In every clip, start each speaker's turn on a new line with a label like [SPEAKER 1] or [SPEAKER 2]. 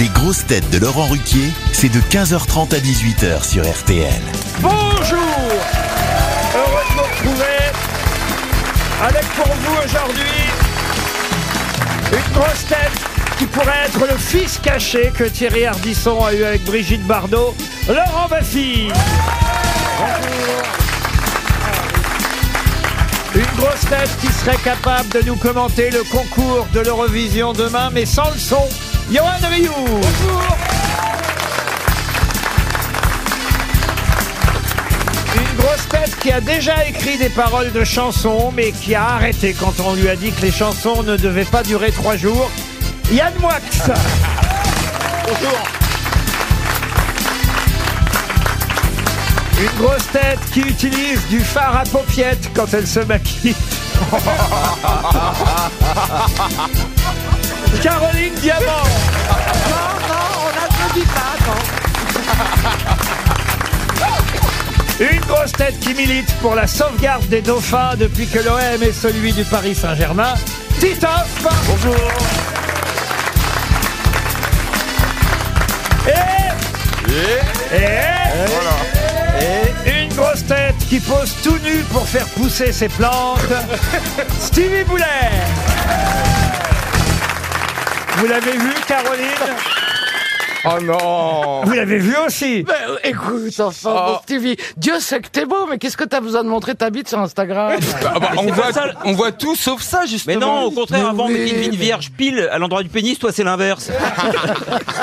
[SPEAKER 1] Les grosses têtes de Laurent Ruquier, c'est de 15h30 à 18h sur RTL.
[SPEAKER 2] Bonjour Heureux de vous retrouver avec pour vous aujourd'hui une grosse tête qui pourrait être le fils caché que Thierry Ardisson a eu avec Brigitte Bardot, Laurent Baffy Une grosse tête qui serait capable de nous commenter le concours de l'Eurovision demain, mais sans le son, Johan Rioux Une grosse tête qui a déjà écrit des paroles de chansons, mais qui a arrêté quand on lui a dit que les chansons ne devaient pas durer trois jours. Yann Moix Bonjour Une grosse tête qui utilise du fard à paupiètes quand elle se maquille. Caroline Diamant
[SPEAKER 3] on n'applaudit pas,
[SPEAKER 2] Une grosse tête qui milite pour la sauvegarde des dauphins depuis que l'OM est celui du Paris Saint-Germain, Titoff Bonjour Et, Et une grosse tête qui pose tout nu pour faire pousser ses plantes, Stevie Boulet Vous l'avez vu, Caroline
[SPEAKER 4] Oh non
[SPEAKER 2] Vous l'avez vu aussi
[SPEAKER 3] Ben, euh, écoute, enfin,
[SPEAKER 4] Oh.
[SPEAKER 3] mon Stevie, Dieu sait que t'es beau, mais qu'est-ce que t'as besoin de montrer ta bite sur Instagram
[SPEAKER 2] Ah bah,
[SPEAKER 4] on, voit, on voit tout sauf ça, justement.
[SPEAKER 5] Mais non, au contraire, avant, on
[SPEAKER 3] oui,
[SPEAKER 5] mettait une
[SPEAKER 3] mais-
[SPEAKER 5] vierge pile à l'endroit du pénis, toi, c'est l'inverse.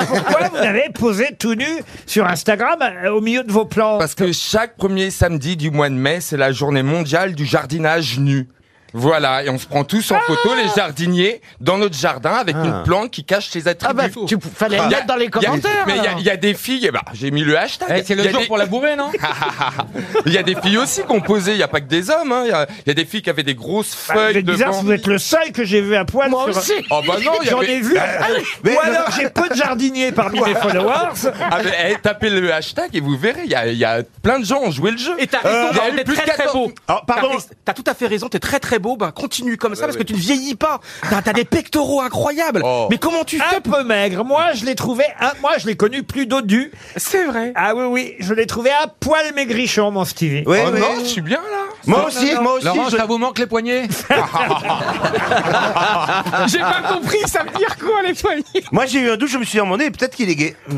[SPEAKER 2] Pourquoi vous l'avez posé tout nu sur Instagram euh, au milieu de vos plantes
[SPEAKER 4] Parce que chaque premier samedi du mois de mai, c'est la journée mondiale du jardinage nu. Voilà, et on se prend tous en photo, les jardiniers, dans notre jardin, avec une
[SPEAKER 2] Ah.
[SPEAKER 4] plante qui cache ses attributs.
[SPEAKER 3] Ah bah, tu fallait le
[SPEAKER 4] Il y a-
[SPEAKER 3] mettre dans les
[SPEAKER 4] il y a-
[SPEAKER 3] commentaires
[SPEAKER 4] Mais il y a-
[SPEAKER 3] alors.
[SPEAKER 4] il y, a des filles, eh ben, j'ai mis le hashtag. c'est le jour pour la bourrée, non Il y a des filles aussi qui ont posé, il n'y a pas que des hommes. hein. Il y a- il y, a des filles qui avaient des grosses
[SPEAKER 2] Bah, vous
[SPEAKER 4] feuilles
[SPEAKER 2] êtes bizarre,
[SPEAKER 4] devant.
[SPEAKER 2] vous êtes le seul que j'ai vu à poil
[SPEAKER 3] Moi
[SPEAKER 2] sur-
[SPEAKER 3] aussi
[SPEAKER 4] Oh bah non, il y
[SPEAKER 2] J'en
[SPEAKER 4] avait-
[SPEAKER 2] ai vu. Ah, Ou alors j'ai peu de jardiniers parmi mes followers.
[SPEAKER 4] Ah, mais, eh, tapez le hashtag et vous verrez, il y a, il y a plein de gens ont joué le jeu. Euh,
[SPEAKER 5] Et t'as raison,
[SPEAKER 4] Il y a
[SPEAKER 5] t'es
[SPEAKER 4] eu plus de
[SPEAKER 5] très très
[SPEAKER 4] 14
[SPEAKER 5] beau. Pardon T'as tout à fait raison, t'es très très beau, bah continue comme ça parce que tu ne vieillis pas. T'as t'as des pectoraux incroyables.
[SPEAKER 4] Oh.
[SPEAKER 5] Mais comment tu fais
[SPEAKER 2] Un peu maigre. Moi, je l'ai trouvé. Un... Moi, je l'ai connu plus dodu.
[SPEAKER 5] C'est vrai.
[SPEAKER 2] Ah oui, oui, je l'ai trouvé à poil maigrichon, mon Stevie.
[SPEAKER 4] Oh non, je suis bien là.
[SPEAKER 6] Moi aussi, moi aussi. je-
[SPEAKER 4] vous manque les poignets
[SPEAKER 5] J'ai pas compris, ça veut dire quoi les poignets
[SPEAKER 6] Moi, j'ai eu un doute, je me suis demandé, peut-être qu'il est gay.
[SPEAKER 5] Mais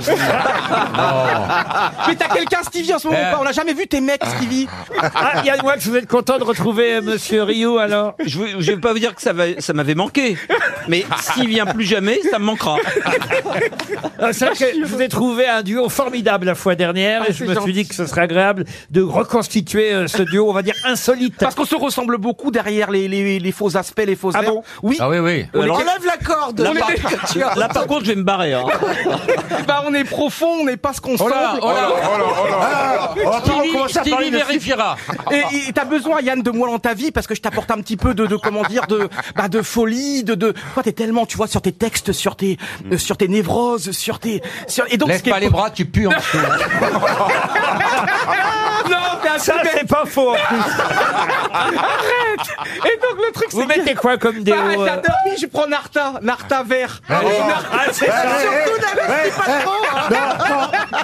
[SPEAKER 5] t'as quelqu'un Stevie en ce moment ou
[SPEAKER 4] Euh.
[SPEAKER 5] pas On a jamais vu tes mecs Stevie.
[SPEAKER 2] Ah, Yann Wax, vous êtes content de retrouver euh, Monsieur Rio alors
[SPEAKER 5] Je, veux- je vais pas vous dire que ça, va- ça m'avait manqué, mais s'il vient plus jamais, ça me manquera.
[SPEAKER 2] Ah, C'est vrai que je vous ai trouvé un duo formidable la fois dernière
[SPEAKER 4] Ah,
[SPEAKER 2] et je me suis dit que ce serait agréable de reconstituer euh, ce duo, on va dire insolite.
[SPEAKER 5] Parce qu'on se ressemble beaucoup derrière les, les, les faux aspects, les faux
[SPEAKER 2] Ah
[SPEAKER 5] airs.
[SPEAKER 2] bon
[SPEAKER 5] Oui.
[SPEAKER 7] Ah oui, oui.
[SPEAKER 5] On est-
[SPEAKER 3] Enlève la corde
[SPEAKER 5] Là, par... là, par contre, je vais me barrer. hein.
[SPEAKER 3] Bah, on est profond, on n'est pas ce qu'on Ah.
[SPEAKER 7] Oh là, oh là, Stevie- Stevie vérifiera.
[SPEAKER 3] Et et t'as besoin, Yann, de moi dans ta vie parce que je t'apporte un petit peu de, de comment dire, de, bah, de folie, de, de. Toi, t'es tellement, tu vois, sur tes textes, sur tes, euh, sur tes névroses, sur tes, sur. Et donc,
[SPEAKER 7] Lève
[SPEAKER 3] ce qui est-
[SPEAKER 7] pas les bras, tu pues en dessous. hein.
[SPEAKER 2] Ça, c'est pas faux. en plus.
[SPEAKER 3] Et donc, le truc, c'est
[SPEAKER 2] Vous mettez quoi comme déo
[SPEAKER 3] Ah,
[SPEAKER 2] euh,
[SPEAKER 3] j'adore. Oui, je prends Narta, Narta vert.
[SPEAKER 2] Ah, c'est ça.
[SPEAKER 3] Surtout n'investis pas trop, hein.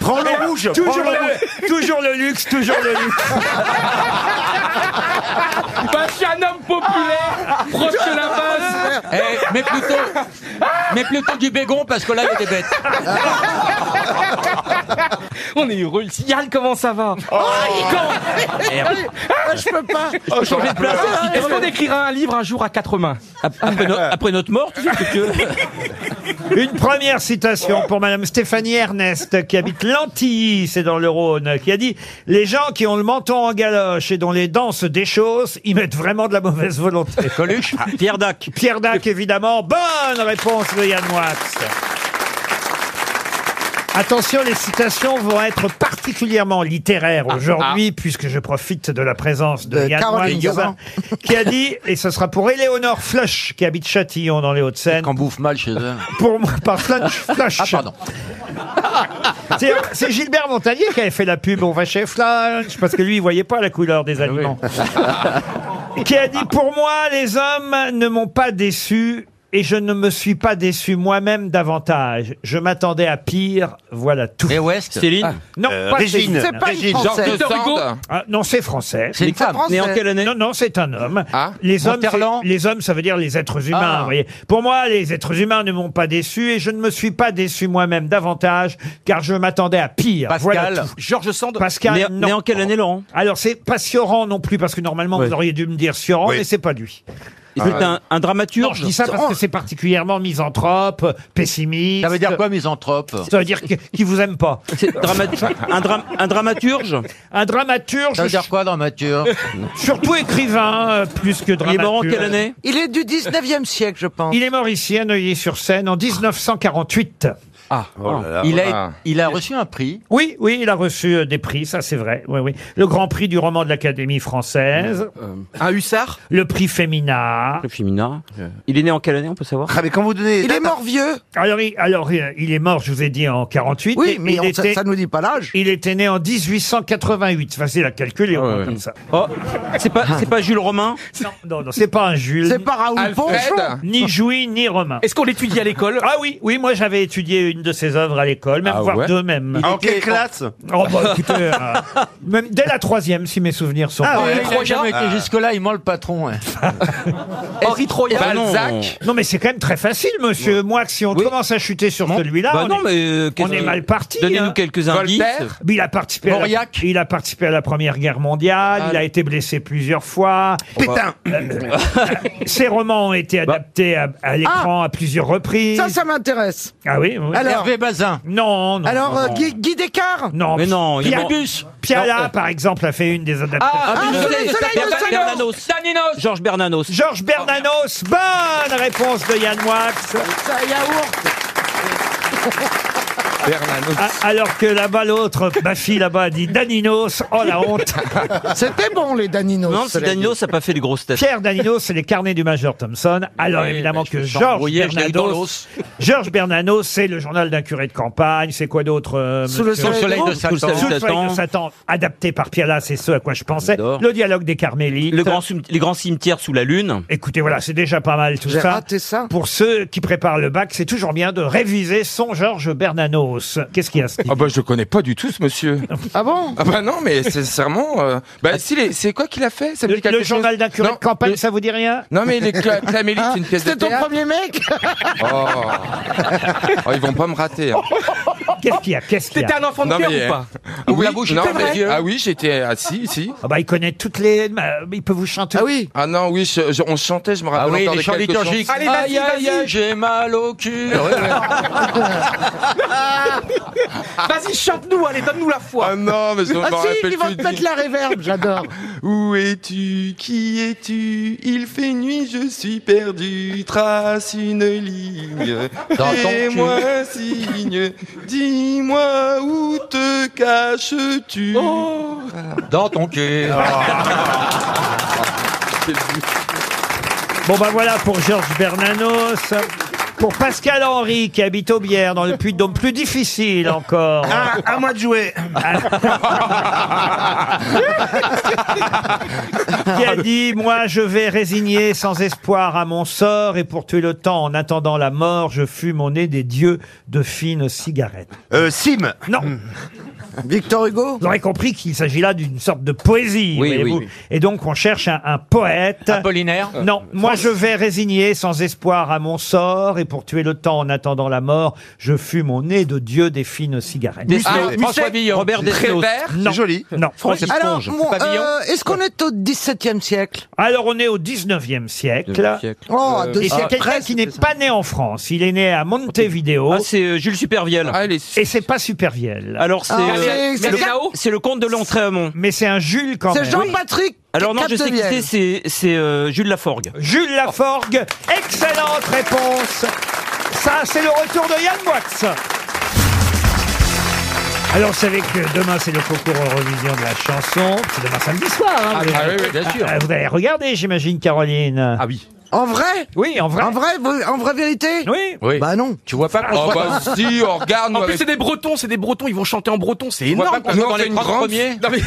[SPEAKER 6] Prends le rouge. prends
[SPEAKER 2] Toujours
[SPEAKER 6] le rouge.
[SPEAKER 2] le, toujours le luxe, toujours le luxe.
[SPEAKER 3] Bah, je suis un homme populaire, proche de la base.
[SPEAKER 7] Eh, mais plutôt, mais plutôt du bégon parce que là, il y a des bêtes.
[SPEAKER 3] On est heureux ici. Yann, comment ça va Oh,
[SPEAKER 7] Ah,
[SPEAKER 3] Je peux pas. Est-ce qu'on écrira un livre un jour à quatre mains
[SPEAKER 5] Après, no- après notre mort, tu sais ce que tu veux.
[SPEAKER 2] Une première citation pour Madame Stéphanie Ernest, qui habite Lantilly, c'est dans le Rhône, qui a dit « Les gens qui ont le menton en galoche et dont les dents se déchaussent, ils mettent vraiment de la mauvaise volonté. Ah.
[SPEAKER 7] Coluche
[SPEAKER 5] Pierre Dac. »
[SPEAKER 2] Pierre Dac, évidemment. Bonne réponse de Yann Moix. Attention, les citations vont être particulièrement littéraires
[SPEAKER 7] Ah,
[SPEAKER 2] aujourd'hui, puisque je profite de la présence de,
[SPEAKER 8] De
[SPEAKER 2] Yann
[SPEAKER 8] Caroline
[SPEAKER 2] Moix,
[SPEAKER 8] Diamant.
[SPEAKER 2] qui a dit, et ce sera pour Éléonore Flush, qui habite Châtillon dans les Hauts-de-Seine,
[SPEAKER 7] Qu'on bouffe mal chez eux.
[SPEAKER 2] pour moi, par Flash. Flash.
[SPEAKER 7] Ah, pardon.
[SPEAKER 2] C'est- C'est Gilbert Montagnier qui avait fait la pub. On va chez Flash parce que lui, il voyait pas la couleur des aliments. qui a dit pour moi, les hommes ne m'ont pas déçu. et je ne me suis pas déçu moi-même davantage. Je m'attendais à pire, voilà tout.
[SPEAKER 9] Et West
[SPEAKER 2] Céline Euh, Non, pas
[SPEAKER 6] Régine.
[SPEAKER 2] Céline.
[SPEAKER 6] Régine.
[SPEAKER 4] Georges de Sand.
[SPEAKER 2] Ah, non, c'est français.
[SPEAKER 9] C'est une femme.
[SPEAKER 3] Né en quelle année
[SPEAKER 2] Non, non, c'est un homme.
[SPEAKER 4] Ah,
[SPEAKER 2] les hommes,
[SPEAKER 9] Monterland
[SPEAKER 2] c'est- les hommes, ça veut dire les êtres humains.
[SPEAKER 9] Ah.
[SPEAKER 2] vous voyez. Pour moi, les êtres humains ne m'ont pas déçu et je ne me suis pas déçu moi-même davantage, car je m'attendais à pire.
[SPEAKER 9] Pascal.
[SPEAKER 2] Voilà tout.
[SPEAKER 3] Georges Sand
[SPEAKER 2] Pascal,
[SPEAKER 3] Né,
[SPEAKER 2] non.
[SPEAKER 3] né en quelle année, Laurent
[SPEAKER 2] Alors c'est pas Sioran non plus parce que normalement vous auriez dû me dire Sioran,
[SPEAKER 6] Oui.
[SPEAKER 2] mais c'est pas lui.
[SPEAKER 3] C'est
[SPEAKER 9] Ah,
[SPEAKER 3] un, un
[SPEAKER 2] Non, je
[SPEAKER 3] dramaturge
[SPEAKER 2] dis ça parce que c'est particulièrement misanthrope, pessimiste.
[SPEAKER 9] Ça veut dire quoi, misanthrope
[SPEAKER 2] Ça veut dire que- qu'il vous aime pas.
[SPEAKER 3] C'est drama- un, dra- un dramaturge
[SPEAKER 2] Un dramaturge,
[SPEAKER 9] Ça veut dire quoi, dramaturge
[SPEAKER 2] surtout écrivain, euh, plus que
[SPEAKER 3] Il est
[SPEAKER 2] dramaturge.
[SPEAKER 3] mort en quelle année
[SPEAKER 8] Il est du 19e siècle, je pense.
[SPEAKER 2] Il est mort ici à Neuilly-sur-Seine en 1948.
[SPEAKER 9] Ah,
[SPEAKER 6] Oh là là.
[SPEAKER 9] il,
[SPEAKER 4] Ah.
[SPEAKER 9] a, il a reçu un prix.
[SPEAKER 2] Oui, oui, il a reçu euh, des prix, ça c'est vrai. Oui, oui. Le Grand Prix du roman de l'Académie française,
[SPEAKER 3] Un hussard
[SPEAKER 2] le Prix Féminin.
[SPEAKER 3] Le féminin. Il est né en quelle année, on peut savoir
[SPEAKER 6] Ah, mais quand vous donnez.
[SPEAKER 8] Il est mort vieux.
[SPEAKER 2] Alors, il, alors, euh, il est mort, je vous ai dit, en 48.
[SPEAKER 8] Oui,
[SPEAKER 2] et
[SPEAKER 8] mais
[SPEAKER 2] il
[SPEAKER 8] on- ça,
[SPEAKER 2] était-
[SPEAKER 8] ça nous dit pas l'âge.
[SPEAKER 2] Il était né en 1888. Facile à calculer, au moins, comme ça.
[SPEAKER 3] Oh, c'est pas, c'est pas Jules Romain
[SPEAKER 2] Non, non, non, c'est pas un Jules.
[SPEAKER 8] C'est pas Raoul Ponchon.
[SPEAKER 4] Alfred
[SPEAKER 2] Ni Jouy, ni Romain.
[SPEAKER 3] Est-ce qu'on l'étudie à l'école
[SPEAKER 2] Ah oui, oui, moi j'avais étudié une de ses œuvres à l'école, même voire
[SPEAKER 4] ouais
[SPEAKER 2] deux même.
[SPEAKER 6] En quelle classe
[SPEAKER 2] Oh, bah, écoutez, euh, même dès la troisième, si mes souvenirs sont bons. Bah
[SPEAKER 9] il a jamais été jusque-là, il ment le patron. hein.
[SPEAKER 3] Henri Troya
[SPEAKER 4] Balzac
[SPEAKER 2] Non, mais c'est quand même très facile, monsieur. Moi, que si on commence à chuter sur celui-là,
[SPEAKER 3] Bah
[SPEAKER 2] on
[SPEAKER 3] non,
[SPEAKER 2] est-
[SPEAKER 3] mais euh, qu'est-ce
[SPEAKER 2] est
[SPEAKER 3] que-
[SPEAKER 2] mal parti,
[SPEAKER 3] Donnez-nous
[SPEAKER 2] hein.
[SPEAKER 3] quelques indices.
[SPEAKER 4] Voltaire
[SPEAKER 2] Mais il a participé. à la-
[SPEAKER 9] Mauriac
[SPEAKER 2] il a participé à la Première Guerre mondiale. il a été blessé plusieurs fois.
[SPEAKER 6] Pétain
[SPEAKER 2] Ses romans ont été
[SPEAKER 3] Bah.
[SPEAKER 2] adaptés à, à l'écran à plusieurs reprises.
[SPEAKER 8] Ah. Ça, ça m'intéresse.
[SPEAKER 2] Ah oui. oui.
[SPEAKER 8] Alors-
[SPEAKER 9] Hervé Bazin.
[SPEAKER 2] non, non.
[SPEAKER 8] Alors,
[SPEAKER 2] non,
[SPEAKER 8] euh,
[SPEAKER 2] non.
[SPEAKER 8] Guy, Guy Descartes
[SPEAKER 2] Non,
[SPEAKER 3] Mais non, il est euh,
[SPEAKER 2] Pierre
[SPEAKER 3] mort-
[SPEAKER 2] Bus. Piala, par exemple, a fait une des adaptations.
[SPEAKER 3] Ah,
[SPEAKER 8] Ah,
[SPEAKER 3] mais je
[SPEAKER 8] soleil,
[SPEAKER 3] sais,
[SPEAKER 8] soleil,
[SPEAKER 3] Berna-
[SPEAKER 8] soleil.
[SPEAKER 3] Bernanos. Georges Bernanos.
[SPEAKER 2] Georges Bernanos, bonne réponse de Yann Wax.
[SPEAKER 8] Ça, yaourt.
[SPEAKER 4] Bernanos.
[SPEAKER 2] Ah, Alors que là-bas, l'autre, ma fille là-bas, a dit Daninos. Oh la honte.
[SPEAKER 8] C'était bon, les Daninos.
[SPEAKER 3] Non, c'est
[SPEAKER 8] cela dit.
[SPEAKER 3] Daninos, ça n'a pas fait les grosses têtes.
[SPEAKER 2] Pierre Daninos, c'est les carnets du Major Thompson. Alors
[SPEAKER 9] Oui,
[SPEAKER 2] évidemment
[SPEAKER 9] mais je
[SPEAKER 2] que
[SPEAKER 9] me sens
[SPEAKER 2] Georges
[SPEAKER 9] embrouillé, je l'ai dans
[SPEAKER 2] Bernanos,
[SPEAKER 9] l'os.
[SPEAKER 2] Georges Bernanos, c'est le journal d'un curé de campagne. C'est quoi d'autre euh,
[SPEAKER 8] Sous le
[SPEAKER 2] monsieur
[SPEAKER 8] soleil.
[SPEAKER 9] Soleil de
[SPEAKER 3] Tout le
[SPEAKER 9] Satan.
[SPEAKER 2] Sous le
[SPEAKER 3] soleil
[SPEAKER 2] soleil de
[SPEAKER 3] Satan.
[SPEAKER 2] Satan, adapté par Piala, c'est ce à quoi je pensais.
[SPEAKER 3] J'adore.
[SPEAKER 2] Le dialogue des Carmélites.
[SPEAKER 3] Le grand cim- les grands cimetières sous la lune.
[SPEAKER 2] Écoutez, voilà, c'est déjà pas mal tout
[SPEAKER 8] J'ai
[SPEAKER 2] ça.
[SPEAKER 8] raté ça.
[SPEAKER 2] Pour ceux qui préparent le bac, c'est toujours bien de réviser son Georges Bernanos. Qu'est-ce qu'il y a Steve
[SPEAKER 4] Ah bah je connais pas du tout ce monsieur.
[SPEAKER 8] Ah bon Ah.
[SPEAKER 4] Ah bah non mais sincèrement, euh, bah s'il est- c'est quoi qu'il a fait Ça me
[SPEAKER 2] Le,
[SPEAKER 4] dit quelque
[SPEAKER 2] le journal
[SPEAKER 4] chose
[SPEAKER 2] d'un curé
[SPEAKER 4] Non,
[SPEAKER 2] de campagne,
[SPEAKER 4] le-
[SPEAKER 2] ça vous dit rien
[SPEAKER 4] Non mais les cla- Clamélie, c'est une pièce de
[SPEAKER 8] Ah, C'était ton
[SPEAKER 4] théâtre.
[SPEAKER 8] premier mec
[SPEAKER 4] Oh. Oh, ils vont pas me rater. hein.
[SPEAKER 2] Qu'est-ce qu'il y a Qu'est-ce qu'il y
[SPEAKER 3] T'étais
[SPEAKER 2] a
[SPEAKER 3] un enfant de
[SPEAKER 4] Non,
[SPEAKER 3] cœur
[SPEAKER 4] mais,
[SPEAKER 3] ou pas
[SPEAKER 4] Ah oui,
[SPEAKER 3] la bouche,
[SPEAKER 4] non,
[SPEAKER 3] c'est
[SPEAKER 4] mais-
[SPEAKER 3] vrai.
[SPEAKER 4] ah oui, j'étais assis ici.
[SPEAKER 2] Ah bah, il connaît toutes les. euh, Il peut vous chanter.
[SPEAKER 8] Ah oui.
[SPEAKER 4] Ah non, oui, je- je- on chantait, je me
[SPEAKER 9] Ah
[SPEAKER 4] rappelle
[SPEAKER 9] oui,
[SPEAKER 4] encore
[SPEAKER 9] les
[SPEAKER 4] de
[SPEAKER 9] chants
[SPEAKER 4] quelques
[SPEAKER 9] liturgiques.
[SPEAKER 4] chansons.
[SPEAKER 3] Allez, vas-y,
[SPEAKER 9] aïe, aïe,
[SPEAKER 3] vas-y.
[SPEAKER 9] aïe, j'ai mal au cul.
[SPEAKER 4] Ah
[SPEAKER 3] Vas-y, chante-nous, allez, donne-nous la foi.
[SPEAKER 4] Ah non, mais je me
[SPEAKER 8] Ah si,
[SPEAKER 4] rappelle
[SPEAKER 8] ils vont
[SPEAKER 4] plus
[SPEAKER 8] te
[SPEAKER 4] du-
[SPEAKER 8] mettre la réverbe, j'adore.
[SPEAKER 4] Où es-tu Qui es-tu Il fait nuit, je suis perdu. Trace une ligne.
[SPEAKER 9] Dans ton
[SPEAKER 4] Fais-moi un signe. Dis-moi où te caches-tu
[SPEAKER 10] Oh.
[SPEAKER 9] Dans ton cul.
[SPEAKER 2] Ah. Bon ben voilà pour Georges Bernanos. Pour Pascal Henry qui habite Aubière dans le Puy-de-Dôme, plus difficile encore.
[SPEAKER 6] Ah, À moi de jouer
[SPEAKER 2] qui a dit Moi, je vais résigner sans espoir à mon sort, et pour tuer le temps en attendant la mort, je fume au nez des dieux de fines cigarettes.
[SPEAKER 6] Euh, Sim
[SPEAKER 2] Non,
[SPEAKER 8] Victor Hugo
[SPEAKER 2] vous aurez compris qu'il s'agit là d'une sorte de poésie.
[SPEAKER 3] Oui,
[SPEAKER 2] voyez-vous.
[SPEAKER 3] oui,
[SPEAKER 2] Et donc, on cherche un, un poète. Euh,
[SPEAKER 9] Apollinaire.
[SPEAKER 2] Non,
[SPEAKER 3] Euh,
[SPEAKER 2] moi je vais résigner sans espoir à mon sort et pour tuer le temps en attendant la mort, je fume au nez de Dieu des fines cigarettes.
[SPEAKER 6] Ah,
[SPEAKER 9] François Villon.
[SPEAKER 3] Robert Desnos.
[SPEAKER 2] Non.
[SPEAKER 6] C'est joli.
[SPEAKER 2] Non.
[SPEAKER 8] Alors, bon,
[SPEAKER 9] Pavillon.
[SPEAKER 8] euh, est-ce qu'on est au 17e siècle
[SPEAKER 2] Alors on est au 19e siècle. Euh,
[SPEAKER 8] Oh, à deux
[SPEAKER 2] Et c'est
[SPEAKER 8] siècles
[SPEAKER 2] quelqu'un
[SPEAKER 8] près,
[SPEAKER 2] qui n'est
[SPEAKER 8] c'était ça.
[SPEAKER 2] pas né en France. Il est né à Montevideo
[SPEAKER 3] Ah, c'est euh, Jules Supervielle.
[SPEAKER 4] Ah, les...
[SPEAKER 2] et c'est pas Supervielle.
[SPEAKER 3] Alors, c'est
[SPEAKER 8] Ah,
[SPEAKER 3] euh,
[SPEAKER 8] c'est- c'est
[SPEAKER 3] le-
[SPEAKER 8] ça
[SPEAKER 3] c'est le comte de l'Entrée-Amont.
[SPEAKER 2] Mais c'est un Jules quand même.
[SPEAKER 8] C'est Jean-Patrick
[SPEAKER 3] Alors, non, je sais qui
[SPEAKER 8] Capdevielle.
[SPEAKER 3] c'est, c'est, c'est euh, Jules Laforgue.
[SPEAKER 2] Jules Laforgue. Excellente réponse. Ça, c'est le retour de Yann Moix. Alors, vous savez que demain, c'est le concours Eurovision de la chanson. C'est demain samedi soir. hein, vous,
[SPEAKER 4] Ah
[SPEAKER 2] avez...
[SPEAKER 4] oui, oui, bien sûr.
[SPEAKER 2] Ah, vous allez regarder, j'imagine, Caroline.
[SPEAKER 9] Ah oui.
[SPEAKER 8] En vrai
[SPEAKER 2] Oui, en vrai.
[SPEAKER 8] En vrai vous- En vraie vérité
[SPEAKER 2] Oui.
[SPEAKER 9] Oui.
[SPEAKER 8] Bah non.
[SPEAKER 9] tu vois pas qu'on
[SPEAKER 4] Oh bah si, on regarde,
[SPEAKER 3] En
[SPEAKER 4] moi,
[SPEAKER 3] plus,
[SPEAKER 4] avec...
[SPEAKER 3] c'est des Bretons, c'est des Bretons, ils vont chanter en breton, c'est
[SPEAKER 9] voit
[SPEAKER 3] énorme.
[SPEAKER 9] pas qu'on soit dans les 30
[SPEAKER 4] grande-
[SPEAKER 9] premiers
[SPEAKER 4] Non, mais-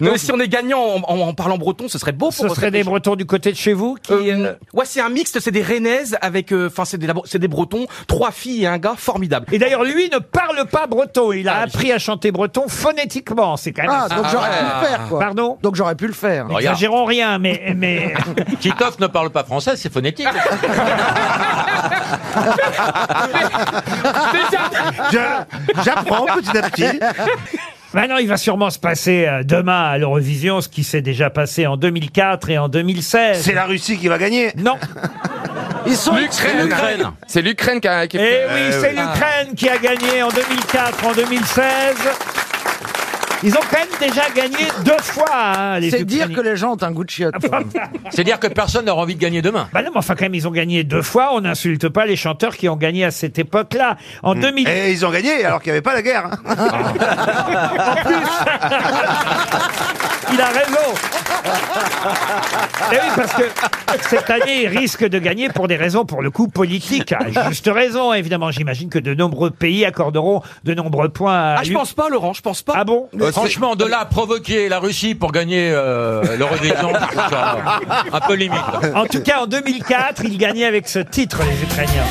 [SPEAKER 10] Donc, si on est gagnant en, en- en parlant breton, ce serait beau pour
[SPEAKER 2] Ce
[SPEAKER 10] votre
[SPEAKER 2] serait des
[SPEAKER 10] émission.
[SPEAKER 2] Bretons du côté de chez vous qui... euh,
[SPEAKER 10] Ouais, c'est un mixte, c'est des Rennaises avec, euh, enfin, c'est des, labo- c'est des Bretons, trois filles et un gars, formidable.
[SPEAKER 2] Et d'ailleurs, lui ne parle pas breton. Il a
[SPEAKER 10] Ah,
[SPEAKER 2] appris à chanter breton phonétiquement. C'est quand même...
[SPEAKER 8] Ah, donc
[SPEAKER 4] Ah,
[SPEAKER 8] j'aurais pu
[SPEAKER 4] ouais.
[SPEAKER 8] le faire, quoi.
[SPEAKER 2] Pardon
[SPEAKER 8] Donc j'aurais pu le faire.
[SPEAKER 9] Regarde.
[SPEAKER 2] N'exagérons rien, mais... mais...
[SPEAKER 9] Titoff ne parle pas français, c'est phonétique.
[SPEAKER 6] Je- J'apprends petit à petit.
[SPEAKER 2] Maintenant, Bah il va sûrement se passer euh, demain à l'Eurovision ce qui s'est déjà passé en 2004 et en 2016.
[SPEAKER 6] C'est la Russie qui va gagner.
[SPEAKER 2] Non.
[SPEAKER 8] Ils sont
[SPEAKER 4] L'Ukraine. C'est l'Ukraine qui a. qui-
[SPEAKER 2] Eh oui, c'est l'Ukraine qui a gagné en 2004, en 2016. Ils ont quand même déjà gagné deux fois, hein, les Ah,
[SPEAKER 8] C'est dire
[SPEAKER 2] Ukrainiens.
[SPEAKER 8] que les gens ont un goût de chiottes.
[SPEAKER 9] C'est dire que personne n'aura envie de gagner demain.
[SPEAKER 2] Bah non, mais enfin quand même, ils ont gagné deux fois. On n'insulte pas les chanteurs qui ont gagné à cette époque-là. En 2000,
[SPEAKER 6] Et Hmm. Eh, ils ont gagné alors qu'il n'y avait pas la guerre. hein.
[SPEAKER 2] il a raison. Eh oui, parce que cette année, il risque de gagner pour des raisons, pour le coup, politiques. À juste raison, évidemment. J'imagine que de nombreux pays accorderont de nombreux points à
[SPEAKER 10] Ah, je
[SPEAKER 2] l'U-
[SPEAKER 10] pense pas, Laurent, je pense pas.
[SPEAKER 2] Ah bon
[SPEAKER 4] Euh,
[SPEAKER 9] Euh, Franchement, de là à provoquer la Russie pour gagner euh, l'Eurovision, je trouve ça un peu limite.
[SPEAKER 2] En tout cas, en 2004, il gagnait avec ce titre, les Ukrainiens.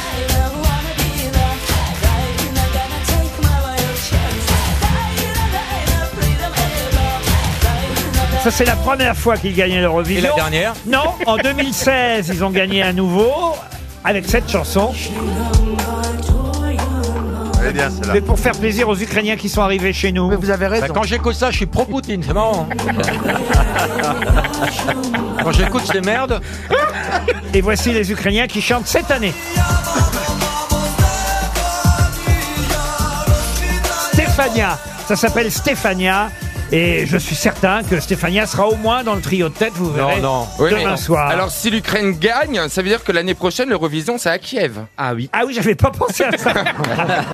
[SPEAKER 2] Ça, c'est la première fois qu'ils gagnaient
[SPEAKER 9] Et
[SPEAKER 2] l'Eurovision.
[SPEAKER 9] la dernière
[SPEAKER 2] Non, en 2016, ils ont gagné à nouveau avec cette chanson.
[SPEAKER 6] Elle est bien celle-là.
[SPEAKER 2] Mais pour faire plaisir aux Ukrainiens qui sont arrivés chez nous.
[SPEAKER 8] Mais vous avez
[SPEAKER 9] Bah,
[SPEAKER 8] raison.
[SPEAKER 9] quand j'écoute ça, je suis pro-Poutine, c'est marrant. hein. quand j'écoute ces merdes,
[SPEAKER 2] Et voici les Ukrainiens qui chantent cette année. Stéphania. Ça s'appelle Stéphania. Et je suis certain que Stéphania sera au moins dans le trio de tête, vous
[SPEAKER 9] Non,
[SPEAKER 2] verrez,
[SPEAKER 9] non.
[SPEAKER 4] Oui,
[SPEAKER 2] demain
[SPEAKER 4] mais-
[SPEAKER 2] soir.
[SPEAKER 4] Alors si l'Ukraine gagne, ça veut dire que l'année prochaine l'Eurovision c'est à Kiev.
[SPEAKER 10] Ah oui.
[SPEAKER 2] Ah oui, j'avais pas pensé à ça.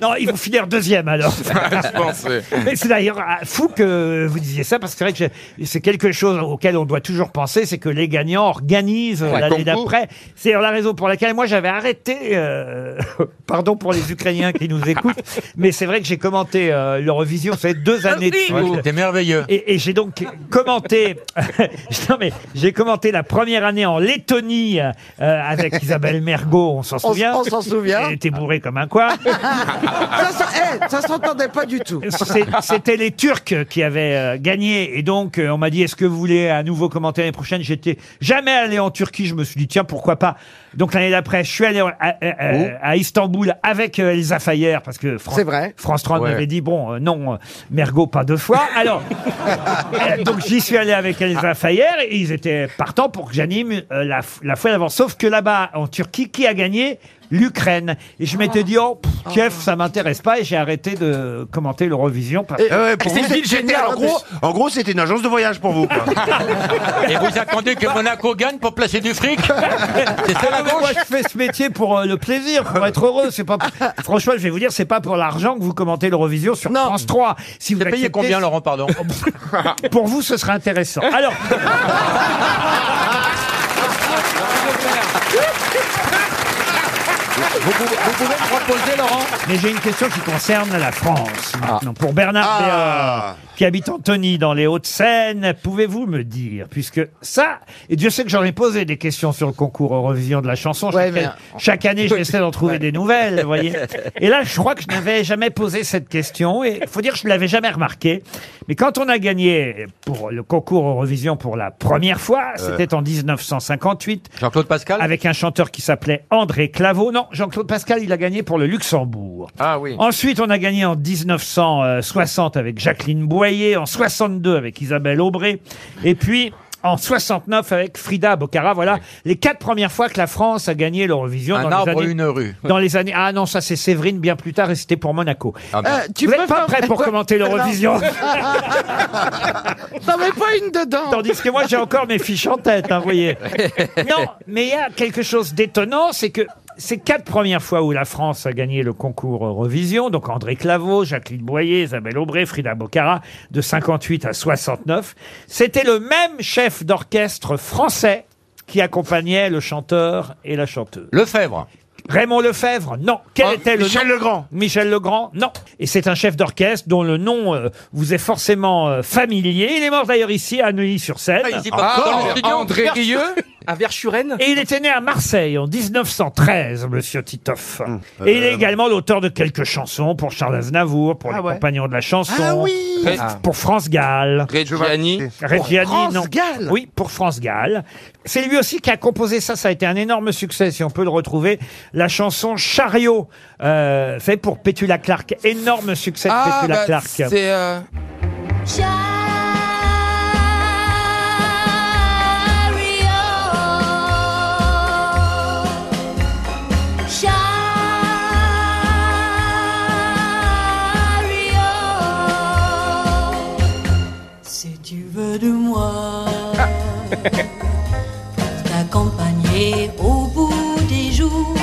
[SPEAKER 2] non, ils vont finir deuxième alors.
[SPEAKER 4] je pense. oui.
[SPEAKER 2] Mais c'est d'ailleurs ah, fou que vous disiez ça parce que c'est vrai que j'ai- c'est quelque chose auquel on doit toujours penser, c'est que les gagnants organisent euh,
[SPEAKER 4] Un
[SPEAKER 2] l'année
[SPEAKER 4] concours.
[SPEAKER 2] d'après. C'est la raison pour laquelle moi j'avais arrêté. euh, pardon pour les Ukrainiens qui nous écoutent, mais c'est vrai que j'ai commenté euh, l'Eurovision, ça fait deux années de
[SPEAKER 9] ouais,
[SPEAKER 2] suite.
[SPEAKER 9] c'était merveilleux.
[SPEAKER 2] Et, et j'ai donc commenté, non mais j'ai commenté la première année en Lettonie euh, avec Isabelle Mergot, on s'en
[SPEAKER 8] On,
[SPEAKER 2] souvient.
[SPEAKER 8] on s'en souvient.
[SPEAKER 2] Elle était bourrée comme un quoi.
[SPEAKER 8] Ça, ça, eh, ça s'entendait pas du tout.
[SPEAKER 2] C'est- C'était les Turcs qui avaient euh, gagné et donc euh, on m'a dit est-ce que vous voulez à nouveau commenter l'année prochaine J'étais jamais allé en Turquie, je me suis dit tiens pourquoi pas. Donc l'année d'après, je suis allé en- à, à- à- à Istanbul avec euh, Elsa Fayer parce que France,
[SPEAKER 8] C'est vrai.
[SPEAKER 2] France 3
[SPEAKER 9] Ouais.
[SPEAKER 2] m'avait dit bon euh, non euh, Mergo pas deux fois. Alors euh, donc j'y suis allé avec Elsa Fayer et ils étaient partants pour que j'anime euh, la, f- la fois d'avant. Sauf que là-bas en Turquie, qui a gagné L'Ukraine. Et je m'étais dit, oh, pff, Kiev, ça m'intéresse pas, et j'ai arrêté de commenter l'Eurovision. parce-
[SPEAKER 6] Ah ouais, pour
[SPEAKER 10] C'est
[SPEAKER 6] vous,
[SPEAKER 10] une ville
[SPEAKER 6] c'était-
[SPEAKER 10] géniale,
[SPEAKER 6] En
[SPEAKER 10] en
[SPEAKER 6] gros, en gros, c'était une agence de voyage pour vous. quoi.
[SPEAKER 9] Et vous attendez
[SPEAKER 4] Bah.
[SPEAKER 9] que Monaco gagne pour placer du fric C'est ça la
[SPEAKER 2] Ah, mais moi,
[SPEAKER 9] gauche
[SPEAKER 2] je fais ce métier pour euh, le plaisir, pour être heureux. C'est pas. Franchement, je vais vous dire, c'est pas pour l'argent que vous commentez l'Eurovision sur
[SPEAKER 8] Non.
[SPEAKER 2] France 3. Si vous
[SPEAKER 9] T'as payé
[SPEAKER 2] l'acceptez,
[SPEAKER 9] combien, Laurent, pardon
[SPEAKER 2] Pour vous, ce serait intéressant. Alors.
[SPEAKER 9] vous, pouvez, vous pouvez me proposer, Laurent
[SPEAKER 2] Mais j'ai une question qui concerne la France maintenant. Pour Bernard
[SPEAKER 6] Ah.
[SPEAKER 2] Béard, qui habite Antony dans les Hauts-de-Seine, pouvez-vous me dire, puisque ça, et Dieu sait que j'en ai posé des questions sur le concours Eurovision de la chanson,
[SPEAKER 8] Ouais,
[SPEAKER 2] chaque,
[SPEAKER 8] mais-
[SPEAKER 2] chaque année j'essaie d'en trouver des nouvelles, vous voyez. Et là, je crois que je n'avais jamais posé cette question, et il faut dire que je ne l'avais jamais remarqué. Mais quand on a gagné pour le concours Eurovision pour la première fois, c'était en 1958,
[SPEAKER 9] Jean-Claude Pascal
[SPEAKER 2] avec un chanteur qui s'appelait André Claveau. Non, Jean-Claude Pascal, il a gagné pour le Luxembourg.
[SPEAKER 9] Ah oui.
[SPEAKER 2] Ensuite, on a gagné en 1960 avec Jacqueline Boyer, en 62 avec Isabelle Aubray, et puis en 69 avec Frida Bocara. Voilà les quatre premières fois que la France a gagné l'Eurovision dans
[SPEAKER 9] Un
[SPEAKER 2] les
[SPEAKER 9] arbre,
[SPEAKER 2] années.
[SPEAKER 9] une rue.
[SPEAKER 2] Dans les années. Ah non, ça c'est Séverine bien plus tard et c'était pour Monaco.
[SPEAKER 9] Ah bon.
[SPEAKER 8] Euh, tu
[SPEAKER 2] Vous
[SPEAKER 8] peux
[SPEAKER 2] n'êtes pas
[SPEAKER 8] faire-
[SPEAKER 2] prêt pour commenter l'Eurovision
[SPEAKER 8] T'en mets pas une dedans.
[SPEAKER 2] Tandis que moi, j'ai encore mes fiches en tête, hein, vous voyez. Non, mais il y a quelque chose d'étonnant, c'est que ces quatre premières fois où la France a gagné le concours Eurovision, donc André Claveau, Jacqueline Boyer, Isabelle Aubray, Frida Bocara, de 58 à 69, c'était le même chef d'orchestre français qui accompagnait le chanteur et la chanteuse.
[SPEAKER 9] Lefebvre.
[SPEAKER 2] Raymond Lefebvre, non. Quel
[SPEAKER 6] Ah,
[SPEAKER 2] était le
[SPEAKER 6] Michel
[SPEAKER 2] nom
[SPEAKER 6] Legrand.
[SPEAKER 2] Michel Legrand, non. Et c'est un chef d'orchestre dont le nom euh, vous est forcément euh, familier. Il est mort d'ailleurs ici, à Neuilly-sur-Seine.
[SPEAKER 9] Ah, ici, pas Ah, encore. dans le studio. André Rieu
[SPEAKER 2] À Verschuren Et il était né à Marseille en 1913, monsieur Titoff.
[SPEAKER 8] Hum.
[SPEAKER 2] Et
[SPEAKER 8] Euh,
[SPEAKER 2] il est également l'auteur de quelques chansons pour Charles Aznavour, pour Les Compagnons de la Chanson.
[SPEAKER 8] Ah oui
[SPEAKER 2] Ah. Pour France Gall.
[SPEAKER 4] Reggiani.
[SPEAKER 2] Reggiani,
[SPEAKER 8] Pour France
[SPEAKER 2] non.
[SPEAKER 8] Gall.
[SPEAKER 2] Oui, pour France Gall. C'est lui aussi qui a composé ça. Ça a été un énorme succès, si on peut le retrouver. La chanson Chariot, euh, fait pour Petula Clark. Énorme succès de
[SPEAKER 4] Ah,
[SPEAKER 2] Petula
[SPEAKER 4] bah,
[SPEAKER 2] Clark.
[SPEAKER 4] c'est... euh,
[SPEAKER 11] Si tu veux de moi, pour t'accompagner au bout des jours,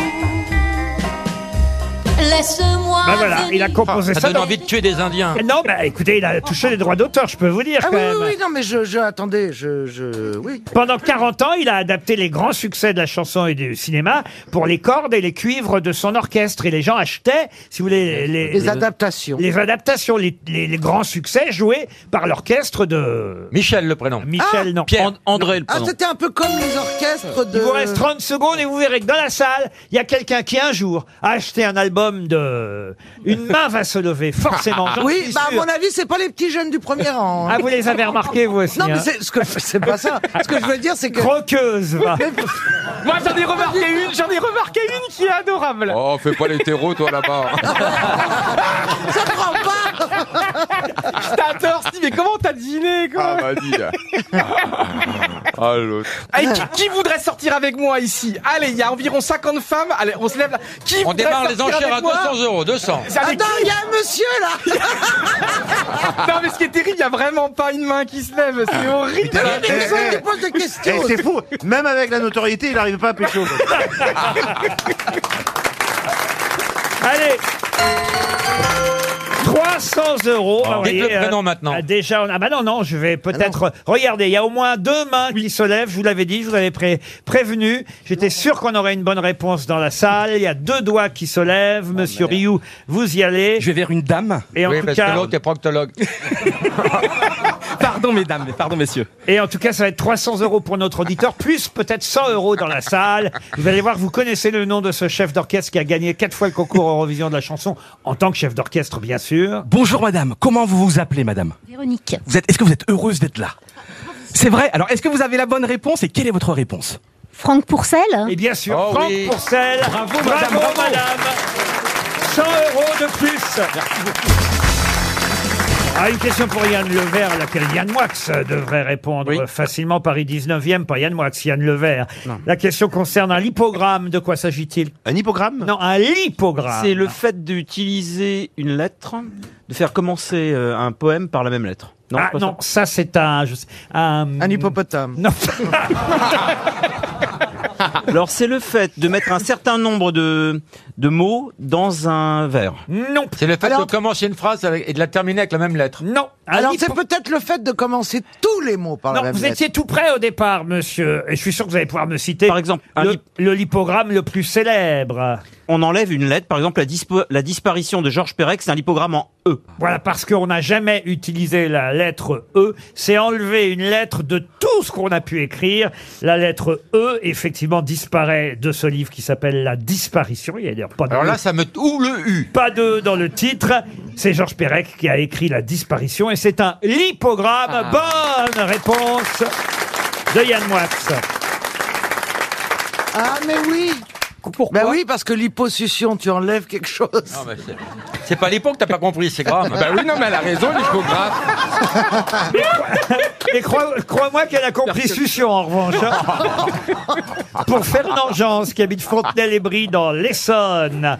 [SPEAKER 11] laisse-moi.
[SPEAKER 2] Bah voilà, il a composé
[SPEAKER 9] Ça
[SPEAKER 2] ça.
[SPEAKER 9] donne
[SPEAKER 2] dans-
[SPEAKER 9] envie de tuer des Indiens.
[SPEAKER 2] Non, bah écoutez, il a touché les droits d'auteur, je peux vous dire
[SPEAKER 8] Ah
[SPEAKER 2] quand
[SPEAKER 8] oui,
[SPEAKER 2] même.
[SPEAKER 8] oui, oui, non, mais je, je attendez, je, je, oui.
[SPEAKER 2] Pendant 40 ans, il a adapté les grands succès de la chanson et du cinéma pour les cordes et les cuivres de son orchestre. Et les gens achetaient, si vous voulez, les,
[SPEAKER 8] Les adaptations.
[SPEAKER 2] les adaptations, les, les- les grands succès joués par l'orchestre de
[SPEAKER 9] Michel, le prénom.
[SPEAKER 2] Michel,
[SPEAKER 8] Ah,
[SPEAKER 2] non.
[SPEAKER 9] Pierre. André, le
[SPEAKER 8] Ah,
[SPEAKER 9] prénom.
[SPEAKER 8] c'était un peu comme les orchestres de.
[SPEAKER 2] Il vous reste 30 secondes et vous verrez que dans la salle, il y a quelqu'un qui un jour a acheté un album de... Une main va se lever, forcément. j'en
[SPEAKER 8] Oui,
[SPEAKER 2] suis
[SPEAKER 8] bah à
[SPEAKER 2] sûr.
[SPEAKER 8] mon avis, c'est pas les petits jeunes du premier rang. hein.
[SPEAKER 2] Ah, vous les avez remarqués, vous aussi.
[SPEAKER 8] non, mais
[SPEAKER 2] hein.
[SPEAKER 8] c'est ce que c'est pas ça. Ce que je veux dire, c'est que.
[SPEAKER 2] Croqueuse, va.
[SPEAKER 3] Moi j'en ai remarqué une, j'en ai remarqué une qui est adorable.
[SPEAKER 4] Oh, fais pas les terreaux, toi, là-bas.
[SPEAKER 8] Ça prend pas.
[SPEAKER 3] Je t'adore, Steve, mais comment t'as deviné quoi
[SPEAKER 4] Ah, vas-y. là. Ah,
[SPEAKER 2] Oh,
[SPEAKER 4] l'autre.
[SPEAKER 3] Allez, Eh, qui, qui voudrait sortir avec moi ici Allez, il y a environ 50 femmes. Allez, on se lève là. Qui
[SPEAKER 9] On
[SPEAKER 3] voudrait
[SPEAKER 9] démarre les
[SPEAKER 3] sortir
[SPEAKER 9] enchères à
[SPEAKER 3] Bah, avec moi
[SPEAKER 9] 200 euros, 200.
[SPEAKER 3] Allez,
[SPEAKER 8] Attends, il y a un monsieur là.
[SPEAKER 3] Non, mais ce qui est terrible, il n'y a vraiment pas une main qui se lève. C'est horrible.
[SPEAKER 8] Il
[SPEAKER 6] Eh, eh,
[SPEAKER 8] me pose des
[SPEAKER 6] eh,
[SPEAKER 8] questions.
[SPEAKER 6] c'est fou, même avec la notoriété, il n'arrive pas à pécho.
[SPEAKER 2] Allez 300 euros.
[SPEAKER 9] Oh.
[SPEAKER 2] Bah, vous
[SPEAKER 9] Dites
[SPEAKER 2] voyez,
[SPEAKER 9] le prénom maintenant.
[SPEAKER 2] ah, Déjà, on a. Bah non, non, je vais
[SPEAKER 8] Ah
[SPEAKER 2] peut-être. Regardez, il y a au moins deux mains qui se lèvent. Je vous l'avais dit, je vous avais pré- prévenu. J'étais sûr qu'on aurait une bonne réponse dans la salle. Il y a deux doigts qui se lèvent. Monsieur Rioux, vous y allez.
[SPEAKER 3] vais vers une dame.
[SPEAKER 2] Et en,
[SPEAKER 9] Oui,
[SPEAKER 2] tout
[SPEAKER 9] parce que
[SPEAKER 2] cas,
[SPEAKER 9] l'autre est proctologue.
[SPEAKER 3] Pardon, mesdames, pardon, messieurs.
[SPEAKER 2] et en tout cas, ça va être 300 euros pour notre auditeur, plus peut-être 100 euros dans la salle. Vous allez voir, vous connaissez le nom de ce chef d'orchestre qui a gagné quatre fois le concours Eurovision de la chanson, en tant que chef d'orchestre, bien sûr.
[SPEAKER 3] Bonjour, madame. Comment vous vous appelez, madame
[SPEAKER 11] Véronique,
[SPEAKER 3] Vous êtes, est-ce que vous êtes heureuse d'être là C'est vrai. Alors, est-ce que vous avez la bonne réponse et quelle est votre réponse
[SPEAKER 11] Franck Pourcel.
[SPEAKER 2] Et Eh bien sûr,
[SPEAKER 9] Oh
[SPEAKER 2] Franck
[SPEAKER 9] oui.
[SPEAKER 2] Pourcel.
[SPEAKER 3] Bravo,
[SPEAKER 2] bravo,
[SPEAKER 3] madame, bravo.
[SPEAKER 2] madame. 100 euros de plus. Ah, une question pour Yann Levert, à laquelle Yann Moix euh, devrait répondre euh, facilement. Paris 19e, pas Yann Moix, Yann Levert. La question concerne un lipogramme. De quoi s'agit-il
[SPEAKER 6] Un hippogramme
[SPEAKER 2] Non, un lipogramme.
[SPEAKER 5] C'est le fait d'utiliser une lettre, de faire commencer euh, un poème par la même lettre. Non,
[SPEAKER 2] ah
[SPEAKER 5] c'est pas
[SPEAKER 2] non, ça, c'est un, je sais- un...
[SPEAKER 8] Un hippopotame.
[SPEAKER 2] Non,
[SPEAKER 5] ça Alors c'est le fait de mettre un certain nombre de, de mots dans un verre.
[SPEAKER 2] non,
[SPEAKER 9] C'est le fait
[SPEAKER 8] Alors-
[SPEAKER 9] de commencer une phrase avec- et de la terminer avec la même lettre.
[SPEAKER 2] non. Un
[SPEAKER 8] Alors
[SPEAKER 2] lipo-
[SPEAKER 8] c'est peut-être le fait de commencer tous les mots par Ah, la
[SPEAKER 2] Non,
[SPEAKER 8] même
[SPEAKER 2] vous
[SPEAKER 8] lettre.
[SPEAKER 2] étiez tout près au départ, monsieur. Et je suis sûr que vous allez pouvoir me citer.
[SPEAKER 5] Par exemple, un
[SPEAKER 2] le,
[SPEAKER 5] lip-
[SPEAKER 2] le lipogramme le plus célèbre.
[SPEAKER 5] On enlève une lettre, par exemple la, dispo- la disparition de Georges Perec, c'est un lipogramme en E.
[SPEAKER 2] Voilà, Euh, parce qu'on n'a jamais utilisé la lettre E. C'est enlever une lettre de tout ce qu'on a pu écrire. La lettre E, effectivement, disparaît de ce livre qui s'appelle La Disparition. Il y a d'ailleurs pas de E.
[SPEAKER 9] Alors là, ça me. Ou le U.
[SPEAKER 2] pas de E dans le titre. C'est Georges Perec qui a écrit La Disparition et c'est un lipogramme.
[SPEAKER 9] Ah.
[SPEAKER 2] Bonne réponse de Yann Moix.
[SPEAKER 8] Ah mais oui.
[SPEAKER 3] Pourquoi
[SPEAKER 8] Bah oui, parce que l'hyposuction, tu enlèves quelque chose. Ben
[SPEAKER 9] Non, mais c'est- C'est pas l'époque que t'as pas compris, c'est grave.
[SPEAKER 4] Bah oui, non, mais elle a raison, l'hypographe.
[SPEAKER 9] Ah.
[SPEAKER 2] Et crois- crois-moi qu'elle a compris Succion, en revanche. hein. Pour Fernand Jans, qui habite Fontenay-les-Bris dans l'Essonne.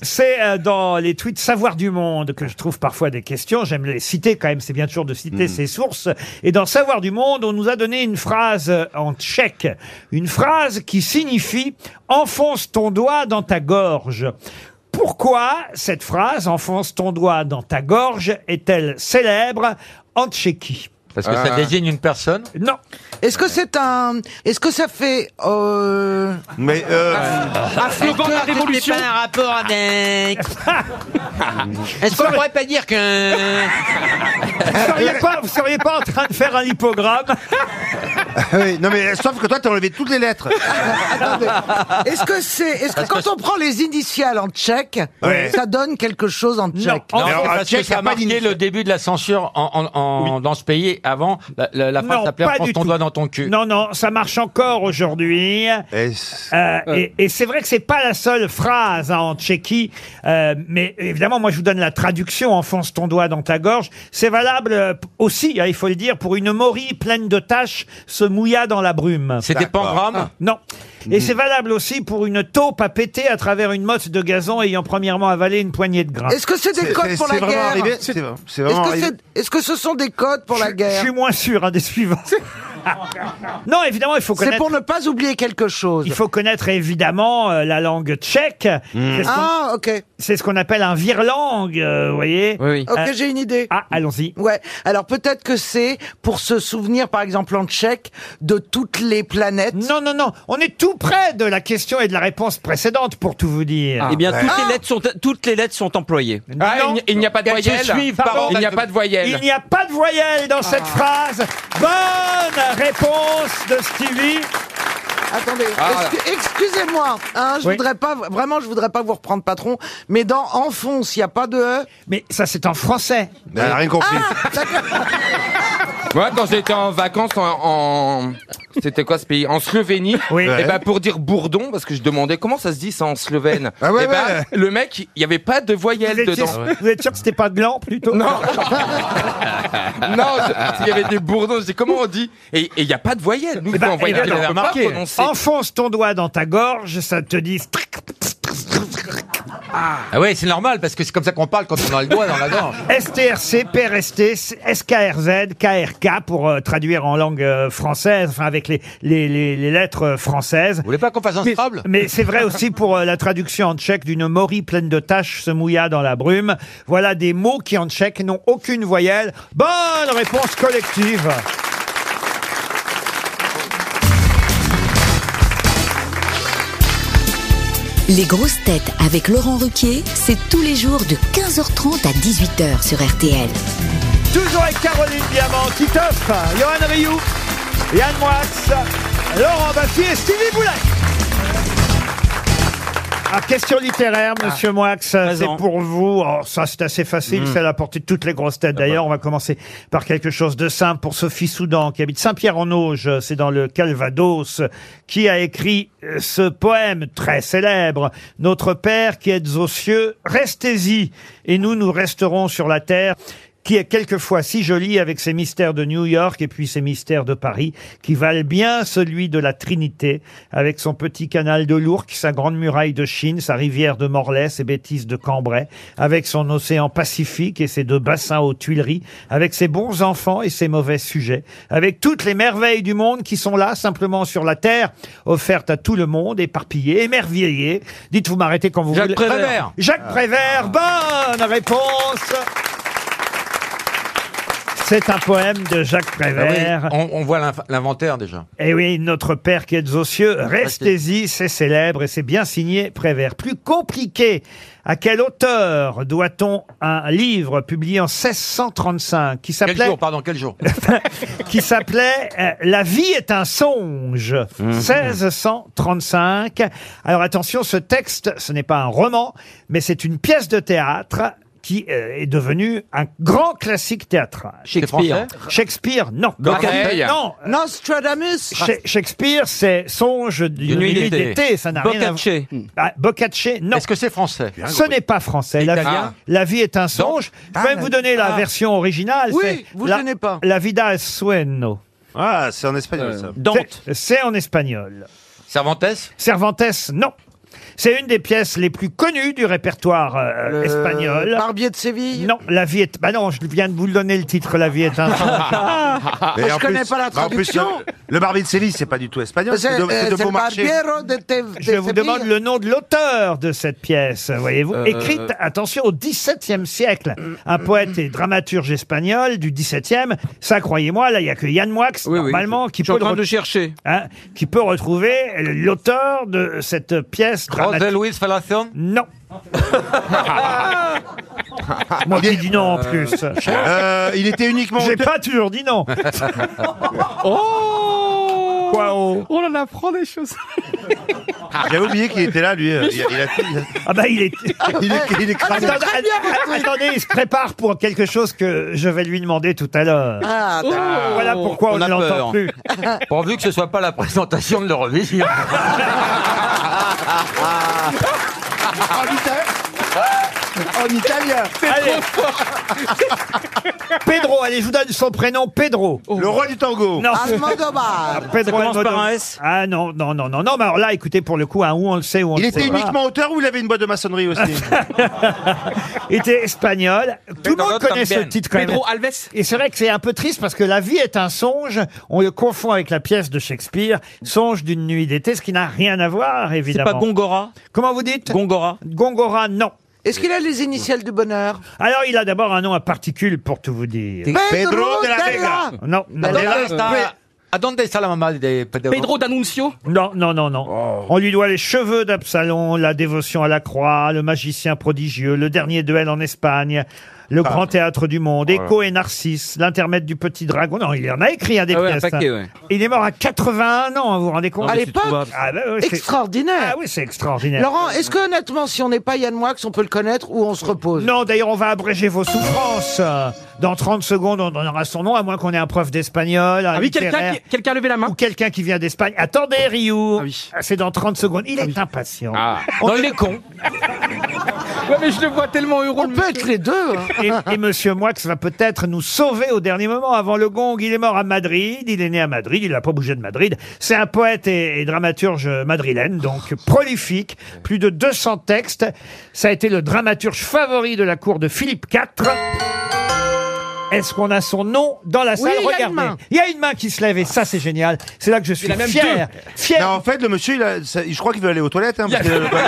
[SPEAKER 2] C'est euh, dans les tweets Savoir du Monde que je trouve parfois des questions. J'aime les citer quand même, c'est bien toujours de citer
[SPEAKER 9] Mm.
[SPEAKER 2] ses sources. Et dans Savoir du Monde, on nous a donné une phrase euh, en tchèque. Une phrase qui signifie « enfonce ton doigt dans ta gorge ». Pourquoi cette phrase « enfonce ton doigt dans ta gorge » est-elle célèbre en Tchéquie
[SPEAKER 9] Parce que
[SPEAKER 4] Ah.
[SPEAKER 9] ça désigne une personne
[SPEAKER 2] Non.
[SPEAKER 8] Est-ce que c'est un. Est-ce que ça fait. Euh...
[SPEAKER 6] Mais.
[SPEAKER 2] Ah,
[SPEAKER 12] Un slogan de la révolution. pas un rapport avec. Est-ce qu'on pourrait pas dire que.
[SPEAKER 2] Vous seriez pas, vous seriez pas en train de faire un hippogramme
[SPEAKER 6] Oui, non mais sauf que toi t'as enlevé toutes les lettres.
[SPEAKER 8] Attendez. Est-ce que c'est. Est-ce que
[SPEAKER 6] Parce
[SPEAKER 8] quand
[SPEAKER 6] que-
[SPEAKER 8] on prend les initiales en tchèque,
[SPEAKER 9] Ouais.
[SPEAKER 8] ça donne quelque chose en tchèque
[SPEAKER 9] Non, parce que ça a marqué le début de la censure en, en- en- dans ce pays. Avant, la, la, la phrase
[SPEAKER 2] Non,
[SPEAKER 9] s'appelait
[SPEAKER 2] pas
[SPEAKER 9] « Pense
[SPEAKER 2] du
[SPEAKER 9] ton
[SPEAKER 2] tout.
[SPEAKER 9] doigt dans ton cul ».
[SPEAKER 2] Non, non, ça marche encore aujourd'hui. Euh, et et c'est vrai que c'est pas la seule phrase hein, en Tchéquie, euh, mais évidemment, moi je vous donne la traduction, enfonce ton doigt dans ta gorge. C'est valable euh, p- aussi, hein, il faut le dire, pour une morille pleine de taches se mouilla dans la brume. Ah,
[SPEAKER 9] C'est des D'accord. pangrammes
[SPEAKER 2] Non. Et c'est valable aussi pour une taupe à péter à travers une motte de gazon ayant premièrement avalé une poignée de grain.
[SPEAKER 8] Est-ce que c'est des codes pour la guerre Est-ce que,
[SPEAKER 2] c'est vraiment
[SPEAKER 8] c'est-
[SPEAKER 2] arrivé.
[SPEAKER 8] est-ce que ce sont des codes pour la
[SPEAKER 2] Je
[SPEAKER 8] guerre
[SPEAKER 2] suis moins sûr hein, des suivants. non, évidemment, il faut
[SPEAKER 8] C'est
[SPEAKER 2] connaître.
[SPEAKER 8] pour ne pas oublier quelque chose.
[SPEAKER 2] Il faut connaître évidemment euh, la langue tchèque.
[SPEAKER 13] Hmm.
[SPEAKER 2] C'est ce qu'on-
[SPEAKER 8] Ah, ok.
[SPEAKER 2] C'est ce qu'on appelle un virlangue, euh, vous voyez
[SPEAKER 8] Ok,
[SPEAKER 2] Euh,
[SPEAKER 8] j'ai une idée.
[SPEAKER 2] Ah, allons-y.
[SPEAKER 8] Ouais. Alors peut-être que c'est pour se souvenir, par exemple en tchèque, de toutes les planètes.
[SPEAKER 2] Non, non, non. On est tout près de la question et de la réponse précédente, pour tout vous dire.
[SPEAKER 13] Eh
[SPEAKER 8] Ah,
[SPEAKER 13] bien, toutes, les lettres sont, toutes les lettres sont employées.
[SPEAKER 2] Ah, il n'y- il n'y a pas de
[SPEAKER 13] Qu'elles se
[SPEAKER 2] voyelles.
[SPEAKER 13] suivent,
[SPEAKER 2] Pardon.
[SPEAKER 13] pardon. Il n'y a pas de voyelles.
[SPEAKER 2] Il n'y a pas de voyelle dans cette phrase. Bonne réponse de Stevie.
[SPEAKER 8] Attendez,
[SPEAKER 2] Ah,
[SPEAKER 8] excu- excusez-moi, hein, je
[SPEAKER 2] Oui.
[SPEAKER 8] voudrais pas, vraiment, je voudrais pas vous reprendre patron, mais dans enfonce, il n'y a pas de E.
[SPEAKER 2] Mais ça, c'est en français.
[SPEAKER 4] Ben, elle a rien compris.
[SPEAKER 2] Ah
[SPEAKER 4] Moi, quand j'étais en vacances en, en- c'était quoi ce pays En Slovénie. Et ben pour dire bourdon, parce que je demandais comment ça se dit ça en slovène.
[SPEAKER 6] Ah ouais,
[SPEAKER 4] Eh ben,
[SPEAKER 6] ouais.
[SPEAKER 4] le mec, il n'y avait pas de
[SPEAKER 2] Vous
[SPEAKER 4] voyelle
[SPEAKER 2] êtes,
[SPEAKER 4] dedans.
[SPEAKER 2] sûr, vous êtes sûr que c'était pas gland, plutôt
[SPEAKER 4] Non. non, je- il y avait des bourdons. Je dis comment on dit Et et il n'y a pas de voyelle. Nous,
[SPEAKER 2] Eh ben,
[SPEAKER 4] quand on voyelle,
[SPEAKER 2] eh ben,
[SPEAKER 4] on peut pas
[SPEAKER 2] remarquez.
[SPEAKER 4] prononcer.
[SPEAKER 2] Enfonce ton doigt dans ta gorge, ça te dit.
[SPEAKER 9] Ah ouais, c'est normal, parce que c'est comme ça qu'on parle quand on a le doigt dans la gorge.
[SPEAKER 2] STRC, PRST, SKRZ, KRK pour euh, traduire en langue euh, française, enfin avec les, les, les, les lettres euh, françaises. Vous
[SPEAKER 9] voulez pas qu'on fasse un Scrabble
[SPEAKER 2] Mais, c'est vrai aussi pour euh, la traduction en tchèque d'une morille pleine de taches se mouilla dans la brume. Voilà des mots qui en tchèque n'ont aucune voyelle. Bonne réponse collective
[SPEAKER 14] Les grosses têtes avec Laurent Ruquier, c'est tous les jours de 15h30 à 18h sur RTL.
[SPEAKER 2] Toujours avec Caroline Diamant, Titoff, Johan Rioux, Yann Moix, Laurent Baffy et Stevie Boulet. Ah, question littéraire, monsieur Moix, c'est pour vous. Oh, ça, c'est assez facile,
[SPEAKER 5] Mm.
[SPEAKER 2] c'est à la portée de toutes les grosses têtes. D'ailleurs, on va commencer par quelque chose de simple pour Sophie Soudan, qui habite Saint-Pierre-en-Auge, c'est dans le Calvados, qui a écrit euh, ce poème très célèbre. Notre Père qui êtes aux cieux, restez-y, et nous, nous resterons sur la terre qui est quelquefois si joli avec ses mystères de New York et puis ses mystères de Paris, qui valent bien celui de la Trinité, avec son petit canal de Lourcq, sa grande muraille de Chine, sa rivière de Morlaix, ses bêtises de Cambrai, avec son océan Pacifique et ses deux bassins aux Tuileries, avec ses bons enfants et ses mauvais sujets, avec toutes les merveilles du monde qui sont là, simplement sur la terre, offertes à tout le monde, éparpillées, émerveillées. Dites, vous m'arrêtez quand vous
[SPEAKER 9] Jacques
[SPEAKER 2] voulez.
[SPEAKER 9] Prévert.
[SPEAKER 2] Jacques Prévert, bonne réponse c'est un poème de Jacques Prévert.
[SPEAKER 9] Ah oui, on, on voit l'inv- l'inventaire déjà.
[SPEAKER 2] Eh oui, notre Père qui êtes aux cieux,
[SPEAKER 9] Ah,
[SPEAKER 2] restez-y, c'est célèbre et c'est bien signé Prévert. Plus compliqué, à quel auteur doit-on un livre publié en 1635 qui
[SPEAKER 9] Quel
[SPEAKER 2] s'appelait
[SPEAKER 9] jour, pardon, quel jour
[SPEAKER 2] qui s'appelait euh, La vie est un songe,
[SPEAKER 7] Mmh.
[SPEAKER 2] 1635. Alors attention, ce texte, ce n'est pas un roman, mais c'est une pièce de théâtre qui euh, est devenue un grand classique théâtral.
[SPEAKER 8] Shakespeare.
[SPEAKER 2] Shakespeare, non.
[SPEAKER 8] Corneille.
[SPEAKER 2] Non.
[SPEAKER 8] Nostradamus.
[SPEAKER 2] Sha- Shakespeare, c'est Songe d'une nuit, d'été, ça n'a rien à voir. Ah, Boccace, non.
[SPEAKER 9] Est-ce que c'est français
[SPEAKER 2] Ce n'est pas français. La vie,
[SPEAKER 9] Italien
[SPEAKER 2] Ah. la vie est un songe. Je
[SPEAKER 9] Ah,
[SPEAKER 2] vais même
[SPEAKER 9] la-
[SPEAKER 2] vous donner la
[SPEAKER 9] ah.
[SPEAKER 2] version originale.
[SPEAKER 8] Oui,
[SPEAKER 2] c'est
[SPEAKER 8] vous
[SPEAKER 2] la,
[SPEAKER 8] gênez pas.
[SPEAKER 2] La vida es sueño.
[SPEAKER 6] Ah, c'est en espagnol ça.
[SPEAKER 2] C'est- C'est en espagnol.
[SPEAKER 9] Cervantes
[SPEAKER 2] Cervantes, non. C'est une des pièces les plus connues du répertoire euh,
[SPEAKER 8] Le
[SPEAKER 2] espagnol.
[SPEAKER 8] Barbier de Séville
[SPEAKER 2] Non, La vie est... Bah non, je viens de vous le donner le titre, La vie est un...
[SPEAKER 6] Mais en plus- bah, en plus, le, le barbier de Séville, c'est pas du tout espagnol. C'est de, c'est de Beaumarchais.
[SPEAKER 2] Je vous demande le nom de l'auteur de cette pièce, voyez-vous,
[SPEAKER 6] Euh,
[SPEAKER 2] écrite,
[SPEAKER 6] euh,
[SPEAKER 2] attention, au XVIIe siècle. Un poète et dramaturge espagnol du XVIIe. Ça, croyez-moi, là, il n'y a que Yann Moix, normalement, qui
[SPEAKER 13] Je suis
[SPEAKER 2] peut
[SPEAKER 13] en
[SPEAKER 2] le
[SPEAKER 13] train de
[SPEAKER 2] re-
[SPEAKER 13] le chercher.
[SPEAKER 2] hein, qui peut retrouver l'auteur de cette pièce.
[SPEAKER 13] José
[SPEAKER 2] dramatique.
[SPEAKER 13] Luis Falación
[SPEAKER 2] Non. Moi qui dis non en plus.
[SPEAKER 6] Euh, il était uniquement
[SPEAKER 2] J'ai
[SPEAKER 6] auteur-
[SPEAKER 2] pas toujours dit non. oh Quoi oh
[SPEAKER 3] On en apprend des choses.
[SPEAKER 6] Ah, J'avais oublié qu'il était là, lui. euh, Il, a- il a- il a-
[SPEAKER 2] Ah bah il est...
[SPEAKER 6] Il est- il est cramé.
[SPEAKER 2] Attendez, attendez, il se prépare pour quelque chose que je vais lui demander tout à l'heure.
[SPEAKER 8] Ah, d'accord.
[SPEAKER 2] voilà pourquoi on,
[SPEAKER 9] On
[SPEAKER 2] ne
[SPEAKER 9] a
[SPEAKER 2] l'entend
[SPEAKER 9] peur.
[SPEAKER 2] plus.
[SPEAKER 9] Pourvu que ce soit pas la présentation de l'Eurovision.
[SPEAKER 7] En italien. En italien.
[SPEAKER 2] Allez. Pedro, allez, je vous donne son prénom, Pedro.
[SPEAKER 6] Oh. Le roi du tango. Ah,
[SPEAKER 2] Non.
[SPEAKER 8] Almodovar.
[SPEAKER 2] Pedro Almodovar. Ah non, non, non, non, non, mais alors là, écoutez, pour le coup, hein, où on le sait, où on
[SPEAKER 6] Il
[SPEAKER 2] le
[SPEAKER 6] était
[SPEAKER 2] sait pas.
[SPEAKER 6] uniquement auteur ou il avait une boîte de maçonnerie aussi
[SPEAKER 2] Il était espagnol. Tout le monde connaît ce
[SPEAKER 3] también.
[SPEAKER 2] titre quand même.
[SPEAKER 3] Pedro Alves.
[SPEAKER 2] Et c'est vrai que c'est un peu triste parce que La vie est un songe. On le confond avec la pièce de Shakespeare, Songe d'une nuit d'été, ce qui n'a rien à voir, évidemment.
[SPEAKER 13] pas Gongora
[SPEAKER 2] Comment vous dites
[SPEAKER 13] Gongora.
[SPEAKER 2] Gongora, non.
[SPEAKER 8] Est-ce qu'il a les initiales du bonheur
[SPEAKER 2] Alors, il a d'abord un nom à particules pour tout vous dire.
[SPEAKER 8] Pedro de la Vega.
[SPEAKER 2] Non, non.
[SPEAKER 9] À dónde está la mamá de Pedro?
[SPEAKER 3] Pedro D'Annunzio
[SPEAKER 2] Non, non, non, non. On lui doit les cheveux d'Absalon, la dévotion à la croix, le magicien prodigieux, le dernier duel en Espagne, le grand théâtre du monde, Écho et Narcisse, l'intermède du petit dragon. Non, il en a écrit un des
[SPEAKER 13] Ah ouais, un
[SPEAKER 2] pièces.
[SPEAKER 13] paquet,
[SPEAKER 2] hein.
[SPEAKER 13] ouais.
[SPEAKER 2] Il est mort à 81 ans, vous vous rendez compte
[SPEAKER 8] À l'époque
[SPEAKER 2] Ah, bah, ouais, c'est-
[SPEAKER 8] Extraordinaire.
[SPEAKER 2] Ah oui, c'est extraordinaire.
[SPEAKER 8] Laurent, est-ce que honnêtement, si on n'est pas Yann Moix, on peut le connaître ou on se repose
[SPEAKER 2] Non, d'ailleurs, on va abréger vos souffrances. Euh, Dans 30 secondes, on donnera son nom, à moins qu'on ait un prof d'espagnol. un
[SPEAKER 3] Ah oui, quelqu'un
[SPEAKER 2] littéraire,
[SPEAKER 3] qui- quelqu'un a levé la main.
[SPEAKER 2] Ou quelqu'un qui vient d'Espagne. Attendez, Ryu. Ah, C'est dans 30 secondes. Il est impatient.
[SPEAKER 13] Non, il est con.
[SPEAKER 3] Ouais, mais je le vois tellement heureux.
[SPEAKER 8] On peut être les deux. hein.
[SPEAKER 2] et, et Monsieur Moix va peut-être nous sauver au dernier moment avant le gong. Il est mort à Madrid, il est né à Madrid, il n'a pas bougé de Madrid. C'est un poète et, et dramaturge madrilène, donc prolifique, plus de 200 textes. Ça a été le dramaturge favori de la cour de Philippe IV. Est-ce qu'on a son nom dans la salle
[SPEAKER 8] Oui, il y a une main.
[SPEAKER 2] Regardez, il y a une main qui se lève et ça c'est génial. C'est là que je suis
[SPEAKER 3] a même
[SPEAKER 2] fier, fier.
[SPEAKER 6] Non, En fait, le monsieur, il a- ça- je crois qu'il veut aller aux toilettes. hein, parce qu'il a le doigt-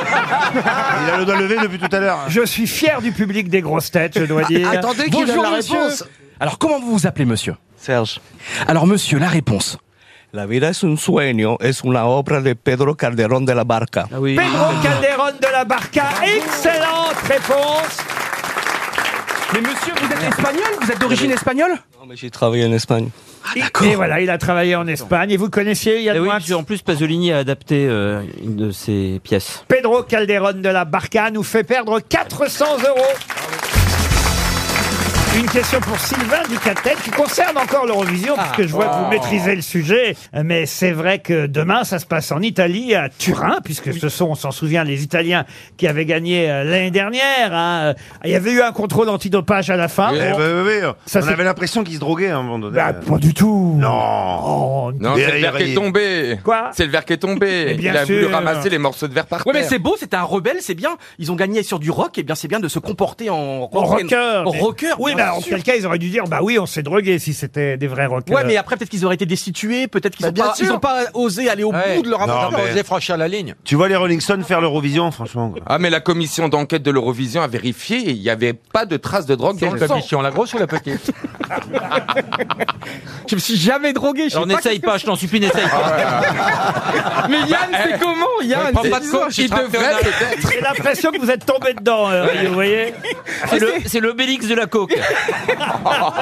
[SPEAKER 6] il a le doigt levé depuis tout à l'heure.
[SPEAKER 2] Je suis fier du public des grosses têtes, je dois dire.
[SPEAKER 8] Attendez qu'il donne
[SPEAKER 3] Bonjour,
[SPEAKER 8] la
[SPEAKER 3] monsieur.
[SPEAKER 8] réponse.
[SPEAKER 3] Alors, comment vous vous appelez, monsieur
[SPEAKER 15] Serge.
[SPEAKER 3] Alors, monsieur, la réponse.
[SPEAKER 15] La vida es un sueño, es una obra de Pedro Calderón de la Barca.
[SPEAKER 2] Pedro Calderón de la Barca, excellente réponse.
[SPEAKER 3] Mais monsieur, vous êtes espagnol Vous êtes d'origine espagnole
[SPEAKER 15] Non, mais j'ai travaillé en Espagne.
[SPEAKER 3] Ah,
[SPEAKER 2] Et voilà, il a travaillé en Espagne. Et vous connaissiez Yann
[SPEAKER 13] Eh oui,
[SPEAKER 2] Moix
[SPEAKER 13] puis en plus, Pasolini a adapté euh, une de ses pièces.
[SPEAKER 2] Pedro Calderón de la Barca nous fait perdre 400 euros. Une question pour Sylvain Ducatel qui concerne encore l'Eurovision, puisque je vois que
[SPEAKER 3] Ah.
[SPEAKER 2] vous maîtrisez le sujet. Mais c'est vrai que demain, ça se passe en Italie, à Turin, puisque ce sont, on s'en souvient, les Italiens qui avaient gagné euh, l'année dernière. hein. Il y avait eu un contrôle antidopage à la fin.
[SPEAKER 6] Eh ben,
[SPEAKER 2] Bon,
[SPEAKER 6] oui, oui.
[SPEAKER 2] Ça,
[SPEAKER 6] on
[SPEAKER 2] c'est-
[SPEAKER 6] avait l'impression qu'il se droguait à un moment donné.
[SPEAKER 2] bah, pas du tout.
[SPEAKER 6] Non.
[SPEAKER 2] Oh,
[SPEAKER 4] Non,
[SPEAKER 6] Et
[SPEAKER 4] c'est le
[SPEAKER 6] il
[SPEAKER 4] verre qui
[SPEAKER 6] rit.
[SPEAKER 4] est tombé.
[SPEAKER 2] Quoi
[SPEAKER 4] C'est le verre qui est
[SPEAKER 2] Mais
[SPEAKER 3] Eh
[SPEAKER 4] tombé.
[SPEAKER 2] bien
[SPEAKER 4] Il a voulu
[SPEAKER 2] sûr.
[SPEAKER 4] ramasser les morceaux de verre par
[SPEAKER 3] euh, Ouais, mais
[SPEAKER 4] terre.
[SPEAKER 3] c'est beau, c'était un rebelle, c'est bien. Ils ont gagné sur du rock, et bien c'est bien de se comporter en
[SPEAKER 2] En rocker.
[SPEAKER 3] En rocker,
[SPEAKER 2] Oui, mais
[SPEAKER 3] bien
[SPEAKER 2] en
[SPEAKER 3] sûr.
[SPEAKER 2] quel cas, ils auraient dû dire, bah oui, on s'est drogué si c'était des vrais rockers.
[SPEAKER 3] Ouais, mais après, peut-être qu'ils auraient été destitués, peut-être qu'ils
[SPEAKER 8] Bah,
[SPEAKER 3] n'ont
[SPEAKER 8] bien
[SPEAKER 3] pas, Ah, ils
[SPEAKER 8] sûr.
[SPEAKER 3] ont pas euh, osé aller au
[SPEAKER 9] Ouais.
[SPEAKER 3] bout de leur
[SPEAKER 6] Non,
[SPEAKER 3] aventure.
[SPEAKER 6] mais-
[SPEAKER 9] Osé franchir la ligne.
[SPEAKER 6] Tu vois les Rolling Stones faire l'Eurovision, franchement. quoi.
[SPEAKER 4] Ah, mais la commission d'enquête de l'Eurovision a vérifié et il n'y avait pas de traces de drogue dans
[SPEAKER 9] Quelle
[SPEAKER 4] le sang.
[SPEAKER 9] commission, la grosse ou la petite
[SPEAKER 3] Je me suis jamais drogué, je sais
[SPEAKER 13] Alors
[SPEAKER 3] pas
[SPEAKER 13] n'essaye
[SPEAKER 3] qu'est-ce que
[SPEAKER 13] pas, je t'en supplie, n'essaye pas.
[SPEAKER 3] c'est. Mais Yann, c'est comment, Oh, Yann
[SPEAKER 13] Ah, bah, eh, prends
[SPEAKER 3] C'est
[SPEAKER 13] pas de
[SPEAKER 3] bizarre.
[SPEAKER 13] coke, je
[SPEAKER 3] Il
[SPEAKER 13] serai un
[SPEAKER 3] devrait
[SPEAKER 13] connard.
[SPEAKER 3] peut-être-
[SPEAKER 2] J'ai l'impression que vous êtes tombé dedans, euh, Rio, vous voyez
[SPEAKER 13] C'est le- C'est l'obélix de la coke.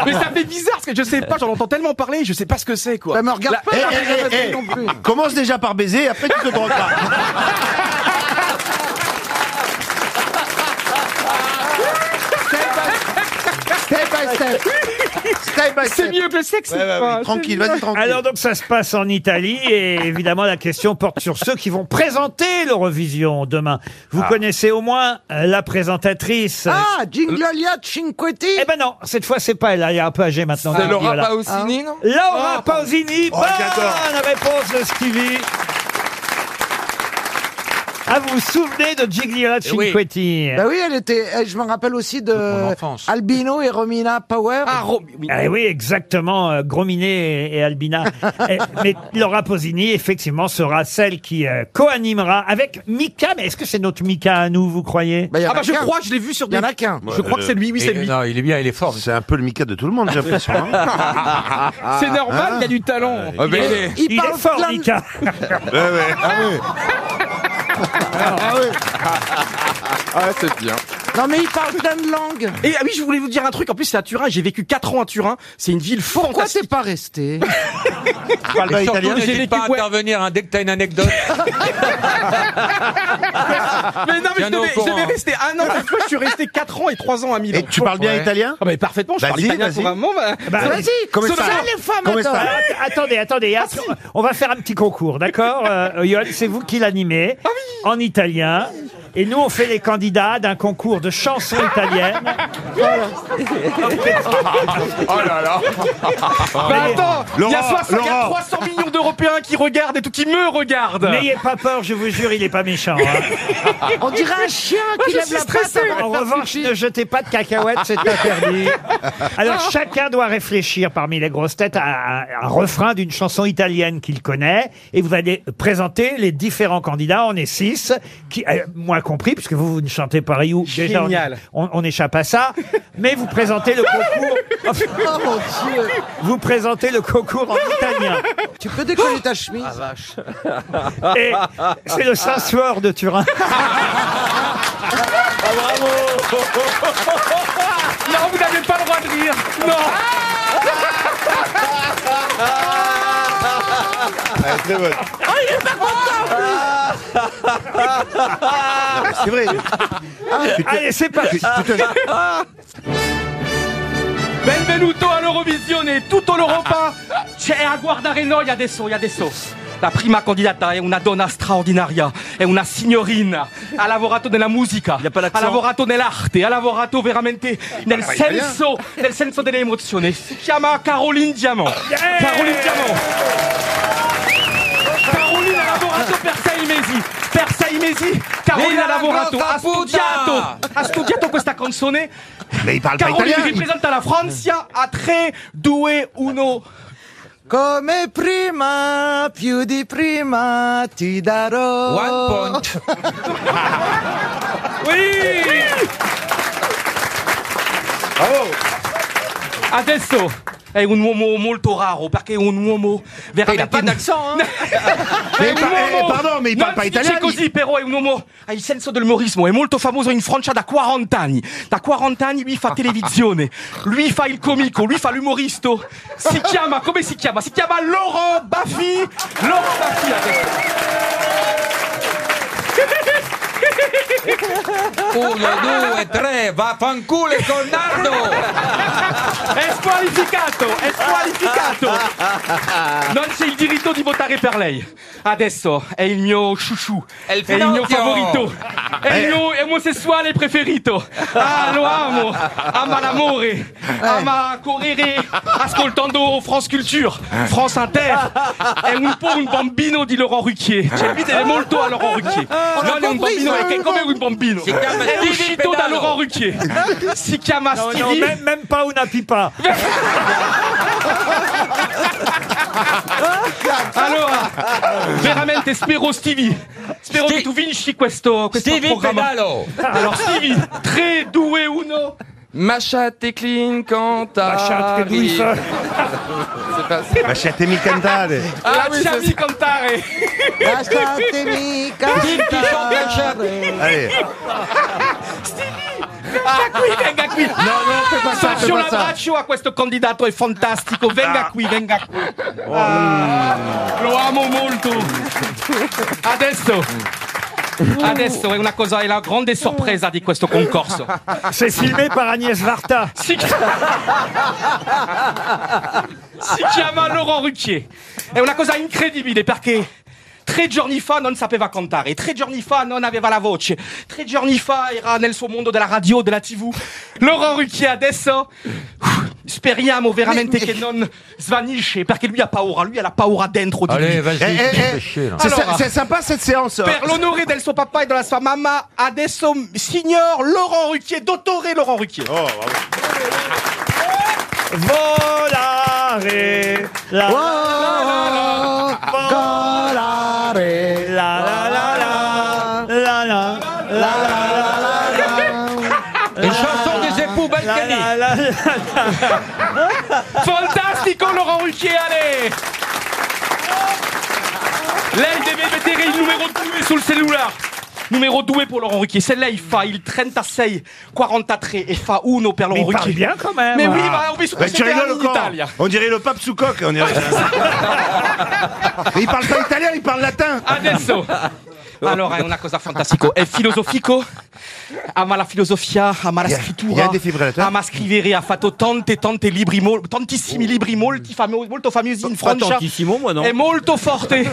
[SPEAKER 3] Mais ça fait bizarre, parce que je sais pas, j'en entends tellement parler, je sais pas ce que c'est, quoi.
[SPEAKER 8] Bah, me regarde pas,
[SPEAKER 6] Eh,
[SPEAKER 8] là,
[SPEAKER 6] eh,
[SPEAKER 8] regarde
[SPEAKER 6] eh,
[SPEAKER 8] pas
[SPEAKER 6] eh,
[SPEAKER 8] non plus.
[SPEAKER 6] Commence déjà par baiser, après tu te drogues pas.
[SPEAKER 8] Step by step.
[SPEAKER 6] Step by
[SPEAKER 3] C'est
[SPEAKER 6] step.
[SPEAKER 3] mieux que le sexe.
[SPEAKER 6] Ouais, ouais,
[SPEAKER 7] bah
[SPEAKER 6] ouais,
[SPEAKER 3] quoi.
[SPEAKER 6] tranquille, vas-y, tranquille.
[SPEAKER 2] Alors donc ça se passe en Italie et évidemment la question porte sur ceux qui vont présenter l'Eurovision demain. Vous connaissez au moins euh, la présentatrice.
[SPEAKER 8] Ah, Jinglolia Cinquetti.
[SPEAKER 2] eh ben non, cette fois c'est pas elle, elle est un peu âgée maintenant.
[SPEAKER 4] C'est Laura
[SPEAKER 2] Guardiola.
[SPEAKER 4] Pausini, non
[SPEAKER 2] Laura Pausini,
[SPEAKER 6] j'adore.
[SPEAKER 2] bonne réponse de Stevie. Ah, vous vous souvenez de Gigliola Cinquetti
[SPEAKER 8] Bah Eh oui, elle était. eh, Je me rappelle aussi de Albino et Romina Power. Ah,
[SPEAKER 2] Eh oui, exactement, euh, Grominet et, et Albina. Eh, mais Laura Posini, effectivement, sera celle qui euh, co-animera avec Mika. Mais est-ce que c'est notre Mika à nous, vous croyez
[SPEAKER 8] y en
[SPEAKER 10] Ah bah je crois, je l'ai vu sur des...
[SPEAKER 2] Y en a qu'un.
[SPEAKER 10] Je crois que c'est lui, oui c'est lui.
[SPEAKER 6] Non, il est bien, il est fort. C'est un peu le Mika de tout le monde, j'ai l'impression. hein.
[SPEAKER 10] C'est normal, il a du talent.
[SPEAKER 6] Ah, mais il est-
[SPEAKER 2] Il est fort, Mika.
[SPEAKER 7] Ah oui.
[SPEAKER 4] Ah, c'est bien.
[SPEAKER 8] Non mais il parle plein de langues.
[SPEAKER 10] Et ah oui, je voulais vous dire un truc. En plus, c'est à Turin. J'ai vécu 4 ans à Turin. C'est une ville fantastique. Pourquoi
[SPEAKER 8] c'est pas resté
[SPEAKER 9] Et surtout, n'hésite pas à intervenir hein, dès que t'as une anecdote.
[SPEAKER 10] Mais non, mais je
[SPEAKER 9] Tiens-nous au
[SPEAKER 10] devais, je
[SPEAKER 9] courant.
[SPEAKER 10] devais rester un an. Cette fois, je suis resté 4 ans et 3 ans à Milan.
[SPEAKER 6] Et tu parles bien
[SPEAKER 10] Ouais.
[SPEAKER 6] italien
[SPEAKER 10] Ah, mais parfaitement, je parle
[SPEAKER 6] Vas-y,
[SPEAKER 10] italien
[SPEAKER 6] vas-y.
[SPEAKER 10] couramment. Bah,
[SPEAKER 2] Bah,
[SPEAKER 10] ça-
[SPEAKER 6] Comment
[SPEAKER 10] Sauf
[SPEAKER 6] ça
[SPEAKER 10] que-
[SPEAKER 2] les
[SPEAKER 6] femmes, Comment attends. ça
[SPEAKER 2] Ah, Attendez, attendez. attends, on va faire un petit concours, d'accord euh, Johan, c'est vous qui l'animez en italien. Et nous, on fait les candidats d'un concours de chansons italiennes.
[SPEAKER 7] Oh là là.
[SPEAKER 10] Bah attends, il y a,
[SPEAKER 2] Laurent,
[SPEAKER 10] 60, il y a
[SPEAKER 2] Laurent.
[SPEAKER 10] 300 millions d'Européens qui regardent et tout qui me regardent.
[SPEAKER 2] N'ayez pas peur, je vous jure, il est pas méchant. hein.
[SPEAKER 7] Ah.
[SPEAKER 8] On dirait un chien qui
[SPEAKER 2] Je
[SPEAKER 8] lève
[SPEAKER 2] suis
[SPEAKER 8] la patte
[SPEAKER 2] stressé.
[SPEAKER 8] avant de
[SPEAKER 2] En
[SPEAKER 8] faire
[SPEAKER 2] revanche,
[SPEAKER 8] pipi.
[SPEAKER 2] ne jetez pas de cacahuètes, c'est interdit. Alors, chacun doit réfléchir parmi les grosses têtes à- à un refrain d'une chanson italienne qu'il connaît. Et vous allez présenter les différents candidats. On est six, qui, euh, moi compris, puisque vous, vous ne chantez pas Ryu. Déjà, on-
[SPEAKER 10] Génial.
[SPEAKER 2] On, on échappe à ça. Mais vous présentez le concours.
[SPEAKER 8] Oh mon dieu.
[SPEAKER 2] Vous présentez le concours en italien.
[SPEAKER 8] Tu peux décoller ta chemise.
[SPEAKER 2] Et c'est le Saint-Suor de Turin.
[SPEAKER 7] Ah,
[SPEAKER 10] Non, vous n'avez pas le droit de rire. Non.
[SPEAKER 7] Ah.
[SPEAKER 4] Ah,
[SPEAKER 8] Oh, il est pas content.
[SPEAKER 7] Ah.
[SPEAKER 6] C'est vrai.
[SPEAKER 2] Allez, c'est parti.
[SPEAKER 3] Ah. Benvenuto all'Eurovisione, tutto l'Europa c'è a guardare noi adesso, adesso. La prima candidata è una donna straordinaria, è una signorina, ha lavorato nella musica, ha lavorato nell'arte, ha lavorato veramente nel
[SPEAKER 7] parla italiano.
[SPEAKER 3] senso, nel senso delle emozioni. Si chiama Caroline Diamant. Caroline Diamant. Caroline ha lavorato per sei mesi. Per sei mesi Caroline
[SPEAKER 9] Viva
[SPEAKER 3] ha lavorato,
[SPEAKER 9] la
[SPEAKER 3] ha
[SPEAKER 9] Grotta
[SPEAKER 3] studiato,
[SPEAKER 9] Puta!
[SPEAKER 3] ha studiato questa canzone
[SPEAKER 6] Mais il parle pas
[SPEAKER 3] Caroline
[SPEAKER 6] italien.
[SPEAKER 3] représente la Francia à très doué uno.
[SPEAKER 8] Come prima, più di prima, ti darò.
[SPEAKER 9] One point.
[SPEAKER 6] Ah.
[SPEAKER 3] Oui Adesso è un uomo molto raro perché è un uomo veramente...
[SPEAKER 12] pas d'accent, hein
[SPEAKER 6] Mais il parle- eh, pardon, mais il parle
[SPEAKER 3] non,
[SPEAKER 6] pas
[SPEAKER 3] si
[SPEAKER 6] italien.
[SPEAKER 3] dice così però è un uomo ha il senso dell'umorismo, è molto famoso in Francia da 40 anni. Da 40 anni lui fa televisione, lui fa il comico, lui fa l'umorista. Si chiama, come si chiama? Si chiama Laurent Baffy. Laurent Baffy adesso.
[SPEAKER 9] Uno, due, tre, vaffanculo il Cornardo!
[SPEAKER 3] È squalificato, è squalificato. Non c'è il diritto di votare per lei. Adesso è il mio chouchou, è il, mio
[SPEAKER 9] Pinocchio.
[SPEAKER 3] favorito,
[SPEAKER 7] Eh.
[SPEAKER 3] è il mio omosessuale preferito. Ah, lo amo, ama l'amore, ama correre ascoltando France Culture, France Inter. È un po' un bambino di Laurent Ruquier. Cioè, lui deve molto a Laurent Ruquier. Non è un bambino, è che- come un bambino. Eh
[SPEAKER 9] Si chiama
[SPEAKER 3] È
[SPEAKER 9] Stevie
[SPEAKER 3] uscito da
[SPEAKER 9] Pedalo.
[SPEAKER 3] Laurent Ruquier. Si chiama
[SPEAKER 2] Non, non,
[SPEAKER 3] Stevie.
[SPEAKER 2] même, même pas Una Pipa.
[SPEAKER 3] Allora, Hein veramente spero Stevie. Spero
[SPEAKER 9] Sti-
[SPEAKER 3] che tu vinci questo, questo
[SPEAKER 9] Stevie
[SPEAKER 3] programma.
[SPEAKER 9] Pedalo!
[SPEAKER 3] Allora, Stevie, 3, 2, 1.
[SPEAKER 4] Macha t'écline quand
[SPEAKER 2] Macha t'écline.
[SPEAKER 4] t'arrives. C'est pas ça.
[SPEAKER 6] Ma chatte mi cantare.
[SPEAKER 3] Ah, Lasciami cantare.
[SPEAKER 8] Lasciatemi cantare.
[SPEAKER 6] Allez.
[SPEAKER 7] Ah.
[SPEAKER 3] Venga qui, venga qui. Faccio un abbraccio a questo candidato, è fantastico. Venga qui, venga qui. Ah, lo amo molto. Adesso. Adesso è una cosa, è la grande sorpresa di questo concorso.
[SPEAKER 2] C'est filmé par Agnès Varta.
[SPEAKER 3] Si,
[SPEAKER 7] Ah.
[SPEAKER 3] si chiama Laurent Rucchier. È una cosa incredibile perché tre giorni fa non sapeva cantare, tre giorni fa non aveva la voce, tre giorni fa era nel suo mondo della radio, della TV. Laurent Rucchier adesso uh, speriamo veramente che non svanisce, perché lui ha paura, lui ha la paura dentro di
[SPEAKER 9] Allez,
[SPEAKER 3] lui.
[SPEAKER 9] vas-y, Eh, eh, eh, fais chier, là.
[SPEAKER 6] c'est-
[SPEAKER 3] Allora,
[SPEAKER 6] c'est sympa cette séance. hein
[SPEAKER 3] Per l'onore del suo papà e della sua mamma, adesso signor Laurent Ruquier, dottore Laurent Ruquier.
[SPEAKER 2] Volare, la,
[SPEAKER 7] Volare,
[SPEAKER 2] la, la, la, la, la, la, la,
[SPEAKER 9] Une chanson des époux Balkany.
[SPEAKER 3] Fantastico Laurent Ruquier, allez Lei deve vedere il numero 2 sul cellulare. Numero 2 pour Laurent Ruquier, c'est là il fa il 36 43 e fa 1 per Laurent
[SPEAKER 2] il parle
[SPEAKER 3] Ruquier.
[SPEAKER 2] bien quand même.
[SPEAKER 3] Mais oui,
[SPEAKER 6] Ah.
[SPEAKER 3] ma ho visto
[SPEAKER 6] Bah, tu
[SPEAKER 3] questi
[SPEAKER 6] rigoles
[SPEAKER 3] anni in
[SPEAKER 6] encore.
[SPEAKER 3] Italia.
[SPEAKER 6] On dirait le pape sous coque. On dirait... il parle pas italien, il parle latin.
[SPEAKER 3] Adesso. Allora è una cosa fantastica, è e filosofico, ama la filosofia, ama la
[SPEAKER 6] il y
[SPEAKER 3] scrittura,
[SPEAKER 6] a des defibrillateurs.
[SPEAKER 3] ama scrivere, ha fatto tante tante libri, mol- tantissimi
[SPEAKER 13] Oh.
[SPEAKER 3] libri, molti famo- molto famosi in Francia.
[SPEAKER 13] tantissimo, moi, no.
[SPEAKER 3] È molto forte.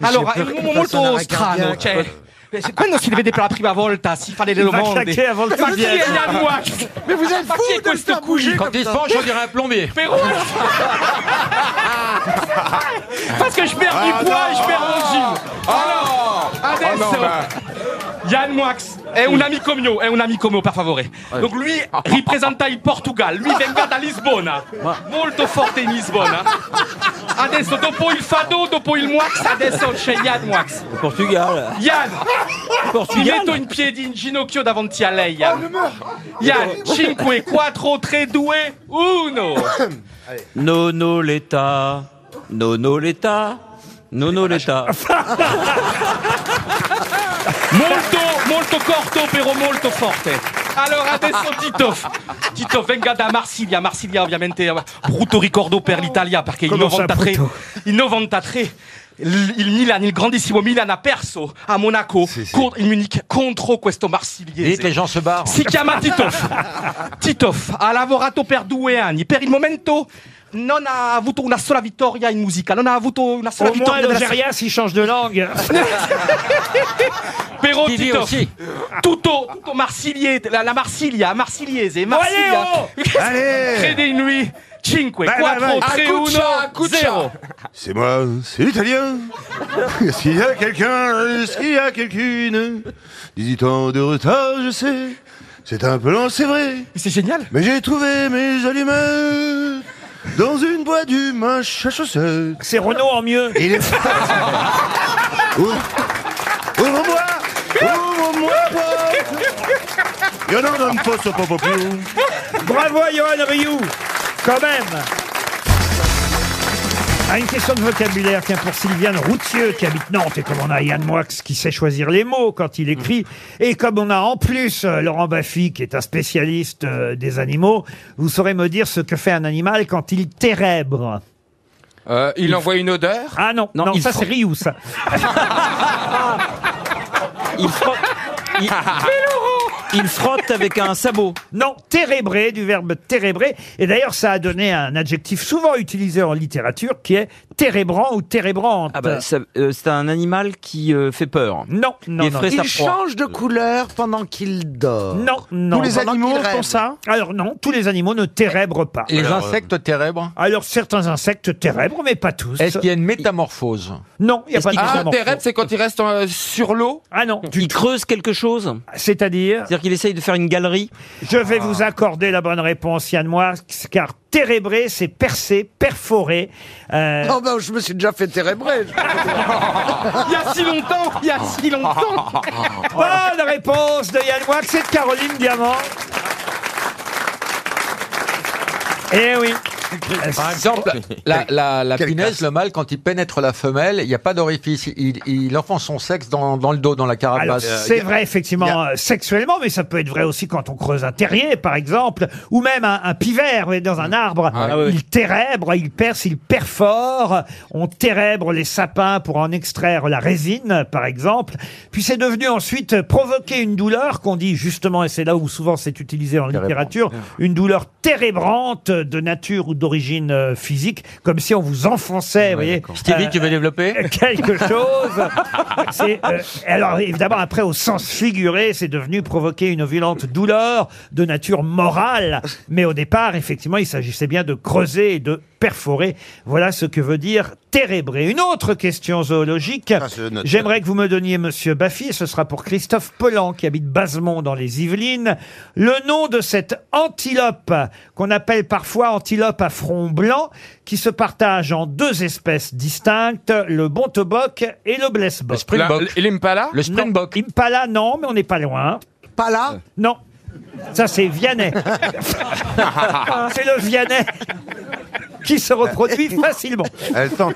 [SPEAKER 3] Allora, è
[SPEAKER 13] peur
[SPEAKER 3] un
[SPEAKER 13] che
[SPEAKER 3] uomo
[SPEAKER 13] faccia un
[SPEAKER 3] molto
[SPEAKER 13] arrêt
[SPEAKER 3] strano,
[SPEAKER 13] cardiaque.
[SPEAKER 3] cioè eh, se- quando si vede per la prima volta si fa delle
[SPEAKER 13] Il va
[SPEAKER 3] domande.
[SPEAKER 13] claquer avant le
[SPEAKER 3] Ma chi è
[SPEAKER 13] cardiaque.
[SPEAKER 3] Yann Wax
[SPEAKER 13] Mais vous êtes
[SPEAKER 3] Ma
[SPEAKER 13] fou
[SPEAKER 3] chi è
[SPEAKER 13] de le
[SPEAKER 3] questo
[SPEAKER 13] faire
[SPEAKER 3] qui
[SPEAKER 13] bouger
[SPEAKER 9] Quand il se penche, on dirait un plombier.
[SPEAKER 3] Mais ouais. Parce que je perds
[SPEAKER 9] Ah,
[SPEAKER 3] du poids
[SPEAKER 9] non.
[SPEAKER 3] et je perds mon gym. Alors, adesso.
[SPEAKER 9] Oh, non, ben.
[SPEAKER 3] Yann Moix è un amico mio, è un amico mio, per favore. Donc lui rappresenta il Portugal, lui venga da Lisbona. hein. Molto forte in Lisbona. Adesso dopo il Fado, dopo il Moix, adesso c'è Yann Moix.
[SPEAKER 13] Au Portugal.
[SPEAKER 3] Yann
[SPEAKER 13] Portugal.
[SPEAKER 3] Mi metto in piedi in ginocchio davanti a lei,
[SPEAKER 9] Oh,
[SPEAKER 3] Yann. Yann, 5, 4, 3, 2, 1.
[SPEAKER 13] Nono l'État. Nono l'État. Nono l'État.
[SPEAKER 3] Molto, molto corto, però molto forte. Allora adesso Titoff, Titoff venga da Marsiglia, Marsiglia ovviamente eh, brutto ricordo per l'Italia perché il
[SPEAKER 2] Comment ça,
[SPEAKER 3] 93,
[SPEAKER 2] brutto?
[SPEAKER 3] il 93, il il Milan, il grandissimo Milan ha perso a Monaco, con- il Munich contro questo Marsigliese.
[SPEAKER 9] Vite, les gens se barrent.
[SPEAKER 3] Si chiama Titoff. Titoff ha lavorato per due anni. Per il momento non ha avuto una sola vittoria in musica. Non ha avuto una sola
[SPEAKER 2] Au moins
[SPEAKER 3] vittoria della sua-
[SPEAKER 2] l'Algérie s'il change de langue.
[SPEAKER 3] Pero
[SPEAKER 2] Vivi
[SPEAKER 3] Tito,
[SPEAKER 2] aussi.
[SPEAKER 3] tutto, tutto Marsilie, la, la Marsilia, Marsigliese, Marsiglia.
[SPEAKER 6] Allez, oh
[SPEAKER 3] Crede in lui. 5,
[SPEAKER 2] Bah,
[SPEAKER 6] Vai,
[SPEAKER 3] 4,
[SPEAKER 6] vai, vai.
[SPEAKER 3] 3,
[SPEAKER 6] Un coup de chat, un
[SPEAKER 3] 1,
[SPEAKER 6] coup de
[SPEAKER 3] 0.
[SPEAKER 6] C'est moi, c'est l'italien. Est-ce qu'il y a quelqu'un Est-ce qu'il y a quelqu'une 18 ans de retard, je sais. C'est un peu lent, c'est vrai.
[SPEAKER 3] C'est génial.
[SPEAKER 6] Mais j'ai trouvé mes allumettes dans une boîte du mâche à chaussettes.
[SPEAKER 2] C'est Renault en mieux.
[SPEAKER 6] Il est... Ouh. Ouvre-moi Ouvre-moi la porte Yo non, non, posso popo più.
[SPEAKER 2] Bravo à Johan Rioux, quand même. Ah, une question de vocabulaire, tiens, pour Sylviane Routieux, qui habite Nantes, et comme on a Yann Moix qui sait choisir les mots quand il écrit, et comme on a en plus euh, Laurent Baffy, qui est un spécialiste euh, des animaux, vous saurez me dire ce que fait un animal quand il térèbre.
[SPEAKER 4] Euh, il envoie une odeur
[SPEAKER 2] Ah non, non, ça c'est Rioux, ça.
[SPEAKER 13] Il frotte. Il... il frotte avec un sabot.
[SPEAKER 2] Ah. Non, térébré, du verbe térébrer. Et d'ailleurs, ça a donné un adjectif souvent utilisé en littérature qui est térébrant ou térébrante.
[SPEAKER 13] Ah bah, ça- euh, c'est un animal qui euh, fait peur.
[SPEAKER 2] Non, non,
[SPEAKER 13] il
[SPEAKER 2] non.
[SPEAKER 13] effraie sa
[SPEAKER 8] Il
[SPEAKER 13] proie.
[SPEAKER 8] change de couleur pendant qu'il dort.
[SPEAKER 2] Non, non.
[SPEAKER 8] Tous les
[SPEAKER 2] Pendant
[SPEAKER 8] animaux
[SPEAKER 2] qu'il rêve.
[SPEAKER 8] font ça
[SPEAKER 2] Alors non, tous les animaux ne térébrent pas. euh,
[SPEAKER 9] Les insectes ténèbres.
[SPEAKER 2] Alors certains insectes térébrent, mais pas tous.
[SPEAKER 9] Est-ce qu'il y a une métamorphose
[SPEAKER 2] Non, il n'y a pas de
[SPEAKER 4] Ah,
[SPEAKER 2] métamorphose.
[SPEAKER 4] tes rêves, c'est quand il reste euh, sur l'eau
[SPEAKER 2] Ah non.
[SPEAKER 13] Il creuse quelque chose.
[SPEAKER 2] C'est-à-dire
[SPEAKER 13] C'est-à-dire qu'il essaye de faire une galerie.
[SPEAKER 2] Je vais vous accorder la bonne réponse, Yann Moix, car térébrer, c'est percer, perforer. Euh,
[SPEAKER 8] Oh ben, je me suis déjà fait térébrer.
[SPEAKER 3] Il y a si longtemps, il y a si longtemps.
[SPEAKER 2] Bonne réponse de Yann Moix et de Caroline Diamant. Eh oui.
[SPEAKER 9] Par exemple, la, la, la punaise, le mâle, quand il pénètre la femelle, il n'y a pas d'orifice. Il, il enfonce son sexe dans, dans le dos, dans la
[SPEAKER 2] Alors,
[SPEAKER 9] carapace. Euh,
[SPEAKER 2] c'est vrai, effectivement, euh, sexuellement, mais ça peut être vrai aussi quand on creuse un terrier, par exemple, ou même un, un pivert vous voyez, dans un arbre.
[SPEAKER 13] Ah oui.
[SPEAKER 2] Il térèbre, il perce, il perfore. On térèbre les sapins pour en extraire la résine, par exemple. Puis c'est devenu ensuite euh, provoquer une douleur qu'on dit justement, et c'est là où souvent c'est utilisé en littérature, une douleur térébrante de nature ou d'origine euh, physique, comme si on vous enfonçait, vous voyez. Euh,
[SPEAKER 9] Stevie, tu veux développer
[SPEAKER 2] Quelque chose. C'est, euh, alors évidemment, après, au sens figuré, c'est devenu provoquer une violente douleur de nature morale. Mais au départ, effectivement, il s'agissait bien de creuser et de perforer. Voilà ce que veut dire térébrer. Une autre question zoologique.
[SPEAKER 6] note.
[SPEAKER 2] J'aimerais que vous me donniez, monsieur Baffy, ce sera pour Christophe Pelan, qui habite Basemont dans les Yvelines, le nom de cette antilope, qu'on appelle parfois antilope à front blanc, qui se partage en deux espèces distinctes, le bontebok et le blessbok. Le
[SPEAKER 4] springbok. La-
[SPEAKER 2] l'impala Le springbok. Impala, non, mais on n'est pas loin. Pala Non. Ça, c'est Vianney. c'est le Vianney qui se reproduit facilement.
[SPEAKER 6] Euh,
[SPEAKER 9] Elle tente.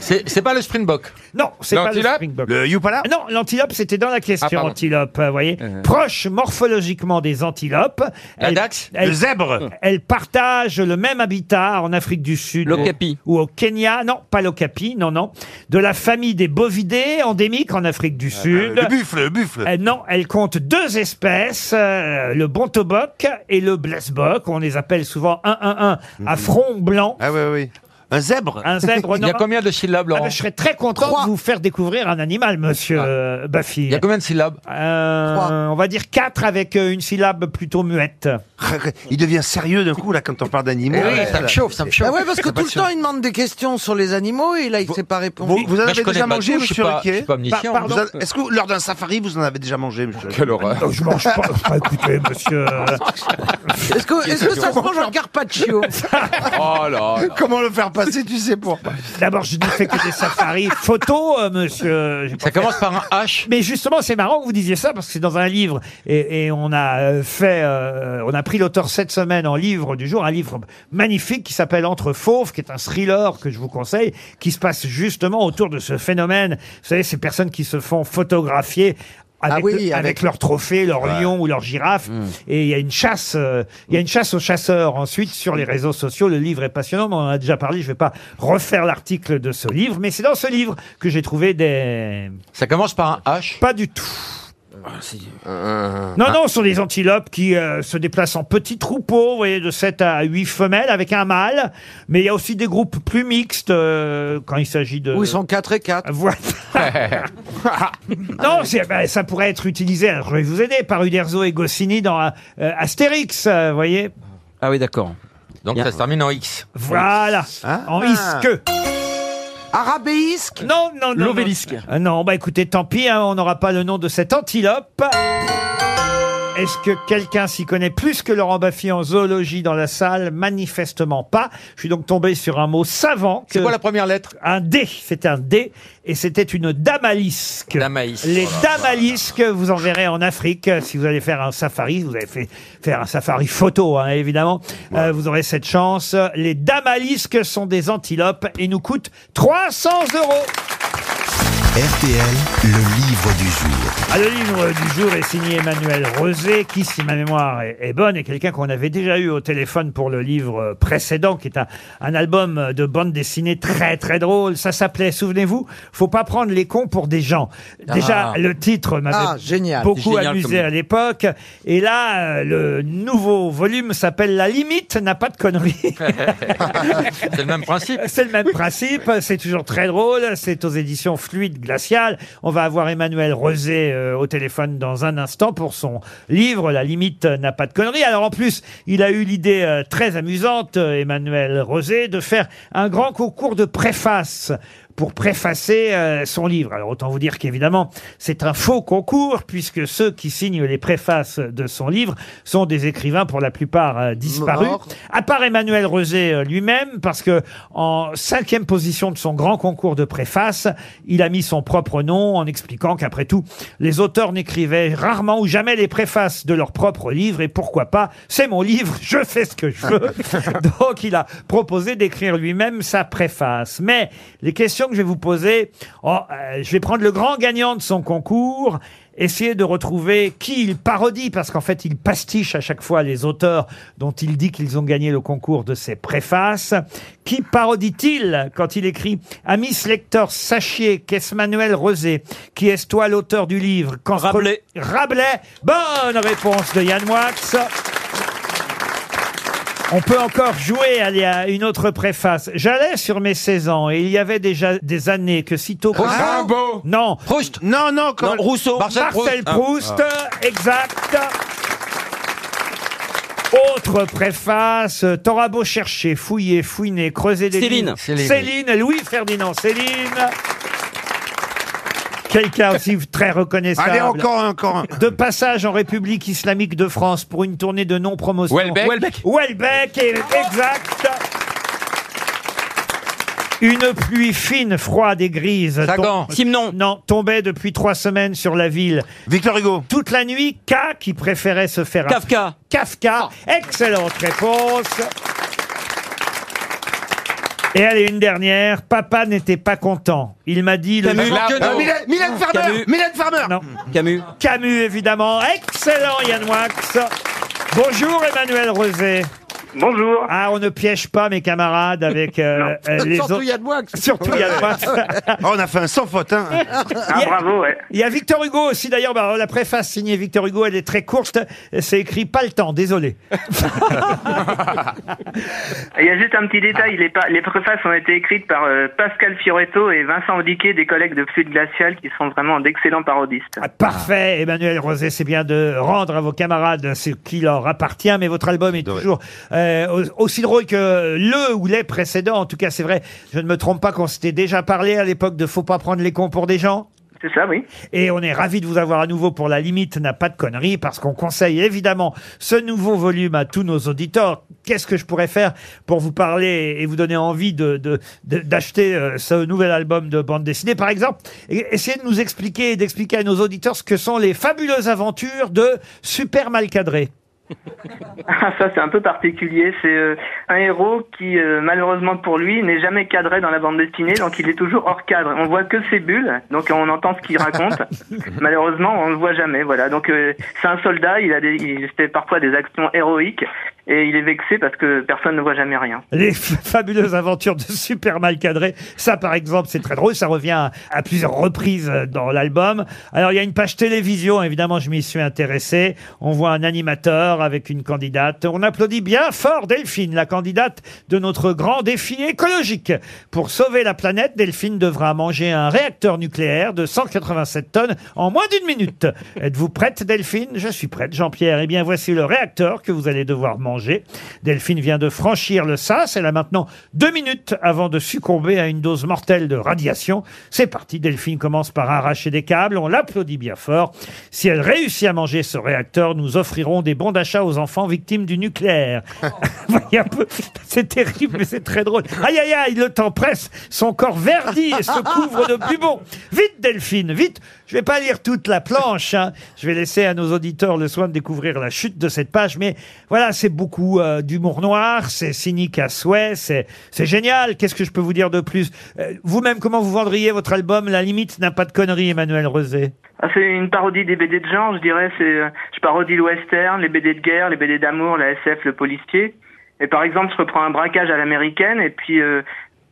[SPEAKER 9] C'est pas le springbok.
[SPEAKER 2] Non, c'est pas le springbok. Le
[SPEAKER 9] Yupala
[SPEAKER 2] Non, l'antilope, c'était dans la
[SPEAKER 9] Ah,
[SPEAKER 2] question
[SPEAKER 9] pardon.
[SPEAKER 2] antilope, vous voyez.
[SPEAKER 6] Uh-huh.
[SPEAKER 2] Proche morphologiquement des antilopes.
[SPEAKER 9] La
[SPEAKER 2] Elle-
[SPEAKER 9] dachs
[SPEAKER 2] elle-
[SPEAKER 9] Le zèbre
[SPEAKER 2] Elle partage le même habitat en Afrique du Sud.
[SPEAKER 5] L'okapi.
[SPEAKER 2] Ou au Kenya. Non, pas l'ocapi, non, non. De la famille des bovidés, endémique en Afrique du Sud.
[SPEAKER 6] Ah bah, le buffle, le buffle.
[SPEAKER 2] Euh, non, elle compte deux espèces, euh, le bontobok et le blesbok. On les appelle souvent 1-1-1 à front blanc.
[SPEAKER 6] Mhm. Ah oui, oui. Un zèbre
[SPEAKER 2] Un zèbre,
[SPEAKER 9] Il y a
[SPEAKER 2] non.
[SPEAKER 9] combien de syllabes,
[SPEAKER 2] Ah
[SPEAKER 9] Laurent
[SPEAKER 2] ben, je serais très content de vous faire découvrir un animal, monsieur euh, Baffy. Il y a
[SPEAKER 9] combien de syllabes
[SPEAKER 2] On va dire quatre avec euh, une syllabe plutôt muette.
[SPEAKER 6] Il devient sérieux d'un coup, là, quand on parle d'animaux.
[SPEAKER 2] Eh oui,
[SPEAKER 6] là,
[SPEAKER 2] ça me
[SPEAKER 6] là.
[SPEAKER 2] chauffe, ça me chauffe.
[SPEAKER 8] Ah ouais, parce que tout le temps, il demande des questions sur les animaux et là, il ne sait pas répondre.
[SPEAKER 6] Vous, vous en avez déjà mangé, monsieur Riquet Par-
[SPEAKER 8] Pardon
[SPEAKER 6] vous en- Est-ce que lors d'un safari, vous en avez déjà mangé, monsieur Quelle
[SPEAKER 2] horreur Je mange pas. Ah, écoutez, monsieur. euh,
[SPEAKER 8] Est-ce que, est-ce que ça se mange en carpaccio
[SPEAKER 6] Oh là, Comment le faire passer, tu sais pour
[SPEAKER 2] D'abord, je ne fais que des safaris photos, euh, monsieur. Ça
[SPEAKER 9] commence par un H.
[SPEAKER 2] Mais justement, c'est marrant que vous disiez ça parce que c'est dans un livre et, et on a euh, fait, euh, on a pris l'auteur cette semaine en livre du jour, un livre magnifique qui s'appelle Entre fauves, qui est un thriller que je vous conseille, qui se passe justement autour de ce phénomène. Vous savez, ces personnes qui se font photographier.
[SPEAKER 9] Ah
[SPEAKER 2] Avec,
[SPEAKER 8] oui, avec-
[SPEAKER 2] avec leur trophée, leur
[SPEAKER 8] Ouais.
[SPEAKER 2] lion ou leur girafe.
[SPEAKER 9] Hmm.
[SPEAKER 2] Et il y a une chasse, euh, il y a une chasse aux chasseurs ensuite sur les réseaux sociaux. Le livre est passionnant, mais on en a déjà parlé. Je ne vais pas refaire l'article de ce livre, mais c'est dans ce livre que j'ai trouvé des.
[SPEAKER 9] Ça commence par un H
[SPEAKER 2] Pas du tout. Non, non, ce sont des antilopes qui euh, se déplacent en petits troupeaux, vous voyez, de 7 à 8 femelles avec un mâle. Mais il y a aussi des groupes plus mixtes euh, quand il s'agit de...
[SPEAKER 8] Où ils sont 4 et 4.
[SPEAKER 2] non, c'est- ben, ça pourrait être utilisé, alors, je vais vous aider, par Uderzo et Goscinny dans euh, euh, Astérix, euh, vous voyez
[SPEAKER 5] Ah oui, d'accord.
[SPEAKER 9] Donc ça se termine en X.
[SPEAKER 2] Voilà, en isque.
[SPEAKER 8] Ah. Arabéisque
[SPEAKER 2] Non, non, non.
[SPEAKER 8] L'obélisque.
[SPEAKER 2] Non. Ah non, bah écoutez, tant pis, hein, on n'aura pas le nom de cette antilope. Est-ce que quelqu'un s'y connaît plus que Laurent Baffy en zoologie dans la salle Manifestement pas. Je suis donc tombé sur un mot savant.
[SPEAKER 9] C'est quoi la
[SPEAKER 2] première lettre Un D. C'était un D. Et c'était une damalisque. Les damalisques, vous en verrez en Afrique. Si vous allez faire un safari, vous allez fait- faire un safari photo, hein, évidemment. Euh, vous aurez cette chance. Les damalisques sont des antilopes et nous coûtent 300 euros.
[SPEAKER 1] RTL, le livre du jour.
[SPEAKER 2] Ah, le livre du jour est signé Emmanuel Rosé, qui, si ma mémoire est, est bonne, est quelqu'un qu'on avait déjà eu au téléphone pour le livre euh, précédent, qui est un, un album de bande dessinée très très drôle. Ça s'appelait, souvenez-vous, Faut pas prendre les cons pour des gens. Déjà,
[SPEAKER 8] Ah.
[SPEAKER 2] le titre m'avait
[SPEAKER 8] Ah, génial.
[SPEAKER 2] beaucoup
[SPEAKER 8] Génial comme
[SPEAKER 2] amusé à
[SPEAKER 8] livre.
[SPEAKER 2] l'époque. Et là, euh, le nouveau volume s'appelle La limite n'a pas de conneries.
[SPEAKER 9] c'est le même principe.
[SPEAKER 2] C'est le même principe, c'est toujours très drôle, c'est aux éditions Fluide Glacial. On va avoir Emmanuel Rosé euh, au téléphone dans un instant pour son livre La limite n'a pas de conneries. Alors en plus, il a eu l'idée euh, très amusante, euh, Emmanuel Rosé, de faire un grand concours de préface pour préfacer euh, son livre. Alors autant vous dire qu'évidemment, c'est un faux concours puisque ceux qui signent les préfaces de son livre sont des écrivains pour la plupart euh, disparus.
[SPEAKER 8] Morts.
[SPEAKER 2] À part Emmanuel Rosé euh, lui-même, parce que en cinquième position de son grand concours de préface, il a mis son propre nom en expliquant qu'après tout, les auteurs n'écrivaient rarement ou jamais les préfaces de leurs propres livres et pourquoi pas, c'est mon livre, je fais ce que je veux. Donc il a proposé d'écrire lui-même sa préface. Mais les questions que je vais vous poser, oh, euh, je vais prendre le grand gagnant de son concours essayer de retrouver qui il parodie, parce qu'en fait, il pastiche à chaque fois les auteurs dont il dit qu'ils ont gagné le concours de ses préfaces. Qui parodie-t-il quand il écrit « Amis lecteurs, sachez qu'est-ce Manuel Rosé Qui est-ce toi l'auteur du livre ?» quand Rabelais. Rabelais Bonne réponse de Yann Moix On peut encore jouer, allez, à une autre préface. J'allais sur mes 16 ans et il y avait déjà des années que sitôt...
[SPEAKER 4] Proust. Rimbaud.
[SPEAKER 2] Non. Proust Ah, Non, non. quand- Ah,
[SPEAKER 13] Non, Rousseau.
[SPEAKER 2] Marcel,
[SPEAKER 13] Marcel
[SPEAKER 2] Proust,
[SPEAKER 13] Proust.
[SPEAKER 2] Euh, exact. Autre préface, euh, t'auras beau chercher, fouiller, fouiner, creuser des
[SPEAKER 13] Céline.
[SPEAKER 2] lignes.
[SPEAKER 13] Céline.
[SPEAKER 2] Céline, Louis Ferdinand, Céline. Quelqu'un aussi très reconnaissable.
[SPEAKER 6] Allez, encore un, encore un.
[SPEAKER 2] De passage en République islamique de France pour une tournée de non-promotion.
[SPEAKER 6] Houellebecq.
[SPEAKER 2] Welbeck. exact. Une pluie fine, froide et grise.
[SPEAKER 13] Sagan.
[SPEAKER 2] Simon. Non, tombait depuis trois semaines sur la ville. Victor Hugo. Toute la nuit, K qui préférait se faire. un-
[SPEAKER 13] Kafka.
[SPEAKER 2] Kafka. Excellente réponse. Et allez, une dernière. Papa n'était pas content. Il m'a dit le
[SPEAKER 13] Camus. Larnaud. Euh, Mylène- Mylène Farmer. Hmm. Camus.
[SPEAKER 2] Mylène Farmer. Non. Camus. Camus, évidemment. Excellent, Yann Wax. Bonjour, Emmanuel Rosé. Bonjour. Ah, on ne piège pas mes camarades avec euh, euh, les autres. Surtout Yann Wax.
[SPEAKER 6] on a fait un sans faute, hein.
[SPEAKER 16] Ah,
[SPEAKER 2] Il y a- Il y a Victor Hugo aussi, d'ailleurs, bah, la préface signée Victor Hugo, elle est très courte. C'est écrit pas le temps, désolé.
[SPEAKER 16] Ah, Il y a juste un petit détail, les, pa- les préfaces ont été écrites par euh, Pascal Fioretto et Vincent Audiquet, des collègues de Fluide Glacial qui sont vraiment d'excellents parodistes.
[SPEAKER 2] Parfait, Emmanuel Rosé, c'est bien de rendre à vos camarades ce qui leur appartient, mais votre album est toujours euh, au- aussi drôle que le ou les précédents. En tout cas, c'est vrai, je ne me trompe pas qu'on s'était déjà parlé à l'époque de Faut pas prendre les cons pour des gens.
[SPEAKER 16] C'est ça, oui.
[SPEAKER 2] Et on est ravis de vous avoir à nouveau pour La Limite n'a pas de conneries parce qu'on conseille évidemment ce nouveau volume à tous nos auditeurs. Qu'est-ce que je pourrais faire pour vous parler et vous donner envie de, de- de- d'acheter euh, ce nouvel album de bande dessinée Par exemple, e- essayez de nous expliquer et d'expliquer à nos auditeurs ce que sont les fabuleuses aventures de Super Mal Cadré.
[SPEAKER 16] Ah, ça c'est un peu particulier, c'est euh, un héros qui euh, malheureusement pour lui n'est jamais cadré dans la bande dessinée, donc il est toujours hors cadre. On voit que ses bulles, donc on entend ce qu'il raconte. malheureusement on ne le voit jamais, voilà. Donc euh, c'est un soldat, il a des, il fait parfois des actions héroïques et il est vexé parce que personne ne voit jamais rien.
[SPEAKER 2] Les f- fabuleuses aventures de Super Mal Cadré. Ça, par exemple, c'est très drôle. Ça revient à, à plusieurs reprises euh, dans l'album. Alors, il y a une page télévision. Évidemment, je m'y suis intéressé. On voit un animateur avec une candidate. On applaudit bien fort Delphine, la candidate de notre grand défi écologique. Pour sauver la planète, Delphine devra manger un réacteur nucléaire de 187 tonnes en moins d'une minute. Êtes-vous prête, Delphine Je suis prête, Jean-Pierre. Eh bien, voici le réacteur que vous allez devoir manger. Delphine vient de franchir le sas. Elle a maintenant deux minutes avant de succomber à une dose mortelle de radiation. C'est parti. Delphine commence par arracher des câbles. On l'applaudit bien fort. Si elle réussit à manger ce réacteur, nous offrirons des bons d'achat aux enfants victimes du nucléaire. Vous voyez un peu, c'est terrible, mais c'est très drôle. Aïe, aïe, aïe, le temps presse. Son corps verdit et se couvre de bubons. Vite, Delphine, vite. Je vais pas lire toute la planche. hein. Je vais laisser à nos auditeurs le soin de découvrir la chute de cette page. Mais voilà, c'est beaucoup euh, d'humour noir, c'est cynique à souhait, c'est c'est génial. Qu'est-ce que je peux vous dire de plus Euh, Vous-même, comment vous vendriez votre album La limite n'a pas de conneries, Emmanuel Rosé.
[SPEAKER 16] Ah, C'est une parodie des BD de genre, je dirais. C'est, euh, je parodie le western, les BD de guerre, les BD d'amour, la SF, le policier. Et par exemple, je reprends un braquage à l'américaine et puis euh,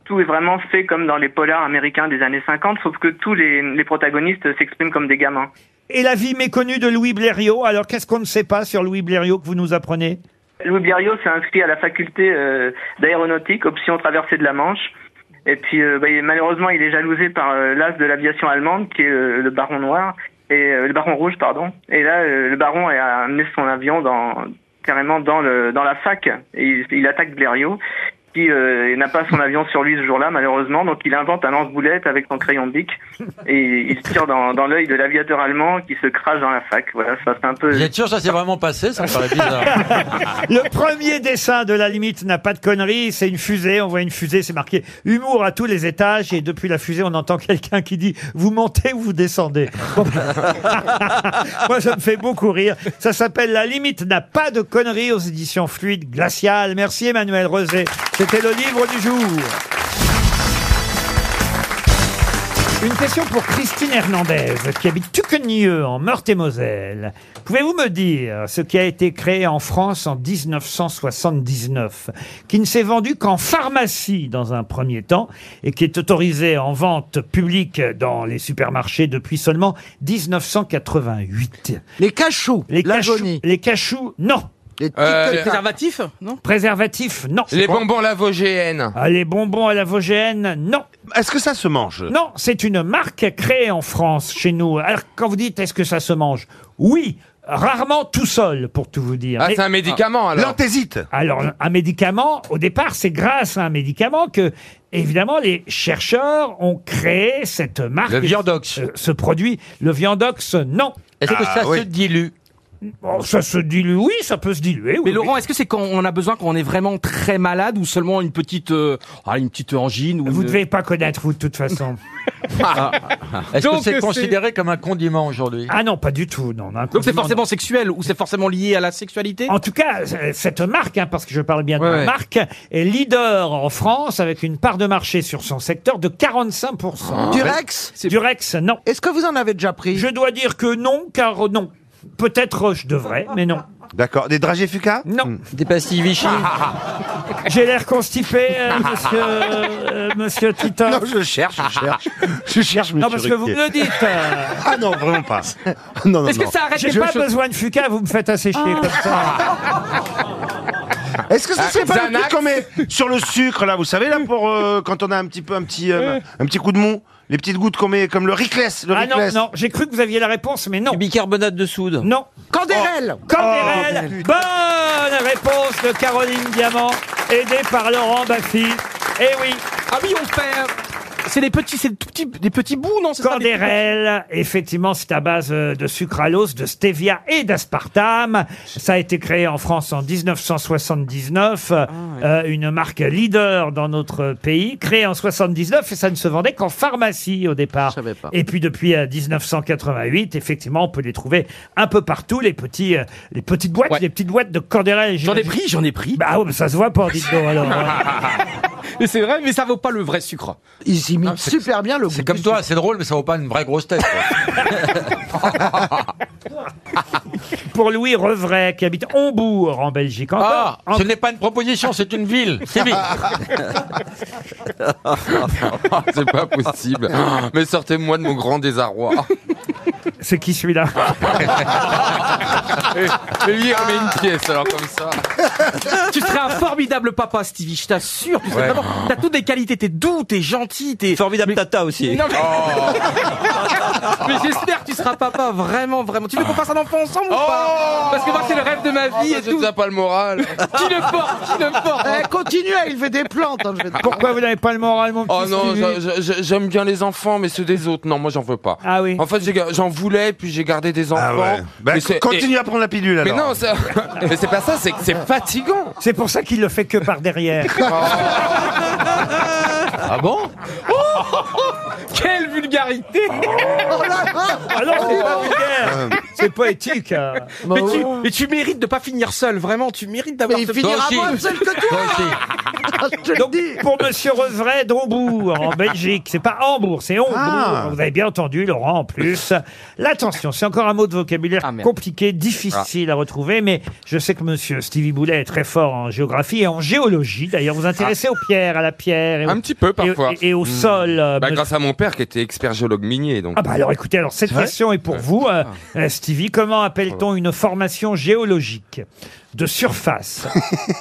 [SPEAKER 16] tout est vraiment fait comme dans les polars américains des années 50, sauf que tous les, les protagonistes s'expriment comme des gamins.
[SPEAKER 2] Et la vie méconnue de Louis Blériot. Alors, qu'est-ce qu'on ne sait pas sur Louis Blériot que vous nous apprenez
[SPEAKER 16] Louis Blériot s'est inscrit à la faculté euh, d'aéronautique, option traversée de la Manche. Et puis euh, bah, il- malheureusement, il est jalousé par euh, l'as de l'aviation allemande, qui est euh, le Baron Noir et euh, le Baron Rouge, pardon. Et là, euh, le Baron a amené son avion dans carrément dans le dans la fac et il, il attaque Blériot qui euh, n'a pas son avion sur lui ce jour-là malheureusement donc il invente un lance-boulette avec son crayon de bic et il tire dans, dans l'œil de l'aviateur allemand qui se crache dans la fac voilà ça c'est un peu
[SPEAKER 9] Vous êtes sûr, ça s'est vraiment passé Ça me paraît bizarre.
[SPEAKER 2] Le premier dessin de la limite n'a pas de conneries, c'est une fusée, on voit une fusée, c'est marqué humour à tous les étages et depuis la fusée on entend quelqu'un qui dit vous montez ou vous descendez. Bon, bah, Moi ça me fait beaucoup rire. Ça s'appelle La limite n'a pas de conneries aux éditions fluides glaciales. Merci Emmanuel Rosé. C'était le livre du jour. Une question pour Christine Hernandez, qui habite Tuquenieux, en Meurthe-et-Moselle. Pouvez-vous me dire ce qui a été créé en France en 1979, qui ne s'est vendu qu'en pharmacie dans un premier temps, et qui est autorisé en vente publique dans les supermarchés depuis seulement 1988 Les cachous Les cachous, les cachous non
[SPEAKER 4] Euh, les-
[SPEAKER 10] Préservatif Non
[SPEAKER 2] Préservatif, non.
[SPEAKER 4] Les bonbons à la Vosgéenne.
[SPEAKER 2] Ah, les bonbons à la Vosgéenne, non.
[SPEAKER 6] Est-ce que ça se mange
[SPEAKER 2] Non, c'est une marque créée en France, chez nous. Alors, quand vous dites est-ce que ça se mange Oui, rarement tout seul, pour tout vous dire.
[SPEAKER 4] Ah,
[SPEAKER 2] Mais-
[SPEAKER 4] c'est un médicament, alors. L'anthésite.
[SPEAKER 2] Alors, un médicament, au départ, c'est grâce à un médicament que, évidemment, les chercheurs ont créé cette marque. Euh,
[SPEAKER 9] Le Viandox.
[SPEAKER 2] Ce, ce produit, le Viandox, non.
[SPEAKER 9] Est-ce que Ah, ça se oui.
[SPEAKER 2] dilue Ça se dilue, oui, ça peut se diluer. oui,
[SPEAKER 10] Mais
[SPEAKER 2] oui.
[SPEAKER 10] Laurent, est-ce que c'est quand on a besoin, quand on est vraiment très malade ou seulement une petite, euh, ah, une petite angine ou
[SPEAKER 2] Vous
[SPEAKER 10] une-
[SPEAKER 2] devez pas connaître, vous, de toute façon.
[SPEAKER 9] Est-ce que
[SPEAKER 10] Ah. Donc,
[SPEAKER 9] c'est
[SPEAKER 10] c'est-
[SPEAKER 9] considéré comme un condiment aujourd'hui
[SPEAKER 2] Ah non, pas du tout. Non, non, un
[SPEAKER 10] Donc c'est
[SPEAKER 2] condiment,
[SPEAKER 10] forcément sexuel ou c'est forcément lié à la sexualité
[SPEAKER 2] En tout cas, euh, cette marque, hein, parce que je parle bien de
[SPEAKER 10] Ouais,
[SPEAKER 2] la
[SPEAKER 10] ouais.
[SPEAKER 2] marque, est leader en France avec une part de marché sur son secteur de
[SPEAKER 6] Ah,
[SPEAKER 2] 45%.
[SPEAKER 8] Du Rex
[SPEAKER 2] Du Rex, non. Est-ce que vous en avez déjà pris Je dois dire que non, car euh, non. Peut-être euh, je devrais, mais non.
[SPEAKER 6] D'accord. Des dragées fuca Hmm.
[SPEAKER 2] Non.
[SPEAKER 6] Des pastilles Vichy
[SPEAKER 2] J'ai l'air constipé, euh, monsieur, euh, monsieur Titoff.
[SPEAKER 6] Non, je cherche, je cherche. Je cherche, monsieur
[SPEAKER 2] Non, parce que vous me
[SPEAKER 6] Ruquier.
[SPEAKER 2] le dites. euh.
[SPEAKER 6] Ah non, vraiment pas. Non, non,
[SPEAKER 2] Est-ce que
[SPEAKER 6] non.
[SPEAKER 2] ça arrête J'ai
[SPEAKER 6] Je-
[SPEAKER 2] pas
[SPEAKER 6] je-
[SPEAKER 2] besoin de fuca, vous me faites assécher comme ça.
[SPEAKER 6] Est-ce que ça
[SPEAKER 2] Ah,
[SPEAKER 6] serait pas le
[SPEAKER 2] Xanax
[SPEAKER 6] truc qu'on met sur le sucre là, vous savez là pour euh, quand on a un petit peu un petit euh, un petit coup de mou, les petites gouttes qu'on met comme le Ricless, le
[SPEAKER 2] Ah non,
[SPEAKER 6] Ricless.
[SPEAKER 2] non, j'ai cru que vous aviez la réponse, mais non.
[SPEAKER 5] bicarbonate de soude.
[SPEAKER 2] Non.
[SPEAKER 8] Candérel
[SPEAKER 2] Candérel Bonne réponse de Caroline Diamant, aidée par Laurent Baffy. Eh oui
[SPEAKER 10] Ah oui, on perd. C'est des petits, c'est des tout petits, des petits bouts, non c'est ça, des petits-
[SPEAKER 2] Candérel, effectivement, c'est à base euh, de sucralose, de stevia et d'aspartame. Ça a été créé en France en 1979,
[SPEAKER 10] Ah,
[SPEAKER 2] euh, euh, une marque leader dans notre pays, créée en 79 et ça ne se vendait qu'en pharmacie au départ. Et puis depuis euh, 1988, effectivement, on peut les trouver un peu partout, les petits, euh, les petites boîtes, les petites boîtes de Candérel. J'en ai
[SPEAKER 10] pris, j'en ai pris.
[SPEAKER 2] Bah ouais, mais ça se voit pas, dites donc alors. hein.
[SPEAKER 10] Mais c'est vrai, mais ça vaut pas le vrai sucre.
[SPEAKER 8] Ils imitent super bien le goût.
[SPEAKER 9] C'est comme toi, c'est drôle, mais ça vaut pas une vraie grosse tête.
[SPEAKER 2] Pour Louis Revray, qui habite Hombourg, en Belgique.
[SPEAKER 9] Ah,
[SPEAKER 2] Encore-
[SPEAKER 9] ce n'est pas une proposition, c'est une ville. C'est vite.
[SPEAKER 4] c'est pas possible. Mais sortez-moi de mon grand désarroi.
[SPEAKER 2] C'est qui celui-là
[SPEAKER 4] Et lui, il remet une pièce, alors comme ça.
[SPEAKER 10] tu serais un formidable papa, Stevie, je t'assure. Tu serais
[SPEAKER 4] Ouais.
[SPEAKER 10] vraiment, t'as toutes des qualités, t'es doux, t'es gentil, t'es.
[SPEAKER 5] Formidable tata aussi.
[SPEAKER 10] Non, mais...
[SPEAKER 9] Oh.
[SPEAKER 4] Oh.
[SPEAKER 10] Mais j'espère que tu seras papa, vraiment, vraiment. Tu veux qu'on fasse un enfant ensemble ou
[SPEAKER 4] Oh.
[SPEAKER 10] pas Parce que moi, c'est le rêve de ma
[SPEAKER 4] Ah,
[SPEAKER 10] vie et tout.
[SPEAKER 4] bah, pas le moral.
[SPEAKER 10] Qui le porte Qui le porte
[SPEAKER 8] Eh, continue à élever des plantes. hein, je vais te-
[SPEAKER 2] Pourquoi vous n'avez pas le moral, mon petit
[SPEAKER 4] Oh non,
[SPEAKER 2] Stevie
[SPEAKER 4] je- je- j'aime bien les enfants, mais ceux des autres, non, moi j'en veux pas.
[SPEAKER 2] Ah oui.
[SPEAKER 4] En fait, j'ai ga- j'en voulais, puis j'ai gardé des enfants.
[SPEAKER 6] ouais. Ben,
[SPEAKER 4] Mais c'est-
[SPEAKER 6] continue
[SPEAKER 4] et-
[SPEAKER 6] à prendre la pilule,
[SPEAKER 4] Mais
[SPEAKER 6] alors.
[SPEAKER 4] non, ça- mais c'est pas ça, c'est que c'est fatigant.
[SPEAKER 2] C'est pour ça qu'il le fait que par derrière.
[SPEAKER 9] Oh. Ah bon
[SPEAKER 10] Quelle vulgarité
[SPEAKER 4] Oh.
[SPEAKER 2] Ah non, c'est pas vulgaire. C'est poétique. hein.
[SPEAKER 10] mais tu, mais tu mérites de pas finir seul, vraiment, tu mérites d'avoir.
[SPEAKER 8] Mais il
[SPEAKER 10] ce-
[SPEAKER 8] finira Toi aussi. moins seul que toi.
[SPEAKER 2] Donc, pour Monsieur Revray d'Hombourg, en Belgique, c'est pas Hambourg, c'est Hombourg.
[SPEAKER 6] Ah.
[SPEAKER 2] Vous avez bien entendu, Laurent, en plus. L'attention, c'est encore un mot de vocabulaire compliqué, difficile à retrouver, mais je sais que Monsieur Stevie Boulet est très fort en géographie et en géologie. D'ailleurs, vous vous intéressez aux pierres, à la pierre. Et
[SPEAKER 4] Un
[SPEAKER 2] au-
[SPEAKER 4] petit peu
[SPEAKER 2] et-
[SPEAKER 4] parfois.
[SPEAKER 2] Et, et au
[SPEAKER 4] Mm.
[SPEAKER 2] sol. euh,
[SPEAKER 4] Bah,
[SPEAKER 2] monsieur-
[SPEAKER 4] grâce à mon père qui était expert géologue minier, donc.
[SPEAKER 2] Ah bah alors écoutez, alors cette
[SPEAKER 4] C'est vrai Ah.
[SPEAKER 2] question est pour vous, euh, euh, Stevie. Comment appelle-t-on une formation géologique de surface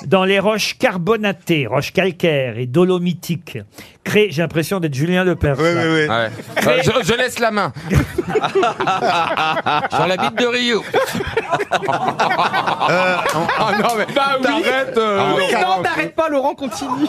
[SPEAKER 2] dans les roches carbonatées, roches calcaires et dolomitiques créées, j'ai l'impression d'être Julien Lepers. là.
[SPEAKER 4] Ouais. Euh, je, je laisse la main.
[SPEAKER 9] Sur la bite de Rio.
[SPEAKER 2] Euh,
[SPEAKER 4] Ah non, mais
[SPEAKER 10] Bah oui.
[SPEAKER 4] t'arrêtes, euh,
[SPEAKER 10] Ah oui,
[SPEAKER 4] Laurent.
[SPEAKER 10] non, t'arrêtes pas, Laurent, continue.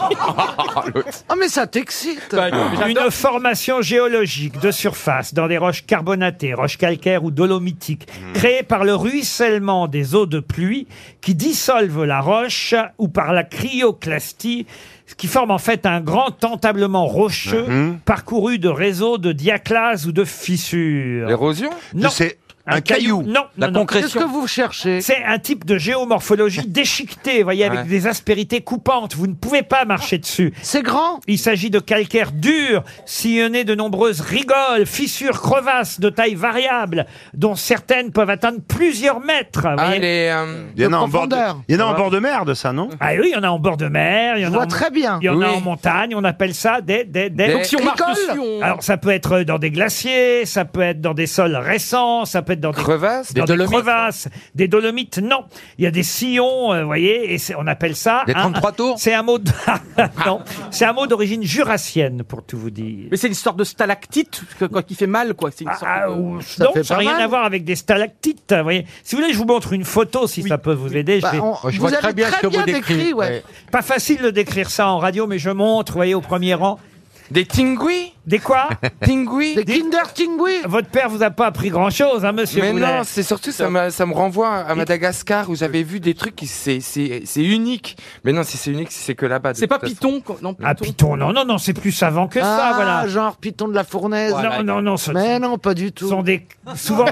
[SPEAKER 8] Ah, mais ça t'excite.
[SPEAKER 2] Bah, Une formation géologique de surface dans des roches carbonatées, roches calcaires ou dolomitiques, créée par le ruissellement des eaux de pluie qui dissolvent la roche ou par la cryoclastie, ce qui forme en fait un grand entablement rocheux parcouru de réseaux de diaclases ou de fissures.
[SPEAKER 4] L'érosion
[SPEAKER 2] Non.
[SPEAKER 6] C'est
[SPEAKER 2] Un, caillou. Non, non, non.
[SPEAKER 8] Qu'est-ce que vous cherchez
[SPEAKER 2] C'est un type de géomorphologie déchiquetée, vous voyez, avec
[SPEAKER 4] Ouais.
[SPEAKER 2] des aspérités coupantes. Vous ne pouvez pas marcher dessus.
[SPEAKER 8] C'est grand.
[SPEAKER 2] Il s'agit de calcaire dur, sillonné de nombreuses rigoles, fissures, crevasses de taille variable, dont certaines peuvent atteindre plusieurs mètres. vous
[SPEAKER 4] Ah,
[SPEAKER 2] voyez.
[SPEAKER 4] les, euh,
[SPEAKER 6] Il y en a
[SPEAKER 8] De
[SPEAKER 6] en bord de,
[SPEAKER 8] profondeur.
[SPEAKER 6] il y en a en bord de mer de ça, non
[SPEAKER 2] Ah oui, il y en a en bord de mer, il y en
[SPEAKER 8] Je
[SPEAKER 2] a
[SPEAKER 8] vois
[SPEAKER 2] en-
[SPEAKER 8] très bien.
[SPEAKER 2] il y en a
[SPEAKER 4] Oui.
[SPEAKER 2] en montagne, on appelle ça des... des, des-
[SPEAKER 4] Des- Donc, si
[SPEAKER 8] on marche École dessus,
[SPEAKER 2] Alors ça peut être dans des glaciers, ça peut être dans des sols récents, ça peut être faites dans des crevasses,
[SPEAKER 9] Des
[SPEAKER 2] dans des,
[SPEAKER 9] Dolomites
[SPEAKER 2] crevasses, des dolomites. Non, il y a des sillons, euh, vous voyez, et c'est- on appelle ça
[SPEAKER 9] Des 33
[SPEAKER 2] tours. C'est un mot. de- non, c'est un mot d'origine jurassienne pour tout vous dire. Ah,
[SPEAKER 10] Mais c'est une sorte de stalactite que- quoi, qui fait mal, quoi. C'est une sorte de-
[SPEAKER 2] non, ça n'a rien à voir avec des stalactites. vous voyez. Si vous voulez, je vous montre une photo si ça peut vous aider.
[SPEAKER 9] Bah,
[SPEAKER 2] vais-
[SPEAKER 9] on- Moi, je vous vois avez très bien ce très que vous bien décrivez. décrit, ouais. Ouais.
[SPEAKER 2] Pas facile de décrire ça en radio, mais je montre, vous voyez, au premier rang. Des tingouis Des quoi Tingouis Des Kinder Tingouis Votre père vous a pas appris grand-chose, hein, monsieur
[SPEAKER 4] Mais
[SPEAKER 2] Boulet.
[SPEAKER 4] non, c'est surtout ça me, ça me renvoie à Madagascar où j'avais vu des trucs qui c'est c'est c'est unique. Mais non, si c'est unique, c'est que là-bas. de
[SPEAKER 10] C'est pas
[SPEAKER 4] toute façon.
[SPEAKER 10] Python, quoi. Non,
[SPEAKER 2] Ah, Python, non, non, non, c'est plus savant que ça,
[SPEAKER 8] ah,
[SPEAKER 2] voilà.
[SPEAKER 8] genre Python de la fournaise.
[SPEAKER 2] Non, non, non, ce
[SPEAKER 8] Mais non, pas du tout.
[SPEAKER 2] sont des... Souvent...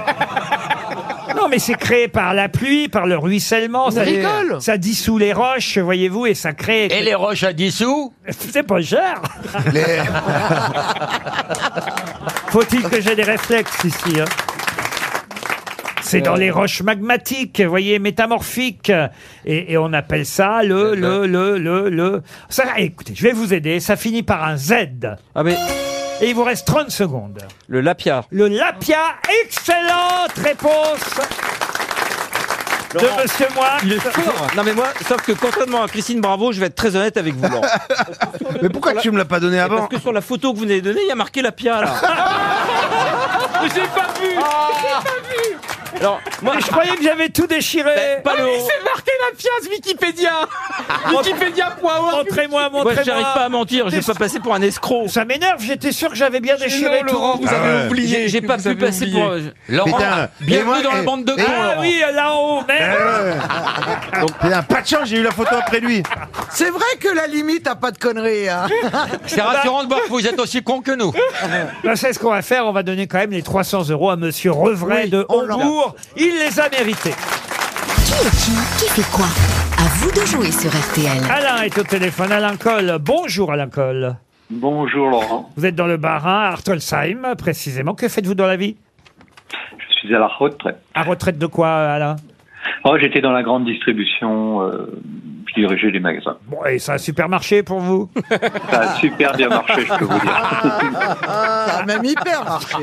[SPEAKER 2] Non, mais c'est créé par la pluie, par le ruissellement. Ça,
[SPEAKER 8] rigole
[SPEAKER 2] ça dissout les roches, voyez-vous, et ça crée.
[SPEAKER 9] Et les roches à dissous
[SPEAKER 2] C'est pas cher Faut-il que j'ai des réflexes ici hein c'est dans les roches magmatiques, vous voyez, métamorphiques. Et, et on appelle ça le,
[SPEAKER 13] Eh ben.
[SPEAKER 2] le, le, le, le. Ça, écoutez, je vais vous aider. Ça finit par un Z. Et il vous reste 30 secondes.
[SPEAKER 13] Ah, Le lapia.
[SPEAKER 2] Le lapia, excellente réponse de Monsieur Moix.
[SPEAKER 13] Il est fort. Non mais moi, sauf que contrairement à Christine Bravo, je vais être très honnête avec vous. mais pourquoi tu me l'as pas donné avant Parce que sur la photo que vous m'avez donnée, il y a marqué la pia là.
[SPEAKER 7] Ah. J'ai pas vu
[SPEAKER 2] Ah.
[SPEAKER 7] J'ai pas vu
[SPEAKER 13] Alors, Ben,
[SPEAKER 2] moi, je croyais que j'avais tout déchiré.
[SPEAKER 3] Ah,
[SPEAKER 13] pas le
[SPEAKER 7] Oui,
[SPEAKER 13] haut.
[SPEAKER 7] c'est marqué la pièce Wikipédia Wikipédia.org
[SPEAKER 2] Montrez-moi, montrez-moi.
[SPEAKER 13] Ouais, j'arrive pas à mentir, je vais pas passer pour un escroc.
[SPEAKER 2] Ça m'énerve, j'étais sûr que j'avais bien déchiré
[SPEAKER 13] Non,
[SPEAKER 2] tout.
[SPEAKER 13] Laurent, vous Ah avez ouais. oublié
[SPEAKER 2] J'ai- J'ai
[SPEAKER 13] que
[SPEAKER 2] pas
[SPEAKER 13] vous
[SPEAKER 2] pu
[SPEAKER 13] avez
[SPEAKER 2] passer
[SPEAKER 13] oublié.
[SPEAKER 2] pour.
[SPEAKER 13] Laurent, Putain, bienvenue et moi, dans la et- bande de et- cons,
[SPEAKER 2] Ah
[SPEAKER 13] Laurent. Ah
[SPEAKER 2] oui, là-haut, merde
[SPEAKER 6] Donc, putain, pas de chance, j'ai eu la photo après lui.
[SPEAKER 8] C'est vrai que la limite a pas de conneries. hein.
[SPEAKER 9] C'est rassurant de voir que vous êtes aussi con que nous.
[SPEAKER 2] Là, Bah. c'est ce qu'on va faire. On va donner quand même les 300 euros à Monsieur Revray
[SPEAKER 9] Oui,
[SPEAKER 2] de
[SPEAKER 9] on l'a.
[SPEAKER 2] Hambourg. Il les a mérités.
[SPEAKER 14] Qui est qui Qui fait quoi À vous de jouer sur RTL.
[SPEAKER 2] Alain est au téléphone. Alain Coll. Bonjour, Alain Coll.
[SPEAKER 17] Bonjour Laurent,
[SPEAKER 2] Vous êtes dans le Bas-Rhin, à Artelsheim, précisément. Que faites-vous dans la vie
[SPEAKER 17] je suis à la retraite.
[SPEAKER 2] À retraite de quoi, Alain
[SPEAKER 17] Oh, J'étais dans la grande distribution, euh, je dirigeais les magasins.
[SPEAKER 2] Bon, et c'est un supermarché pour vous
[SPEAKER 17] Ça a super bien marché, je peux vous dire.
[SPEAKER 8] Ah, même hyper marché.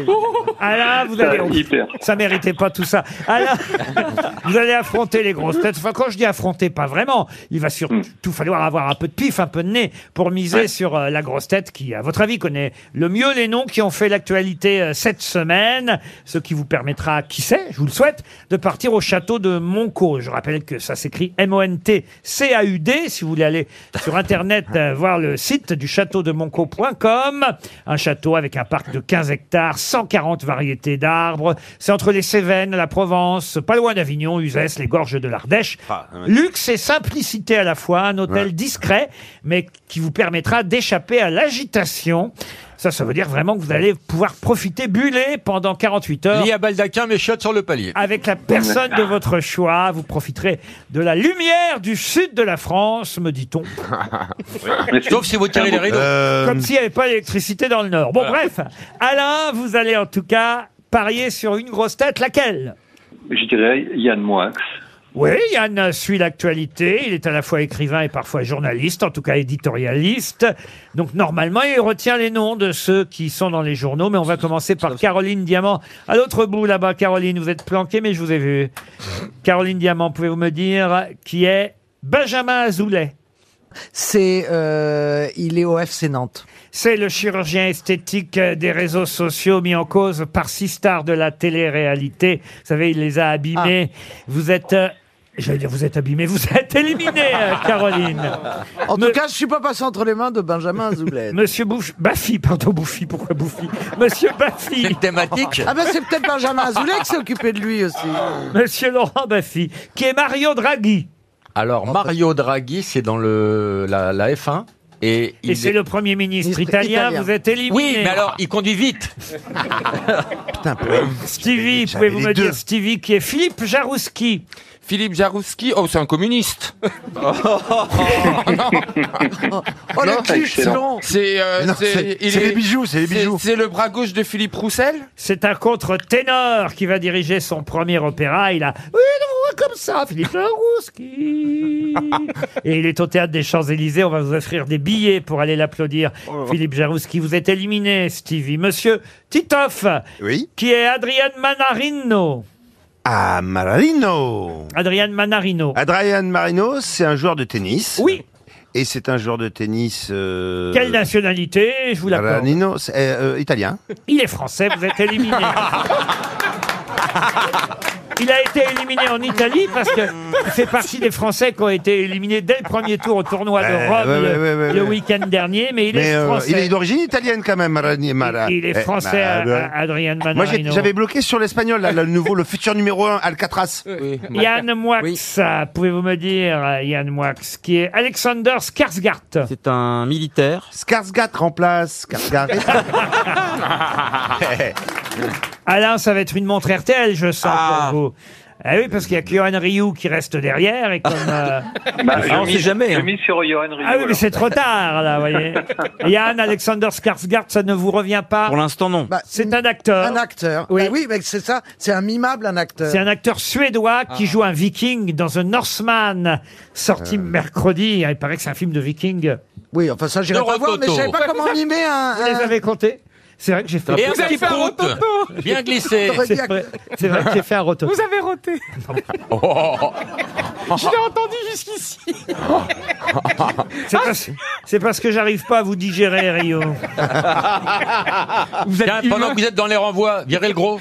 [SPEAKER 2] Alain, Ah vous
[SPEAKER 17] Ça
[SPEAKER 2] allez.
[SPEAKER 17] a hyper.
[SPEAKER 2] Ça méritait pas tout ça. Alain, vous allez affronter les grosses têtes. Enfin, quand je dis affronter, pas vraiment. Il va
[SPEAKER 17] Hmm.
[SPEAKER 2] surtout falloir avoir un peu de pif, un peu de nez pour miser sur euh, la grosse tête qui, à votre avis, connaît le mieux les noms qui ont fait l'actualité euh, cette semaine. Ce qui vous permettra, qui sait, je vous le souhaite, de partir au château de Monco. Je rappelle que ça s'écrit M-O-N-T-C-A-U-D. Si vous voulez aller sur Internet euh, voir le site du château de Monco.com. Un château avec un parc de 15 hectares, 140 variétés d'arbres. C'est entre les Cévennes, la Provence, pas loin d'Avignon, Uzès, les gorges de l'Ardèche.
[SPEAKER 9] hein.
[SPEAKER 2] Luxe et simplicité à la fois, un hôtel discret, mais qui vous permettra d'échapper à l'agitation. Ça, ça veut dire vraiment que vous allez pouvoir profiter, buller pendant 48 heures.
[SPEAKER 9] Lié à baldaquin, mes chiottes sur le palier.
[SPEAKER 2] Avec la personne de votre choix, vous profiterez de la lumière du sud de la France, me dit-on.
[SPEAKER 9] Sauf si vous tirez les rideaux.
[SPEAKER 2] Comme s'il n'y avait pas d'électricité dans le Nord. Bon, bref. Alain, vous allez en tout cas parier sur une grosse tête. Laquelle
[SPEAKER 17] Je dirais Yann Moix.
[SPEAKER 2] oui, Yann suit l'actualité. Il est à la fois écrivain et parfois journaliste, en tout cas éditorialiste. Donc normalement, il retient les noms de ceux qui sont dans les journaux. Mais on va commencer par Caroline Diamant. À l'autre bout, là-bas, Caroline, vous êtes planquée, mais je vous ai vu. Caroline Diamant, pouvez-vous me dire qui est Benjamin Azoulay
[SPEAKER 8] C'est, euh, il est au FC Nantes.
[SPEAKER 2] C'est le chirurgien esthétique euh, des réseaux sociaux mis en cause par six stars de la télé-réalité. Vous savez, il les a abîmés.
[SPEAKER 8] Ah.
[SPEAKER 2] Vous êtes, euh, j'allais dire, vous êtes abîmés, vous êtes éliminés, euh, Caroline.
[SPEAKER 8] En tout cas, je suis pas passé entre les mains de Benjamin Azoulay.
[SPEAKER 2] Monsieur Bouffi, Baffy, pardon, Bouffi, pourquoi Bouffi Monsieur Baffy.
[SPEAKER 8] Ah ben c'est peut-être Benjamin Azoulay qui s'est occupé de lui aussi.
[SPEAKER 2] Monsieur Laurent Baffy, Oh, qui est Mario Draghi.
[SPEAKER 9] Alors, Mario Draghi, c'est dans le, la, la F1. Et, il
[SPEAKER 2] Et c'est
[SPEAKER 9] est-
[SPEAKER 2] le Premier ministre italien, vous êtes éliminé.
[SPEAKER 9] Oui, mais alors, il conduit vite.
[SPEAKER 2] Stevie,
[SPEAKER 4] j'avais
[SPEAKER 2] pouvez-vous
[SPEAKER 4] les
[SPEAKER 2] me
[SPEAKER 4] deux.
[SPEAKER 2] dire Stevie qui est Philippe Jarouski
[SPEAKER 4] Philippe Jarouski, oh c'est un communiste.
[SPEAKER 7] oh, le
[SPEAKER 4] Non,
[SPEAKER 7] cul, c'est long.
[SPEAKER 4] C'est euh,
[SPEAKER 6] Mais non, c'est- c'est les bijoux, c'est les bijoux.
[SPEAKER 4] C'est le bras gauche de Philippe Roussel.
[SPEAKER 2] C'est un contre-ténor qui va diriger son premier opéra. Il a une voix comme ça, Philippe Jarouski. Et il est au théâtre des Champs-Élysées. On va vous offrir des billets pour aller l'applaudir.
[SPEAKER 6] Oh
[SPEAKER 2] Philippe Jarouski, vous êtes éliminé, Stevie. Monsieur Titoff, qui est Adrienne Manarino.
[SPEAKER 6] Ah, Marino
[SPEAKER 2] Adrian Manarino.
[SPEAKER 6] Adrian Marino, c'est un joueur de tennis.
[SPEAKER 2] Oui.
[SPEAKER 6] Et c'est un joueur de tennis. euh,
[SPEAKER 2] Quelle nationalité Je vous l'accorde.
[SPEAKER 6] Marino, c'est, euh, euh, italien.
[SPEAKER 2] Il est français, vous êtes éliminé. Il a été éliminé en Italie parce que il fait partie des Français qui ont été éliminés dès le premier tour au tournoi
[SPEAKER 6] Ouais,
[SPEAKER 2] de Rome
[SPEAKER 6] ouais,
[SPEAKER 2] le,
[SPEAKER 6] ouais, ouais, ouais,
[SPEAKER 2] le
[SPEAKER 6] ouais.
[SPEAKER 2] week-end dernier, mais il
[SPEAKER 6] Mais
[SPEAKER 2] est
[SPEAKER 6] euh,
[SPEAKER 2] français.
[SPEAKER 6] il est d'origine italienne quand même, Marani- Mara-
[SPEAKER 2] Il est
[SPEAKER 6] Eh,
[SPEAKER 2] français,
[SPEAKER 6] Mara-
[SPEAKER 2] euh, Adrian Manarino.
[SPEAKER 6] Moi, j'ai- j'avais bloqué sur l'espagnol, là, le nouveau, le futur numéro 1, Alcatraz.
[SPEAKER 2] Yann Moix, euh, pouvez-vous me dire, euh, Yann Moix, qui est Alexander Skarsgård
[SPEAKER 5] C'est un militaire.
[SPEAKER 6] Skarsgård remplace Skarsgård.
[SPEAKER 2] Alain, ça va être une montre RTL, je sens pour vous. Ah oui, parce qu'il y a Kyohan Ryu qui reste derrière et comme... euh,
[SPEAKER 17] Bah,
[SPEAKER 2] Ah,
[SPEAKER 17] je
[SPEAKER 2] on
[SPEAKER 17] mise-
[SPEAKER 2] sait jamais,
[SPEAKER 17] Je
[SPEAKER 2] hein.
[SPEAKER 17] mise sur Johan Rizzo.
[SPEAKER 2] Ah oui, mais
[SPEAKER 17] alors.
[SPEAKER 2] c'est trop tard, là, vous voyez. Yann Alexander Skarsgård, ça ne vous revient pas
[SPEAKER 5] Pour l'instant, non.
[SPEAKER 8] Bah,
[SPEAKER 2] C'est un acteur.
[SPEAKER 8] Un acteur. Oui, oui mais c'est ça. C'est un mimable, un acteur.
[SPEAKER 2] C'est un acteur suédois
[SPEAKER 8] Ah.
[SPEAKER 2] qui joue un viking dans The Northman, sorti mercredi. Il paraît que c'est un film de viking.
[SPEAKER 8] Euh. Oui, enfin ça, j'irai pas voir, mais je savais pas comment mimer un.
[SPEAKER 2] Vous les avez comptés C'est vrai que j'ai fait
[SPEAKER 8] Et vous avez fait un
[SPEAKER 2] rototo
[SPEAKER 8] Bien glissé.
[SPEAKER 2] C'est vrai, c'est vrai que j'ai fait un rototo.
[SPEAKER 7] Vous avez roté. Je l'ai entendu jusqu'ici.
[SPEAKER 2] C'est parce, c'est parce que j'arrive pas à vous digérer, Rio.
[SPEAKER 9] Tiens, pendant que vous êtes dans les renvois, virez le gros.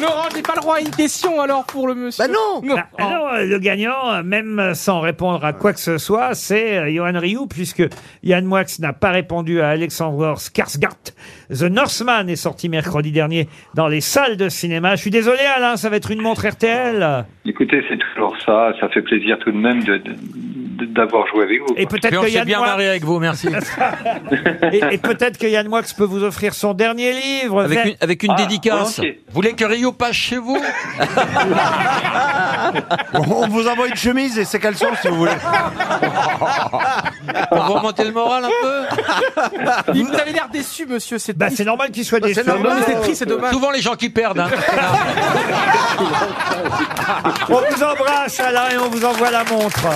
[SPEAKER 3] Laurent, j'ai pas le droit à une question alors pour le monsieur. Bah
[SPEAKER 8] non
[SPEAKER 2] Ah, alors, euh, le gagnant, euh, même euh, sans répondre à quoi que ce soit, c'est euh, Johan Rioux, puisque Yann Moix n'a pas répondu à Alexander Skarsgård. The Northman est sorti mercredi dernier dans les salles de cinéma. Je suis désolé, Alain, ça va être une montre RTL.
[SPEAKER 17] Écoutez, c'est toujours ça. Ça fait plaisir tout de même de- de- de- d'avoir joué avec vous.
[SPEAKER 2] Et
[SPEAKER 17] quoi.
[SPEAKER 2] peut-être que Yann Moix-
[SPEAKER 9] avec vous, merci.
[SPEAKER 2] et, et peut-être que Yann Moix peut vous offrir son dernier livre.
[SPEAKER 9] Avec une- avec une Ah, dédicace. ok.
[SPEAKER 2] Vous voulez que Rio passe chez vous
[SPEAKER 6] On vous envoie une chemise et ses caleçons, si vous voulez.
[SPEAKER 9] Pour vous remonter le moral un peu
[SPEAKER 3] Il vous avez l'air déçu, monsieur. C'est
[SPEAKER 2] Bah, c'est normal qu'il soit
[SPEAKER 3] Bah, c'est
[SPEAKER 2] déçu. hein.
[SPEAKER 3] normal. Non, mais c'est triste, c'est dommage.
[SPEAKER 9] Souvent les gens qui perdent. hein.
[SPEAKER 2] On vous embrasse, Alain, et on vous envoie la montre.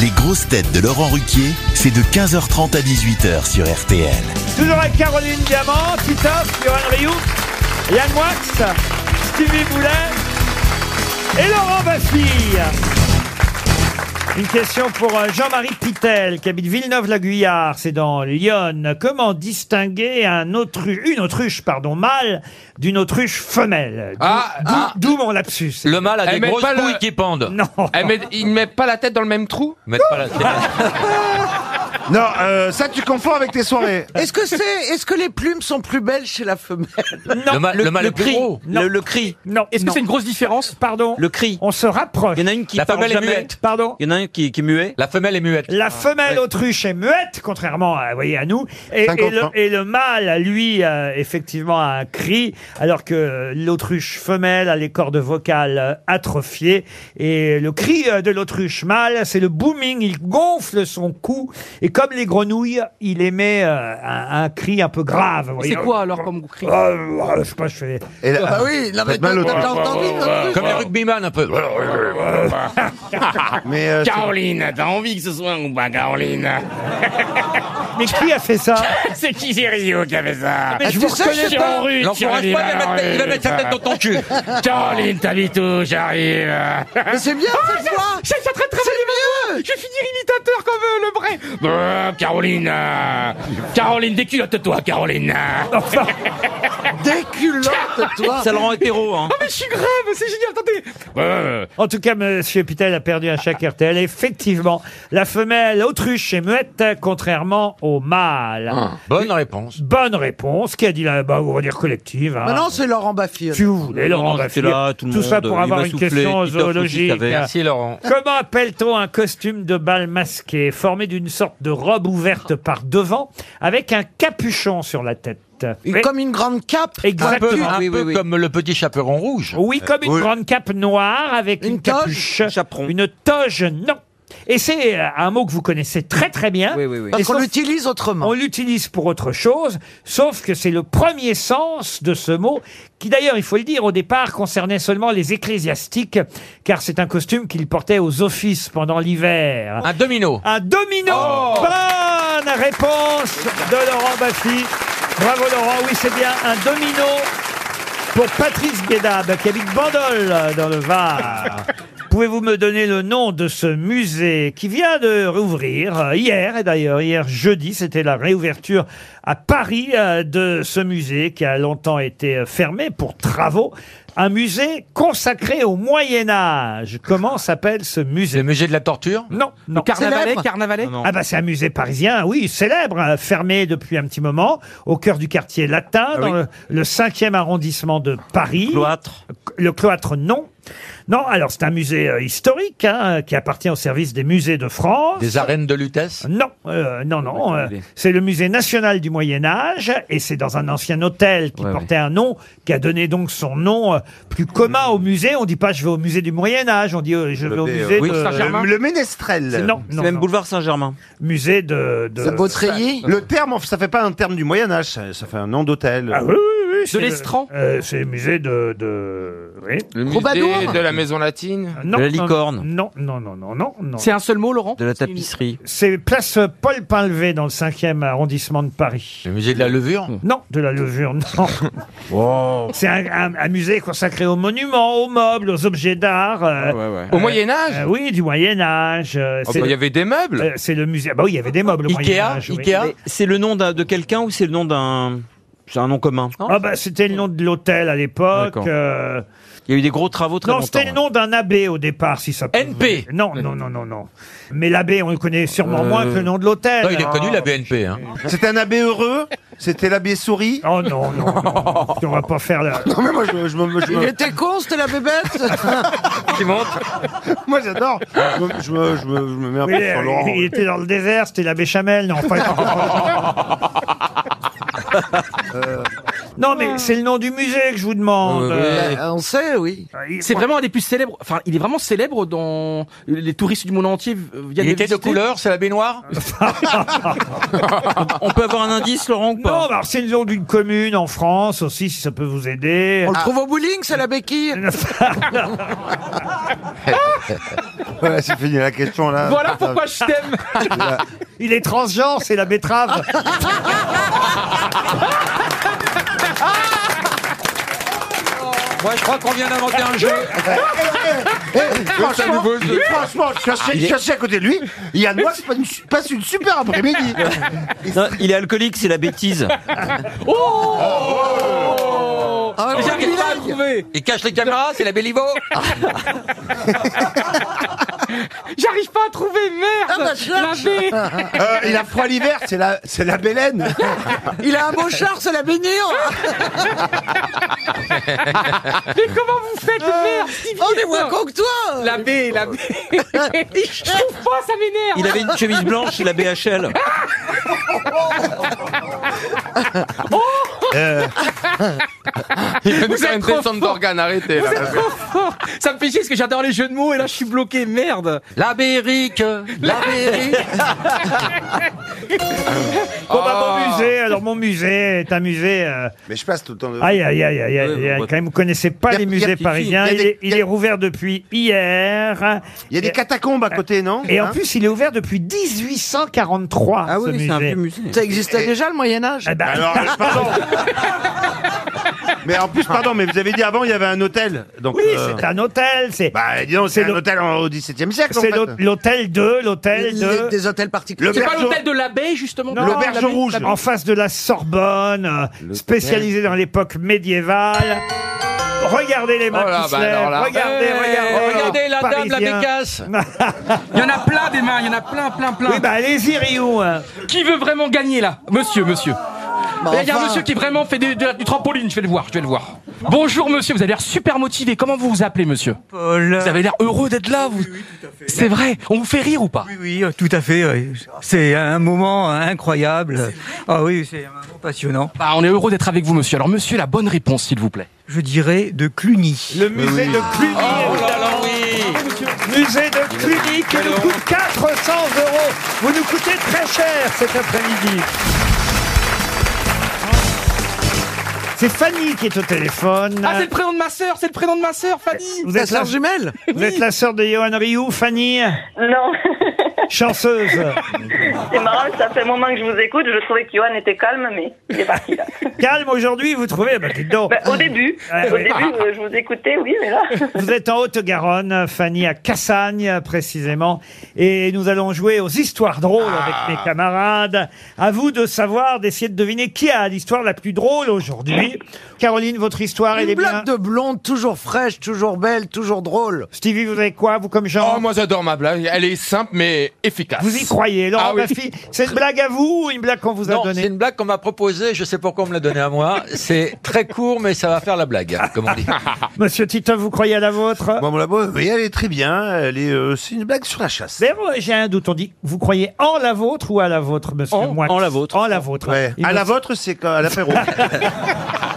[SPEAKER 1] Les grosses têtes de Laurent Ruquier, c'est de 15h30 à 18h sur RTL.
[SPEAKER 2] Toujours avec Caroline Diamant, Titoff, Johan Rioux, Yann Moix, Stevie Boulet et Laurent Bastille. Une question pour euh, Jean-Marie Pitel, qui habite Villeneuve-la-Guyard, c'est dans Lyon. Comment distinguer un autru- une autruche pardon, mâle d'une autruche femelle D'où-
[SPEAKER 4] Ah,
[SPEAKER 2] d'où- D'où mon lapsus.
[SPEAKER 9] Le mâle a
[SPEAKER 4] Elle
[SPEAKER 9] des
[SPEAKER 4] met
[SPEAKER 9] grosses
[SPEAKER 4] pas le-
[SPEAKER 9] couilles qui pendent.
[SPEAKER 2] Non.
[SPEAKER 4] Eh, mais il ne met pas la tête dans le même trou
[SPEAKER 6] Non, euh, ça, tu confonds avec tes soirées.
[SPEAKER 8] Est-ce que c'est, est-ce que les plumes sont plus belles chez la femelle
[SPEAKER 9] Le ma- le mâle est plus
[SPEAKER 5] cri.
[SPEAKER 9] gros.
[SPEAKER 5] Le, le cri.
[SPEAKER 2] Non.
[SPEAKER 3] Est-ce que c'est une grosse différence
[SPEAKER 2] Pardon.
[SPEAKER 5] Le cri.
[SPEAKER 2] On se rapproche.
[SPEAKER 5] Il y en a une qui
[SPEAKER 9] La
[SPEAKER 5] parle
[SPEAKER 9] femelle est
[SPEAKER 5] jamais.
[SPEAKER 9] muette.
[SPEAKER 2] Pardon
[SPEAKER 5] Il y en a une qui, qui est muet.
[SPEAKER 9] La femelle est muette. Ah.
[SPEAKER 5] Ah,
[SPEAKER 2] La femelle autruche est muette, contrairement à, vous voyez, à nous. Et, et
[SPEAKER 9] 50,
[SPEAKER 2] le,
[SPEAKER 9] hein.
[SPEAKER 2] et le mâle, lui, euh, effectivement, a un cri, alors que l'autruche femelle a les cordes vocales euh, atrophiées. Et le cri euh, de l'autruche mâle, c'est le booming. Il gonfle son cou. Et comme les grenouilles, il émet euh, un, un cri un peu grave. vous voyez.
[SPEAKER 3] C'est quoi alors comme cri
[SPEAKER 2] Ah, ah, Je sais pas, je fais.
[SPEAKER 6] Et là-
[SPEAKER 2] Ah oui, non, mais
[SPEAKER 6] Faites mal
[SPEAKER 2] t'as-
[SPEAKER 6] au
[SPEAKER 2] t'as
[SPEAKER 6] truc.
[SPEAKER 2] entendu notre-
[SPEAKER 9] Comme les rugbyman un peu.
[SPEAKER 6] Mais, euh,
[SPEAKER 18] Caroline, t'as envie que ce soit un ou pas, Caroline
[SPEAKER 2] Mais qui a fait ça Ah,
[SPEAKER 18] C'est qui c'est Rio qui a fait ça
[SPEAKER 2] Mais je vous reconnais
[SPEAKER 18] Sur
[SPEAKER 2] pas.
[SPEAKER 18] rue,
[SPEAKER 2] L'encourage
[SPEAKER 18] Caroline,
[SPEAKER 2] pas, il va mettre-
[SPEAKER 18] Caroline.
[SPEAKER 2] il va mettre sa tête dans ton cul.
[SPEAKER 18] Caroline, t'habites où J'arrive
[SPEAKER 8] Mais c'est bien,
[SPEAKER 3] Ah,
[SPEAKER 7] Oh,
[SPEAKER 8] cette voix.
[SPEAKER 3] C'est c'est très très bien imitateur. Je vais finir imitateur comme euh, le vrai
[SPEAKER 18] Bah, Caroline euh, Caroline, déculotte-toi, Caroline
[SPEAKER 8] Déculotte-toi
[SPEAKER 5] Ça le rend hétéro, hein.
[SPEAKER 3] Ah mais je suis grave, c'est génial, attendez
[SPEAKER 2] En tout cas, Monsieur Pitel a perdu un chèque RTL. Effectivement, la femelle autruche est muette, contrairement au mâle.
[SPEAKER 9] Bonne réponse.
[SPEAKER 2] Bonne réponse. Qui a dit là bah, On va dire collective. hein.
[SPEAKER 8] Bah non, c'est Laurent Baffy.
[SPEAKER 2] Si vous voulez, Laurent
[SPEAKER 8] Non, non,
[SPEAKER 2] Baffie.
[SPEAKER 8] c'est là, tout le
[SPEAKER 2] ça
[SPEAKER 8] monde,
[SPEAKER 2] pour
[SPEAKER 8] il
[SPEAKER 2] avoir
[SPEAKER 8] m'a
[SPEAKER 2] une
[SPEAKER 8] soufflé,
[SPEAKER 2] question
[SPEAKER 8] il dort tout de suite
[SPEAKER 2] zoologique.
[SPEAKER 8] avec.
[SPEAKER 9] Merci, Laurent.
[SPEAKER 2] Comment appelle-t-on un costume de bal masqué formé d'une sorte de robe ouverte par devant avec un capuchon sur la tête
[SPEAKER 8] Comme une grande cape.
[SPEAKER 2] Exactement.
[SPEAKER 9] Un peu, un peu comme le petit chaperon rouge.
[SPEAKER 2] Euh, Oui, comme une grande cape noire avec une, capuche. Une toge, non. Et c'est euh, un mot que vous connaissez très très bien. Oui, oui, oui.
[SPEAKER 8] Parce qu'on
[SPEAKER 2] l'utilise autrement. On l'utilise pour autre chose, sauf que c'est le premier sens de ce mot, qui d'ailleurs, il faut le dire, au départ concernait seulement les ecclésiastiques, car c'est un costume qu'ils portaient aux offices pendant l'hiver.
[SPEAKER 4] Un domino.
[SPEAKER 2] Un domino Oh. Bonne réponse de Laurent Baffy. Bravo Laurent, oui c'est bien un domino pour Patrice Guédab qui habite Bandol dans le Var. Pouvez-vous me donner le nom de ce musée qui vient de rouvrir euh, hier et d'ailleurs hier jeudi, c'était la réouverture à Paris euh, de ce musée qui a longtemps été euh, fermé pour travaux. Un musée consacré au Moyen Âge. Comment s'appelle ce musée Le
[SPEAKER 4] musée de la torture
[SPEAKER 2] Non, non.
[SPEAKER 3] Carnavalet, Célèbre Carnavalet Non, non.
[SPEAKER 2] Ah bah c'est un musée parisien, oui, célèbre, euh, fermé depuis un petit moment, au cœur du quartier latin,
[SPEAKER 4] Ah
[SPEAKER 2] dans le- le 5e arrondissement de Paris. Le cloître Le cloître, non. Non, alors c'est un musée euh, historique hein, qui appartient au service des musées de France.
[SPEAKER 4] Des arènes de Lutèce
[SPEAKER 2] Non, euh, non, non. euh, c'est le musée national du Moyen Âge et c'est dans un ancien hôtel qui portait un nom qui a donné donc son nom euh, plus commun au musée. On dit pas je vais au musée du Moyen Âge, on dit euh, je vais
[SPEAKER 4] E.
[SPEAKER 2] au musée de
[SPEAKER 6] le, le Ménestrel.
[SPEAKER 2] C'est- non, C'est non, même non.
[SPEAKER 6] boulevard
[SPEAKER 5] Saint-Germain.
[SPEAKER 2] Musée de. Euh, de-
[SPEAKER 6] Le terme, ça fait pas un terme du Moyen-Âge, ça, ça fait un nom d'hôtel.
[SPEAKER 2] Ah oui, oui, oui, c'est le-
[SPEAKER 6] l'estran
[SPEAKER 2] euh, c'est le musée de. de oui.
[SPEAKER 7] Le musée de la maison latine
[SPEAKER 2] Non, non, Euh, Non, non, non, non, non. non.
[SPEAKER 3] C'est un seul mot, Laurent
[SPEAKER 5] De la tapisserie.
[SPEAKER 2] C'est place Paul Pinlevé dans le 5e arrondissement de Paris.
[SPEAKER 4] Le musée de la levure
[SPEAKER 2] Non, de la levure, non. C'est un, un- un musée consacré aux monuments, aux meubles, aux objets d'art. euh,
[SPEAKER 7] Au Moyen Âge
[SPEAKER 2] euh, Oui, du Moyen Âge. euh,
[SPEAKER 7] Ah
[SPEAKER 2] c'est-
[SPEAKER 7] bah, il y avait des meubles
[SPEAKER 2] Euh, C'est le musée. ah Bah oui, il y avait des meubles. au Moyen Âge, oui.
[SPEAKER 5] Mais C'est le nom d'un- de quelqu'un ou c'est le nom d'un. C'est un nom commun
[SPEAKER 2] Ah bah c'était le nom de l'hôtel à l'époque.
[SPEAKER 5] D'accord.
[SPEAKER 2] euh,
[SPEAKER 5] Il y a eu des gros travaux très
[SPEAKER 2] non,
[SPEAKER 5] longtemps. hein.
[SPEAKER 2] c'était le nom d'un abbé au départ, si ça peut. NP. Non, non, non, non, non. Mais l'abbé, on le connaît sûrement
[SPEAKER 4] Euh,
[SPEAKER 2] moins que le nom de l'hôtel. Ah.
[SPEAKER 4] Non, il est connu, la BNP. Hein.
[SPEAKER 6] C'était un abbé heureux C'était l'abbé souris
[SPEAKER 2] Oh non, non, non. on va pas faire la...
[SPEAKER 6] Non mais moi je, je, me- je
[SPEAKER 8] Il
[SPEAKER 6] me-
[SPEAKER 8] était con, c'était la bébête
[SPEAKER 6] Moi j'adore Je me- je me, je me- je me mets un
[SPEAKER 2] Oui,
[SPEAKER 6] peu Ah, sur
[SPEAKER 2] euh,
[SPEAKER 6] Laurent.
[SPEAKER 2] il, il était dans le désert, c'était l'abbé Chamel, non enfin-
[SPEAKER 6] Euh,
[SPEAKER 2] Non, mais c'est le nom du musée que je vous demande. Ah, Euh,
[SPEAKER 3] on sait, oui. C'est vraiment un des plus célèbres. Enfin, il est vraiment célèbre dans les touristes du monde entier euh, viennent
[SPEAKER 4] Il
[SPEAKER 3] le
[SPEAKER 4] était de
[SPEAKER 3] visiter.
[SPEAKER 4] couleur, c'est la baignoire
[SPEAKER 5] On peut avoir un indice, Laurent, ou pas
[SPEAKER 2] Non, bah, alors, c'est le nom d'une commune en France aussi, si ça peut vous aider.
[SPEAKER 8] On le
[SPEAKER 2] Ah.
[SPEAKER 8] trouve au bowling, c'est la béquille
[SPEAKER 6] Ouais, c'est fini la question là.
[SPEAKER 2] Voilà pourquoi je t'aime. Ah. Il est transgenre, c'est la betterave.
[SPEAKER 4] Moi, je crois qu'on vient d'inventer un jeu.
[SPEAKER 6] Eh, franchement, franchement, je suis assis- je suis assis à côté de lui. Yann Moix passe une- passe une super après-midi.
[SPEAKER 5] Non, il est alcoolique, c'est la bêtise.
[SPEAKER 4] Oh
[SPEAKER 5] Ah,
[SPEAKER 4] Mais j'arrive pas à trouver. Il cache les caméras, c'est la Béliveau
[SPEAKER 3] J'arrive pas à trouver, merde
[SPEAKER 6] Euh, il a froid l'hiver, c'est la, c'est la Bélène.
[SPEAKER 8] Il a un beau char, c'est la baignure
[SPEAKER 3] Mais comment vous faites, merde
[SPEAKER 8] On est Ah. Oh, moins con que toi
[SPEAKER 3] La baie, la baie Je trouve pas, ça m'énerve
[SPEAKER 5] Il avait une chemise blanche, c'est la BHL.
[SPEAKER 3] Oh
[SPEAKER 9] Euh.
[SPEAKER 7] Il va nous
[SPEAKER 3] Vous
[SPEAKER 7] faire
[SPEAKER 3] êtes
[SPEAKER 7] une
[SPEAKER 3] trop
[SPEAKER 7] descente d'organes, arrêtez
[SPEAKER 3] Vous
[SPEAKER 7] là.
[SPEAKER 3] êtes trop fort Ça me fait chier parce que j'adore les jeux de mots et là je suis bloqué, merde La bérique La bérique
[SPEAKER 2] Bon, bah, mon musée, alors mon musée est un musée. euh,
[SPEAKER 6] Mais je passe tout le temps. de-
[SPEAKER 2] Aïe, aïe, aïe, aïe, aïe,
[SPEAKER 6] Ouais,
[SPEAKER 2] aïe,
[SPEAKER 6] bon,
[SPEAKER 2] quand même, vous connaissez pas
[SPEAKER 6] Y a-
[SPEAKER 2] les
[SPEAKER 6] y a
[SPEAKER 2] musées
[SPEAKER 6] des filles,
[SPEAKER 2] parisiens.
[SPEAKER 6] y a
[SPEAKER 2] Il
[SPEAKER 6] des-
[SPEAKER 2] est, il
[SPEAKER 6] y a-
[SPEAKER 2] est rouvert depuis hier.
[SPEAKER 6] Il y a des catacombes à
[SPEAKER 2] Ah.
[SPEAKER 6] côté, non
[SPEAKER 2] Et en
[SPEAKER 6] Hein
[SPEAKER 2] plus, il est ouvert depuis 1843.
[SPEAKER 8] Ah oui,
[SPEAKER 2] ce
[SPEAKER 8] c'est un vieux Ça existait déjà le Moyen-Âge
[SPEAKER 2] Eh ben,
[SPEAKER 6] Alors, euh, pardon. mais en plus, pardon, mais vous avez dit avant, il y avait un hôtel. Donc,
[SPEAKER 2] Oui,
[SPEAKER 6] euh,
[SPEAKER 2] c'est un hôtel, c'est.
[SPEAKER 6] Bah, dis donc, c'est
[SPEAKER 2] c'est
[SPEAKER 6] un
[SPEAKER 2] l'hô-
[SPEAKER 6] hôtel en- au XVIIe siècle, en
[SPEAKER 2] C'est
[SPEAKER 6] fait.
[SPEAKER 2] l'hô- l'hôtel de, l'hôtel de.
[SPEAKER 8] Des hôtels particuliers.
[SPEAKER 6] Le
[SPEAKER 3] C'est pas
[SPEAKER 6] bergeau-
[SPEAKER 3] l'hôtel de la baie, justement
[SPEAKER 2] Non,
[SPEAKER 6] l'auberge
[SPEAKER 2] la-
[SPEAKER 6] rouge.
[SPEAKER 2] En face de la Sorbonne, euh, spécialisée dans l'époque médiévale. Regardez les mains
[SPEAKER 3] Oh là,
[SPEAKER 2] qui se
[SPEAKER 3] bah
[SPEAKER 2] lèvent,
[SPEAKER 3] alors là.
[SPEAKER 2] Regardez,
[SPEAKER 3] Eh,
[SPEAKER 2] regardez.
[SPEAKER 4] regardez la dame, la
[SPEAKER 2] Parisien.
[SPEAKER 4] bécasse.
[SPEAKER 3] Il y en a plein des mains, il y en a plein, plein, plein
[SPEAKER 2] Oui, bah allez-y, hein. Rio.
[SPEAKER 3] Qui veut vraiment gagner, là Monsieur, monsieur
[SPEAKER 8] Bah,
[SPEAKER 3] Là, Il y a un
[SPEAKER 8] enfin.
[SPEAKER 3] monsieur qui vraiment fait des- de- du trampoline, je vais le voir, je vais le voir. Bonjour monsieur, vous avez l'air super motivé, comment vous vous appelez monsieur Vous avez l'air heureux d'être là, vous... C'est vrai, on vous fait rire ou pas
[SPEAKER 19] Oui, euh, tout à fait. oui. C'est un moment euh, incroyable. Ah oui, c'est un moment passionnant.
[SPEAKER 3] Bah, on est heureux d'être avec vous, monsieur. Alors, monsieur, la bonne réponse, s'il vous plaît.
[SPEAKER 19] Je dirais de Cluny.
[SPEAKER 2] Le musée de Cluny.
[SPEAKER 3] Oh là là,
[SPEAKER 2] Musée Musée de Cluny qui nous coûte 400 euros. Vous nous coûtez très cher cet après-midi. C'est Fanny qui est au téléphone.
[SPEAKER 3] Ah, c'est le prénom de ma sœur, c'est le prénom de ma sœur, Fanny.
[SPEAKER 2] Vous êtes la jumelle Vous êtes la sœur de Johan Rioux, Fanny
[SPEAKER 20] Non.
[SPEAKER 2] Chanceuse.
[SPEAKER 20] C'est marrant, ça fait un moment que je vous écoute. Je trouvais que Johan était calme, mais il est parti là.
[SPEAKER 2] Calme aujourd'hui, vous trouvez Bah, dites donc.
[SPEAKER 20] Ben, au début,
[SPEAKER 2] Ouais,
[SPEAKER 20] au
[SPEAKER 2] ouais.
[SPEAKER 20] début, euh, je vous écoutais, oui, mais là.
[SPEAKER 2] Vous êtes en Haute-Garonne, Fanny, à Cassagne précisément, et nous allons jouer aux histoires drôles
[SPEAKER 8] Ah.
[SPEAKER 2] avec mes camarades. À vous de savoir, d'essayer de deviner qui a l'histoire la plus drôle aujourd'hui. Caroline, votre histoire, elle
[SPEAKER 8] Une
[SPEAKER 2] est bien.
[SPEAKER 8] blague de blonde, toujours fraîche, toujours belle, toujours drôle.
[SPEAKER 2] Stevie, vous avez quoi, vous, comme genre
[SPEAKER 4] Oh, moi j'adore ma blague. Elle est simple mais efficace.
[SPEAKER 2] Vous y croyez, Laurent
[SPEAKER 4] Ah oui.
[SPEAKER 2] Baffy C'est une blague à vous ou une blague qu'on vous a
[SPEAKER 9] Non,
[SPEAKER 2] donnée
[SPEAKER 9] c'est une blague qu'on m'a proposée, je sais pourquoi on me l'a donnée à moi. C'est très court, mais ça va faire la blague, comme on dit.
[SPEAKER 2] Monsieur Tito, vous croyez à la vôtre
[SPEAKER 6] Bon, la vôtre, oui, elle est très bien. Elle est, euh, c'est une blague sur la chasse.
[SPEAKER 2] D'ailleurs, j'ai un doute. On dit, vous croyez en la vôtre ou à la vôtre, monsieur
[SPEAKER 6] En-
[SPEAKER 2] Moix
[SPEAKER 6] en la vôtre.
[SPEAKER 2] En la vôtre.
[SPEAKER 6] Ouais.
[SPEAKER 2] Il
[SPEAKER 6] À
[SPEAKER 2] me-
[SPEAKER 6] la vôtre, c'est quand- à l'apéro.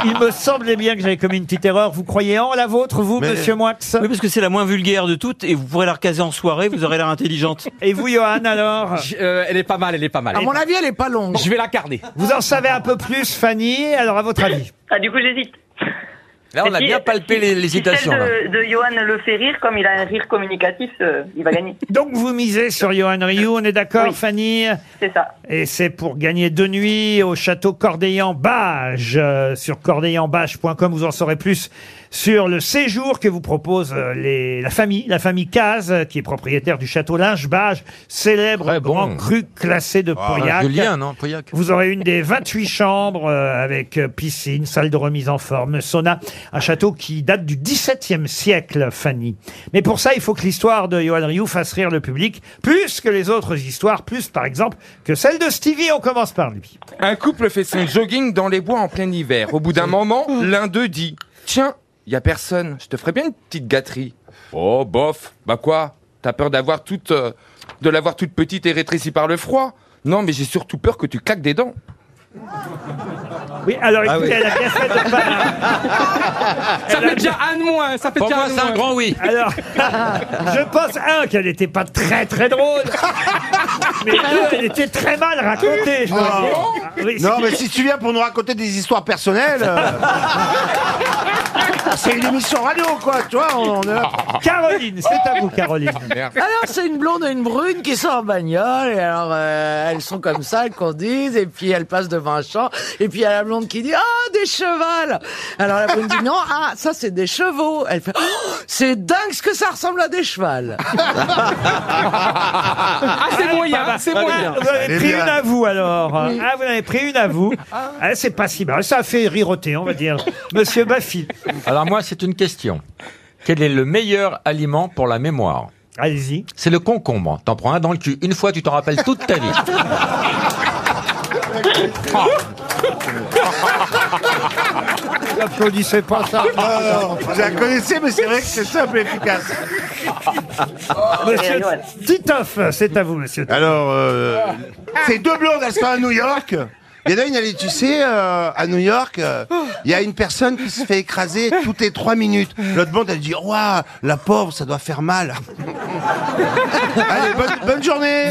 [SPEAKER 2] Il me semblait bien que j'avais commis une petite erreur. Vous croyez en la vôtre, vous, monsieur Moix
[SPEAKER 5] Oui, parce que c'est la moins vulgaire de toutes et vous pourrez la recaser en soirée, vous aurez l'air intelligente. Ah,
[SPEAKER 2] Et vous, Johan, alors
[SPEAKER 3] euh, Elle est pas mal, elle est pas mal.
[SPEAKER 8] À mon avis, elle est pas longue.
[SPEAKER 3] Je vais l'incarner.
[SPEAKER 2] Vous en savez un peu plus, Fanny. Alors, à votre avis
[SPEAKER 20] Ah, du coup, j'hésite.
[SPEAKER 9] Là, on a
[SPEAKER 20] Si-
[SPEAKER 9] bien palpé
[SPEAKER 20] si-
[SPEAKER 9] les-
[SPEAKER 20] si
[SPEAKER 9] l'hésitation.
[SPEAKER 20] celle
[SPEAKER 9] là.
[SPEAKER 20] de, de Johan le fait rire, comme il a un rire communicatif, euh, il va gagner.
[SPEAKER 2] Donc, vous misez sur Johan Rioux, on est d'accord, Fanny
[SPEAKER 20] C'est ça.
[SPEAKER 2] Et c'est pour gagner deux nuits au château Cordeillan-Bage. Euh, sur cordeillanbage.com, vous en saurez plus sur le séjour que vous propose euh, les, la famille, la famille Caz, euh, qui est propriétaire du château Linge-Bage, célèbre grand cru classé de
[SPEAKER 9] Ah,
[SPEAKER 2] Pauillac.
[SPEAKER 9] Julien, non, Pauillac.
[SPEAKER 2] Vous aurez une des 28 chambres euh, avec euh, piscine, salle de remise en forme, sauna, un château qui date du XVIIe siècle, Fanny. Mais pour ça, il faut que l'histoire de Johan Rioux fasse rire le public, plus que les autres histoires, plus par exemple que celle de Stevie. On commence par lui.
[SPEAKER 4] Un couple fait son jogging dans les bois en plein hiver. Au bout d'un moment, l'un d'eux dit Tiens, y a personne, je te ferai bien une petite gâterie. Oh, bof, bah quoi T'as peur d'avoir toute. euh, de l'avoir toute petite et rétrécie par le froid Non, mais j'ai surtout peur que tu claques des dents.
[SPEAKER 2] Oui, alors
[SPEAKER 4] Ah
[SPEAKER 2] écoutez,
[SPEAKER 4] oui.
[SPEAKER 2] elle a bien fait de pas-
[SPEAKER 3] Ça
[SPEAKER 2] Elle a
[SPEAKER 3] fait déjà un de moins, ça fait déjà un de moins.
[SPEAKER 9] oui.
[SPEAKER 2] Alors, je pense, un, qu'elle n'était pas très très drôle, mais deux, elle était très mal racontée. je dois
[SPEAKER 6] Ah,
[SPEAKER 2] dire.
[SPEAKER 6] bon
[SPEAKER 2] Ah, oui,
[SPEAKER 6] non,
[SPEAKER 2] c'est-
[SPEAKER 6] mais si tu viens pour nous raconter des histoires personnelles, euh, c'est une émission radio, quoi. Tu vois, on, on est là.
[SPEAKER 2] Caroline, c'est à vous, Caroline.
[SPEAKER 6] Ah,
[SPEAKER 8] Alors, c'est une blonde et une brune qui sont en bagnole, et alors, euh, elles sont comme ça, elles conduisent, et puis elles passent devant un champ, et puis il y a la blonde qui dit, ah, des chevals! Alors la brune dit, non, ah, ça c'est des chevaux. Elle fait, Oh, c'est dingue ce que ça ressemble à des chevals!
[SPEAKER 3] Ah, c'est moyen, c'est moyen.
[SPEAKER 2] Ah, Vous avez pris une à vous alors. Ah, vous en avez pris une à vous. Ah, c'est pas si mal. Ça a fait riroter, on va dire. Monsieur Baffy.
[SPEAKER 9] Alors moi, c'est une question. Quel est le meilleur aliment pour la mémoire
[SPEAKER 2] Allez-y.
[SPEAKER 9] C'est le concombre. T'en prends un dans le cul. Une fois, tu t'en rappelles toute ta vie.
[SPEAKER 6] Ah.
[SPEAKER 2] N'applaudissez pas ça.
[SPEAKER 6] Non, Ah, vous la connaissez, mais c'est vrai que c'est simple et efficace.
[SPEAKER 2] Monsieur Titoff, c'est à vous, monsieur.
[SPEAKER 6] Alors, euh, ces deux blondes, elles sont à New York. Il y en a une, elle est, tu sais, euh, à New York, euh, il y a une personne qui se fait écraser toutes les trois minutes. L'autre blonde, elle dit, ouah, la pauvre, ça doit faire mal. Allez, bonne, bonne journée.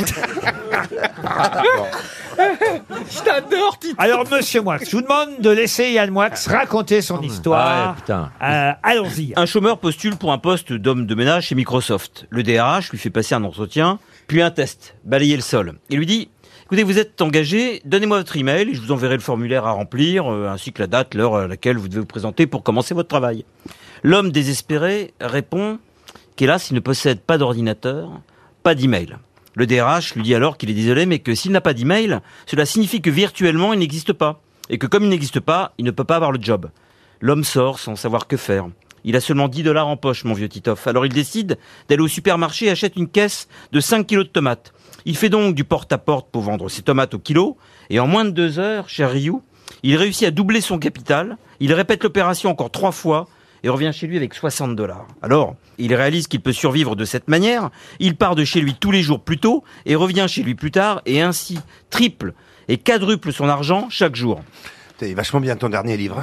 [SPEAKER 3] Je t'adore, Tito.
[SPEAKER 2] Alors, monsieur Moix, je vous demande de laisser Yann Moix raconter son histoire.
[SPEAKER 5] Ah ouais,
[SPEAKER 9] putain.
[SPEAKER 2] Euh, Allons-y.
[SPEAKER 5] Un chômeur postule pour un poste d'homme de ménage chez Microsoft. Le DRH lui fait passer un entretien, puis un test, balayer le sol. Il lui dit Écoutez, vous êtes engagé, donnez-moi votre email et je vous enverrai le formulaire à remplir, euh, ainsi que la date, l'heure à laquelle vous devez vous présenter pour commencer votre travail. L'homme désespéré répond qu'hélas, il ne possède pas d'ordinateur, pas d'email. Le DRH lui dit alors qu'il est désolé, mais que s'il n'a pas d'email, cela signifie que virtuellement il n'existe pas. Et que comme il n'existe pas, il ne peut pas avoir le job. L'homme sort sans savoir que faire. Il a seulement 10 dollars en poche, mon vieux Titoff. Alors il décide d'aller au supermarché et achète une caisse de 5 kilos de tomates. Il fait donc du porte-à-porte pour vendre ses tomates au kilo. Et en moins de deux heures, cher Ryu, il réussit à doubler son capital. Il répète l'opération encore trois fois et revient chez lui avec 60 dollars. Alors, il réalise qu'il peut survivre de cette manière, il part de chez lui tous les jours plus tôt et revient chez lui plus tard et ainsi triple et quadruple son argent chaque jour.
[SPEAKER 6] T'es vachement bien ton dernier livre.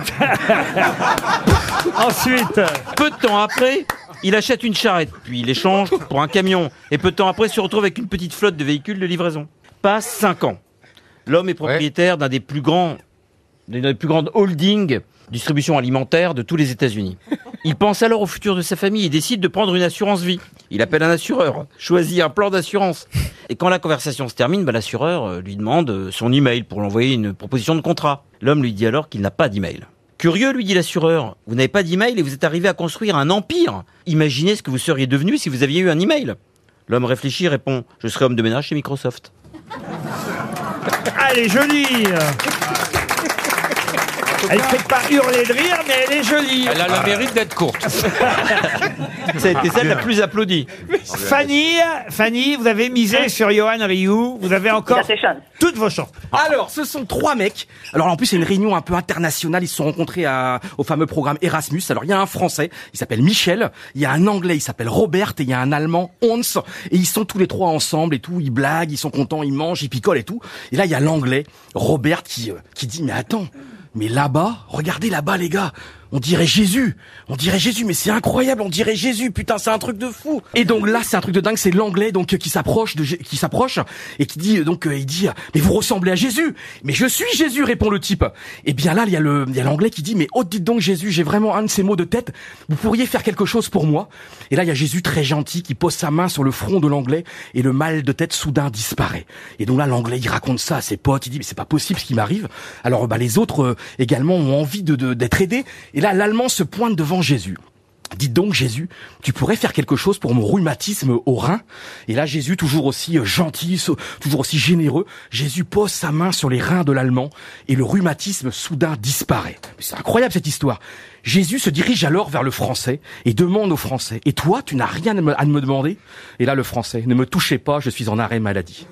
[SPEAKER 2] Ensuite,
[SPEAKER 5] peu de temps après, Il achète une charrette, puis il échange pour un camion, et peu de temps après se retrouve avec une petite flotte de véhicules de livraison. Passe 5 ans. L'homme est propriétaire d'un des plus grands, d'une des plus grandes holdings distribution alimentaire de tous les États-Unis. Il pense alors au futur de sa famille et décide de prendre une assurance vie. Il appelle un assureur, choisit un plan d'assurance. Et quand la conversation se termine, bah, l'assureur euh, lui demande euh, son email pour l'envoyer une proposition de contrat. L'homme lui dit alors qu'il n'a pas d'email. Curieux, lui dit l'assureur, vous n'avez pas d'email et vous êtes arrivé à construire un empire. Imaginez ce que vous seriez devenu si vous aviez eu un email. L'homme réfléchit et répond, je serai homme de ménage chez Microsoft.
[SPEAKER 2] Elle est jolie Elle ne fait pas hurler de rire, mais elle est jolie
[SPEAKER 21] Elle a le mérite d'être courte.
[SPEAKER 5] Ça a été celle la plus applaudie.
[SPEAKER 2] Fanny, Fanny, vous avez misé sur Johan Rioux, vous avez encore toutes vos chances.
[SPEAKER 3] Alors, ce sont trois mecs. Alors, en plus, c'est une réunion un peu internationale. Ils se sont rencontrés à- au fameux programme Erasmus. Alors, il y a un Français, il s'appelle Michel. Il y a un Anglais, il s'appelle Robert. Et il y a un Allemand, Hans. Et ils sont tous les trois ensemble et tout. Ils blaguent, ils sont contents, ils mangent, ils picolent et tout. Et là, il y a l'Anglais, Robert, qui, euh, qui dit, mais attends, mais là-bas, regardez là-bas, les gars. On dirait Jésus. On dirait Jésus, mais c'est incroyable. On dirait Jésus. Putain, c'est un truc de fou. Et donc là, c'est un truc de dingue. C'est l'anglais donc qui s'approche de Jé- qui s'approche et qui dit donc euh, il dit mais vous ressemblez à Jésus. Mais je suis Jésus, répond le type. Et bien là, il y a le il y a l'anglais qui dit mais oh dites donc Jésus, j'ai vraiment un de ces mots de tête. Vous pourriez faire quelque chose pour moi. Et là, il y a Jésus très gentil qui pose sa main sur le front de l'anglais et le mal de tête soudain disparaît. Et donc là, l'anglais il raconte ça à ses potes. Il dit mais c'est pas possible ce qui m'arrive. Alors bah les autres euh, également ont envie de de- d'être aidés. Et là, l'allemand se pointe devant Jésus. Dites donc, Jésus, tu pourrais faire quelque chose pour mon rhumatisme au rein Et là, Jésus, toujours aussi euh, gentil, so- toujours aussi généreux, Jésus pose sa main sur les reins de l'Allemand et le rhumatisme soudain disparaît. Mais c'est incroyable cette histoire. Jésus se dirige alors vers le Français et demande au Français, et toi, tu n'as rien à me, à me demander Et là, le Français, ne me touchez pas, je suis en arrêt maladie.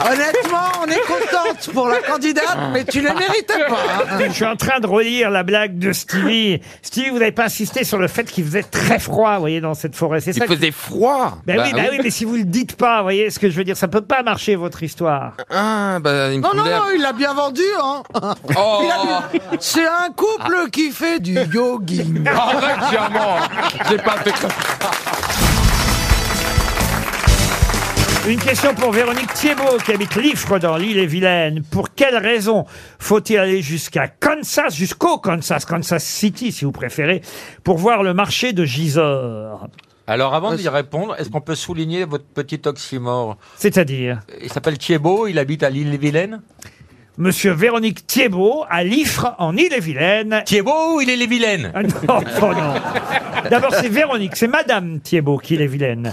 [SPEAKER 8] Honnêtement, on est contente pour la candidate, mais tu ne méritais pas. hein.
[SPEAKER 2] Ah. Je suis en train de relire la blague de Stevie. Stevie, vous n'avez pas insisté sur le fait qu'il faisait très froid, vous voyez, dans cette forêt. C'est
[SPEAKER 4] Il
[SPEAKER 2] ça que-
[SPEAKER 4] faisait froid.
[SPEAKER 2] Ben
[SPEAKER 4] Bah
[SPEAKER 2] oui, ben
[SPEAKER 4] oui.
[SPEAKER 2] oui, mais si vous le dites pas, vous voyez ce que je veux dire, ça peut pas marcher votre histoire.
[SPEAKER 4] Ah, bah, il me
[SPEAKER 8] Non, non,
[SPEAKER 4] semblait-
[SPEAKER 8] non, il l'a bien vendu, hein.
[SPEAKER 4] Oh.
[SPEAKER 8] Il a- C'est un couple qui fait du jogging.
[SPEAKER 2] Ah,
[SPEAKER 9] Ah, bah,
[SPEAKER 4] Arrête, Germain. J'ai pas fait comme-
[SPEAKER 2] Une question pour Véronique Thiebaud qui habite Liffre dans l'île-et-Vilaine. Pour quelle raison faut-il aller jusqu'à Kansas, jusqu'au Kansas, Kansas City si vous préférez, pour voir le marché de Gisors
[SPEAKER 21] Alors avant d'y répondre, est-ce qu'on peut souligner votre petit oxymore
[SPEAKER 2] C'est-à-dire
[SPEAKER 21] Il s'appelle Thiebaud, il habite à l'île-et-Vilaine
[SPEAKER 2] Monsieur Véronique Thiebaud à Liffre en Île-et-Vilaine.
[SPEAKER 21] Thiebaud ou il est vilaine
[SPEAKER 2] Non, oh non. D'abord c'est Véronique, c'est Madame Thiebaud qui est vilaine,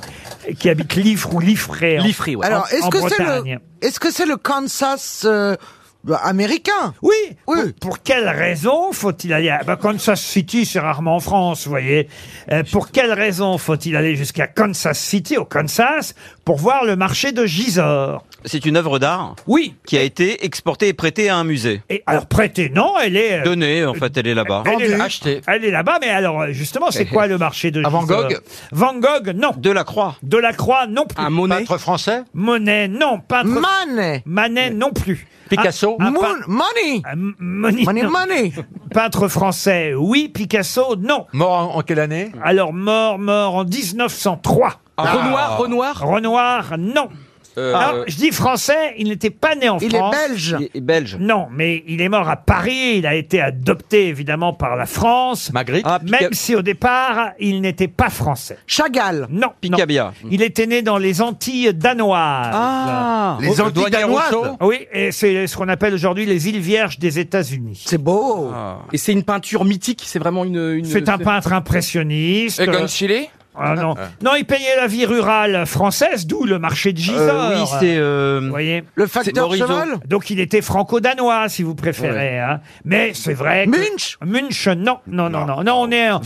[SPEAKER 2] qui habite Liffre ou Liffré. en- en-
[SPEAKER 8] Alors, est-ce
[SPEAKER 2] en
[SPEAKER 8] que c'est
[SPEAKER 2] Bretagne.
[SPEAKER 8] le, est-ce que c'est le Kansas euh, bah, américain
[SPEAKER 2] Oui. Pour, pour quelle raison faut-il aller à bah, Kansas City C'est rarement en France, vous voyez. Euh, pour quelle raison faut-il aller jusqu'à Kansas City, au Kansas, pour voir le marché de Gisors
[SPEAKER 5] C'est une œuvre d'art
[SPEAKER 2] Oui.
[SPEAKER 5] Qui a été exportée et prêtée à un musée.
[SPEAKER 2] Et alors prêtée, non, elle est euh,
[SPEAKER 5] Donnée, en fait, elle est là-bas.
[SPEAKER 2] elle est- Elle est là-bas, mais alors euh, justement, c'est quoi le marché de
[SPEAKER 5] Van
[SPEAKER 2] Gisors
[SPEAKER 5] Gogh
[SPEAKER 2] Van Gogh, non.
[SPEAKER 21] Delacroix
[SPEAKER 2] Delacroix, non plus. Un
[SPEAKER 21] Monet Peintre français
[SPEAKER 2] Monet, non. Peintre...
[SPEAKER 8] Manet
[SPEAKER 2] Manet, non plus.
[SPEAKER 21] Picasso
[SPEAKER 2] Un- un
[SPEAKER 8] Ah, Moon-
[SPEAKER 2] pein-
[SPEAKER 8] Money
[SPEAKER 2] Un Ah, m- Money,
[SPEAKER 8] Money,
[SPEAKER 2] non.
[SPEAKER 8] money.
[SPEAKER 2] Peintre français, oui. Picasso, non.
[SPEAKER 21] Mort en, en quelle année
[SPEAKER 2] Alors, mort, mort en 1903.
[SPEAKER 21] Ah. Renoir,
[SPEAKER 2] Renoir Renoir, non.
[SPEAKER 21] Euh,
[SPEAKER 2] Alors, je dis français, il n'était pas né en
[SPEAKER 8] Il est
[SPEAKER 2] France.
[SPEAKER 8] belge.
[SPEAKER 5] Il est belge.
[SPEAKER 2] Non, mais il est mort à Paris, il a été adopté évidemment par la France.
[SPEAKER 21] Magritte
[SPEAKER 5] Ah,
[SPEAKER 2] Même si au départ, il n'était pas français.
[SPEAKER 8] Chagall
[SPEAKER 2] Non.
[SPEAKER 5] Picabia.
[SPEAKER 2] non. Il était né dans les Antilles danoises.
[SPEAKER 5] Ah. Les Antilles danoises.
[SPEAKER 2] Oui, et c'est ce qu'on appelle aujourd'hui les îles Vierges des États-Unis.
[SPEAKER 8] C'est beau.
[SPEAKER 2] Ah.
[SPEAKER 3] Et c'est une peinture mythique. C'est vraiment une. une-
[SPEAKER 2] C'est un peintre impressionniste.
[SPEAKER 3] Egon
[SPEAKER 2] Schiele Ah non.
[SPEAKER 11] Ah.
[SPEAKER 2] non, il payait la vie rurale française, d'où le marché de Gisors.
[SPEAKER 5] Euh, oui, c'est, euh,
[SPEAKER 2] Vous voyez
[SPEAKER 8] Le facteur c'est Morisot. cheval
[SPEAKER 2] Donc il était franco-danois, si vous préférez. hein. Mais c'est vrai. Munch Munch, non, non, non, non. Non, on est. en-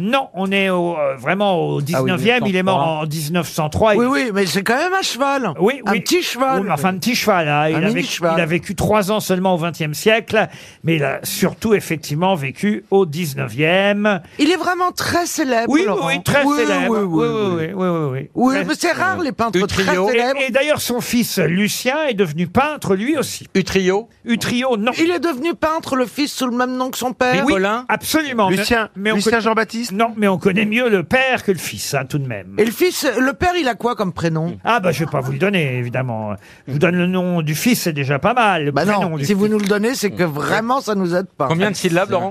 [SPEAKER 2] Non, on est au, euh, vraiment au 19e. il est mort en 1903.
[SPEAKER 8] Oui, oui, mais c'est quand même un cheval.
[SPEAKER 2] Oui,
[SPEAKER 8] un
[SPEAKER 2] oui.
[SPEAKER 8] petit cheval.
[SPEAKER 2] Oui, mais enfin, un petit cheval. hein. Il,
[SPEAKER 8] Un
[SPEAKER 2] a
[SPEAKER 8] mini
[SPEAKER 2] vécu,
[SPEAKER 8] cheval.
[SPEAKER 2] il a vécu trois ans seulement au XXe siècle, mais il a surtout effectivement vécu au XIXe.
[SPEAKER 8] Il est vraiment très célèbre.
[SPEAKER 2] Oui, oui,
[SPEAKER 8] Laurent.
[SPEAKER 2] oui, très très célèbre.
[SPEAKER 8] oui,
[SPEAKER 2] oui, oui, oui,
[SPEAKER 8] Oui,
[SPEAKER 2] Très-
[SPEAKER 8] mais c'est rare, les peintres très
[SPEAKER 2] Utrillo.
[SPEAKER 8] célèbres.
[SPEAKER 2] Et, et d'ailleurs, son fils Lucien est devenu peintre lui aussi. Utrio Utrio, non.
[SPEAKER 8] Il est devenu peintre, le fils, sous le même nom que son père.
[SPEAKER 2] Oui, absolument.
[SPEAKER 8] Lucien- Lucien
[SPEAKER 2] Jean-Baptiste Non, mais on connaît mieux le père que le fils, hein, tout de même.
[SPEAKER 8] Et le fils, le père, il a quoi comme prénom
[SPEAKER 2] Ah bah je vais pas vous le donner évidemment. Je vous donne le nom du fils, c'est déjà pas mal. Bah
[SPEAKER 8] non, si vous nous le donnez, c'est que vraiment ça nous aide pas.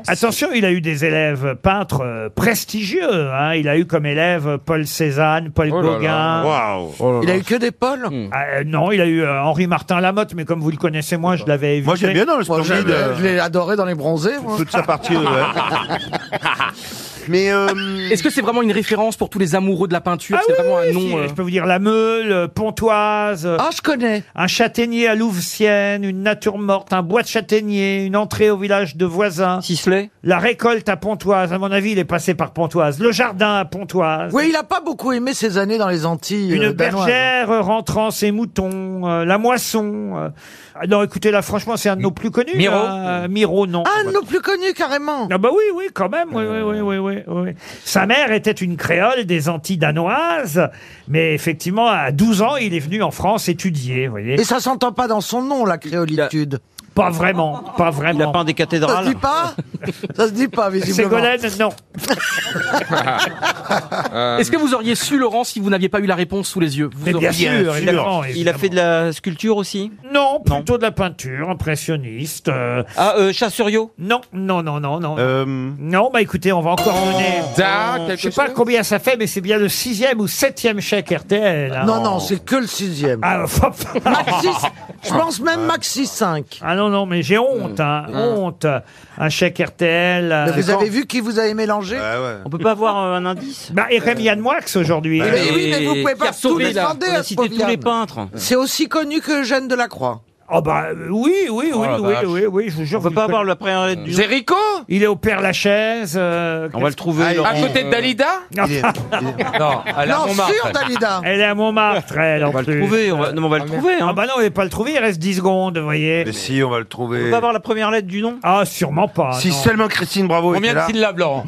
[SPEAKER 2] Attention, il a eu des élèves peintres euh, prestigieux. hein. Il a eu comme élève Paul Cézanne, Paul
[SPEAKER 8] Oh là là.
[SPEAKER 2] Gauguin.
[SPEAKER 8] Waouh. Oh là Il a là. Hmm. eu que des Pauls
[SPEAKER 2] Non, il a eu euh, Henri Martin Lamotte, mais comme vous le connaissez, moi je l'avais évité.
[SPEAKER 8] Moi, j'aime bien, non, le
[SPEAKER 2] Moi,
[SPEAKER 8] splendide,
[SPEAKER 2] j'aime-
[SPEAKER 8] euh, je l'ai adoré dans les bronzés.
[SPEAKER 2] Toute sa partie, ouais.
[SPEAKER 10] Mais
[SPEAKER 8] euh,
[SPEAKER 10] est-ce que c'est vraiment une référence pour tous les amoureux de la peinture
[SPEAKER 2] Ah
[SPEAKER 10] C'est vraiment un
[SPEAKER 2] Si,
[SPEAKER 10] nom. euh,
[SPEAKER 2] Je peux vous dire la Meule, euh, Pontoise. Ah,
[SPEAKER 8] je connais.
[SPEAKER 2] Un châtaignier à Louveciennes, une nature morte, un bois de châtaignier, une entrée au village de voisins. Sisley. La récolte à Pontoise. À mon avis, il est passé par Pontoise. Le jardin à Pontoise.
[SPEAKER 8] Oui, il a pas beaucoup aimé ses années dans les Antilles.
[SPEAKER 2] Une
[SPEAKER 8] euh, danoises.
[SPEAKER 2] bergère rentrant ses moutons, euh, la moisson. euh. Ah Non, écoutez, là, franchement, c'est un de nos plus connus.
[SPEAKER 8] Miro
[SPEAKER 2] là. Euh, Miro, non.
[SPEAKER 8] Un Ah, de nos plus connus, carrément.
[SPEAKER 2] Ah bah oui, oui, quand même. Oui, oui, oui, oui, oui, oui. Sa mère était une créole des Antilles danoises, mais effectivement, à 12 ans, il est venu en France étudier, vous voyez.
[SPEAKER 8] Et ça s'entend pas dans son nom, la créolitude.
[SPEAKER 2] Pas vraiment, pas vraiment. Il a peint
[SPEAKER 5] des
[SPEAKER 8] Ça se dit pas Ça se dit pas, visiblement.
[SPEAKER 2] Ségolène, non.
[SPEAKER 10] Est-ce que vous auriez su, Laurent, si vous n'aviez pas eu la réponse sous les yeux Vous
[SPEAKER 2] Mais bien
[SPEAKER 10] auriez-
[SPEAKER 2] sûr, évidemment,
[SPEAKER 5] Il a fait de la sculpture aussi
[SPEAKER 2] Non, plutôt de la peinture, impressionniste.
[SPEAKER 5] Ah, euh, Chassuriau
[SPEAKER 2] Non, non, non, non, non. Non, bah écoutez, on va encore donner.
[SPEAKER 8] Euh. Ah. Da,
[SPEAKER 2] Je
[SPEAKER 8] quelque
[SPEAKER 2] sais pas combien ça fait, mais c'est bien le sixième ou septième chèque RTL. hein.
[SPEAKER 8] Non, non, c'est que le sixième.
[SPEAKER 2] Ah,
[SPEAKER 8] Maxi, je pense même Maxi 5.
[SPEAKER 2] Ah non, non, mais j'ai honte, hein, honte. Un chèque RTL. euh,
[SPEAKER 8] vous avez vu qui vous avez mélangé
[SPEAKER 5] On peut pas avoir euh, un indice
[SPEAKER 2] Bah, et Rémi Yann Moix aujourd'hui.
[SPEAKER 8] Mais oui, mais vous pouvez
[SPEAKER 5] Qui a
[SPEAKER 8] pas tout
[SPEAKER 5] sauvé, là.
[SPEAKER 8] demander
[SPEAKER 5] On a
[SPEAKER 8] à ce
[SPEAKER 5] cité
[SPEAKER 8] pauvre
[SPEAKER 5] tous les
[SPEAKER 8] Yann.
[SPEAKER 5] peintres.
[SPEAKER 8] C'est aussi connu que Eugène Delacroix.
[SPEAKER 2] Oh bah euh, oui, oui, oui,
[SPEAKER 5] Oh la
[SPEAKER 2] oui,
[SPEAKER 5] vache.
[SPEAKER 2] oui, oui, je vous jure.
[SPEAKER 5] On peut pas avoir la première lettre du
[SPEAKER 2] Zérico Il est au Père Lachaise. euh,
[SPEAKER 5] On va le
[SPEAKER 4] Ah,
[SPEAKER 5] trouver,
[SPEAKER 2] qu'est-ce-
[SPEAKER 5] Laurent. Euh, À
[SPEAKER 9] euh,
[SPEAKER 5] côté de Dalida
[SPEAKER 2] Non,
[SPEAKER 5] Il est- Non, elle est à Non, Montmartre, sûr, elle. Dalida.
[SPEAKER 2] Elle est à Montmartre, elle, en
[SPEAKER 5] On va le
[SPEAKER 2] plus.
[SPEAKER 5] trouver, on va- non, mais on va le
[SPEAKER 2] Ah,
[SPEAKER 5] trouver, hein.
[SPEAKER 2] Ah bah non, on va pas le trouver, il reste 10 secondes, vous voyez.
[SPEAKER 6] Mais si, on va le
[SPEAKER 5] On
[SPEAKER 6] trouver.
[SPEAKER 5] peut pas avoir la première lettre du nom
[SPEAKER 2] Ah, sûrement pas.
[SPEAKER 6] si
[SPEAKER 2] non.
[SPEAKER 6] seulement Christine Bravo
[SPEAKER 5] Combien
[SPEAKER 6] était
[SPEAKER 5] de
[SPEAKER 6] là.
[SPEAKER 5] syllabes, Laurent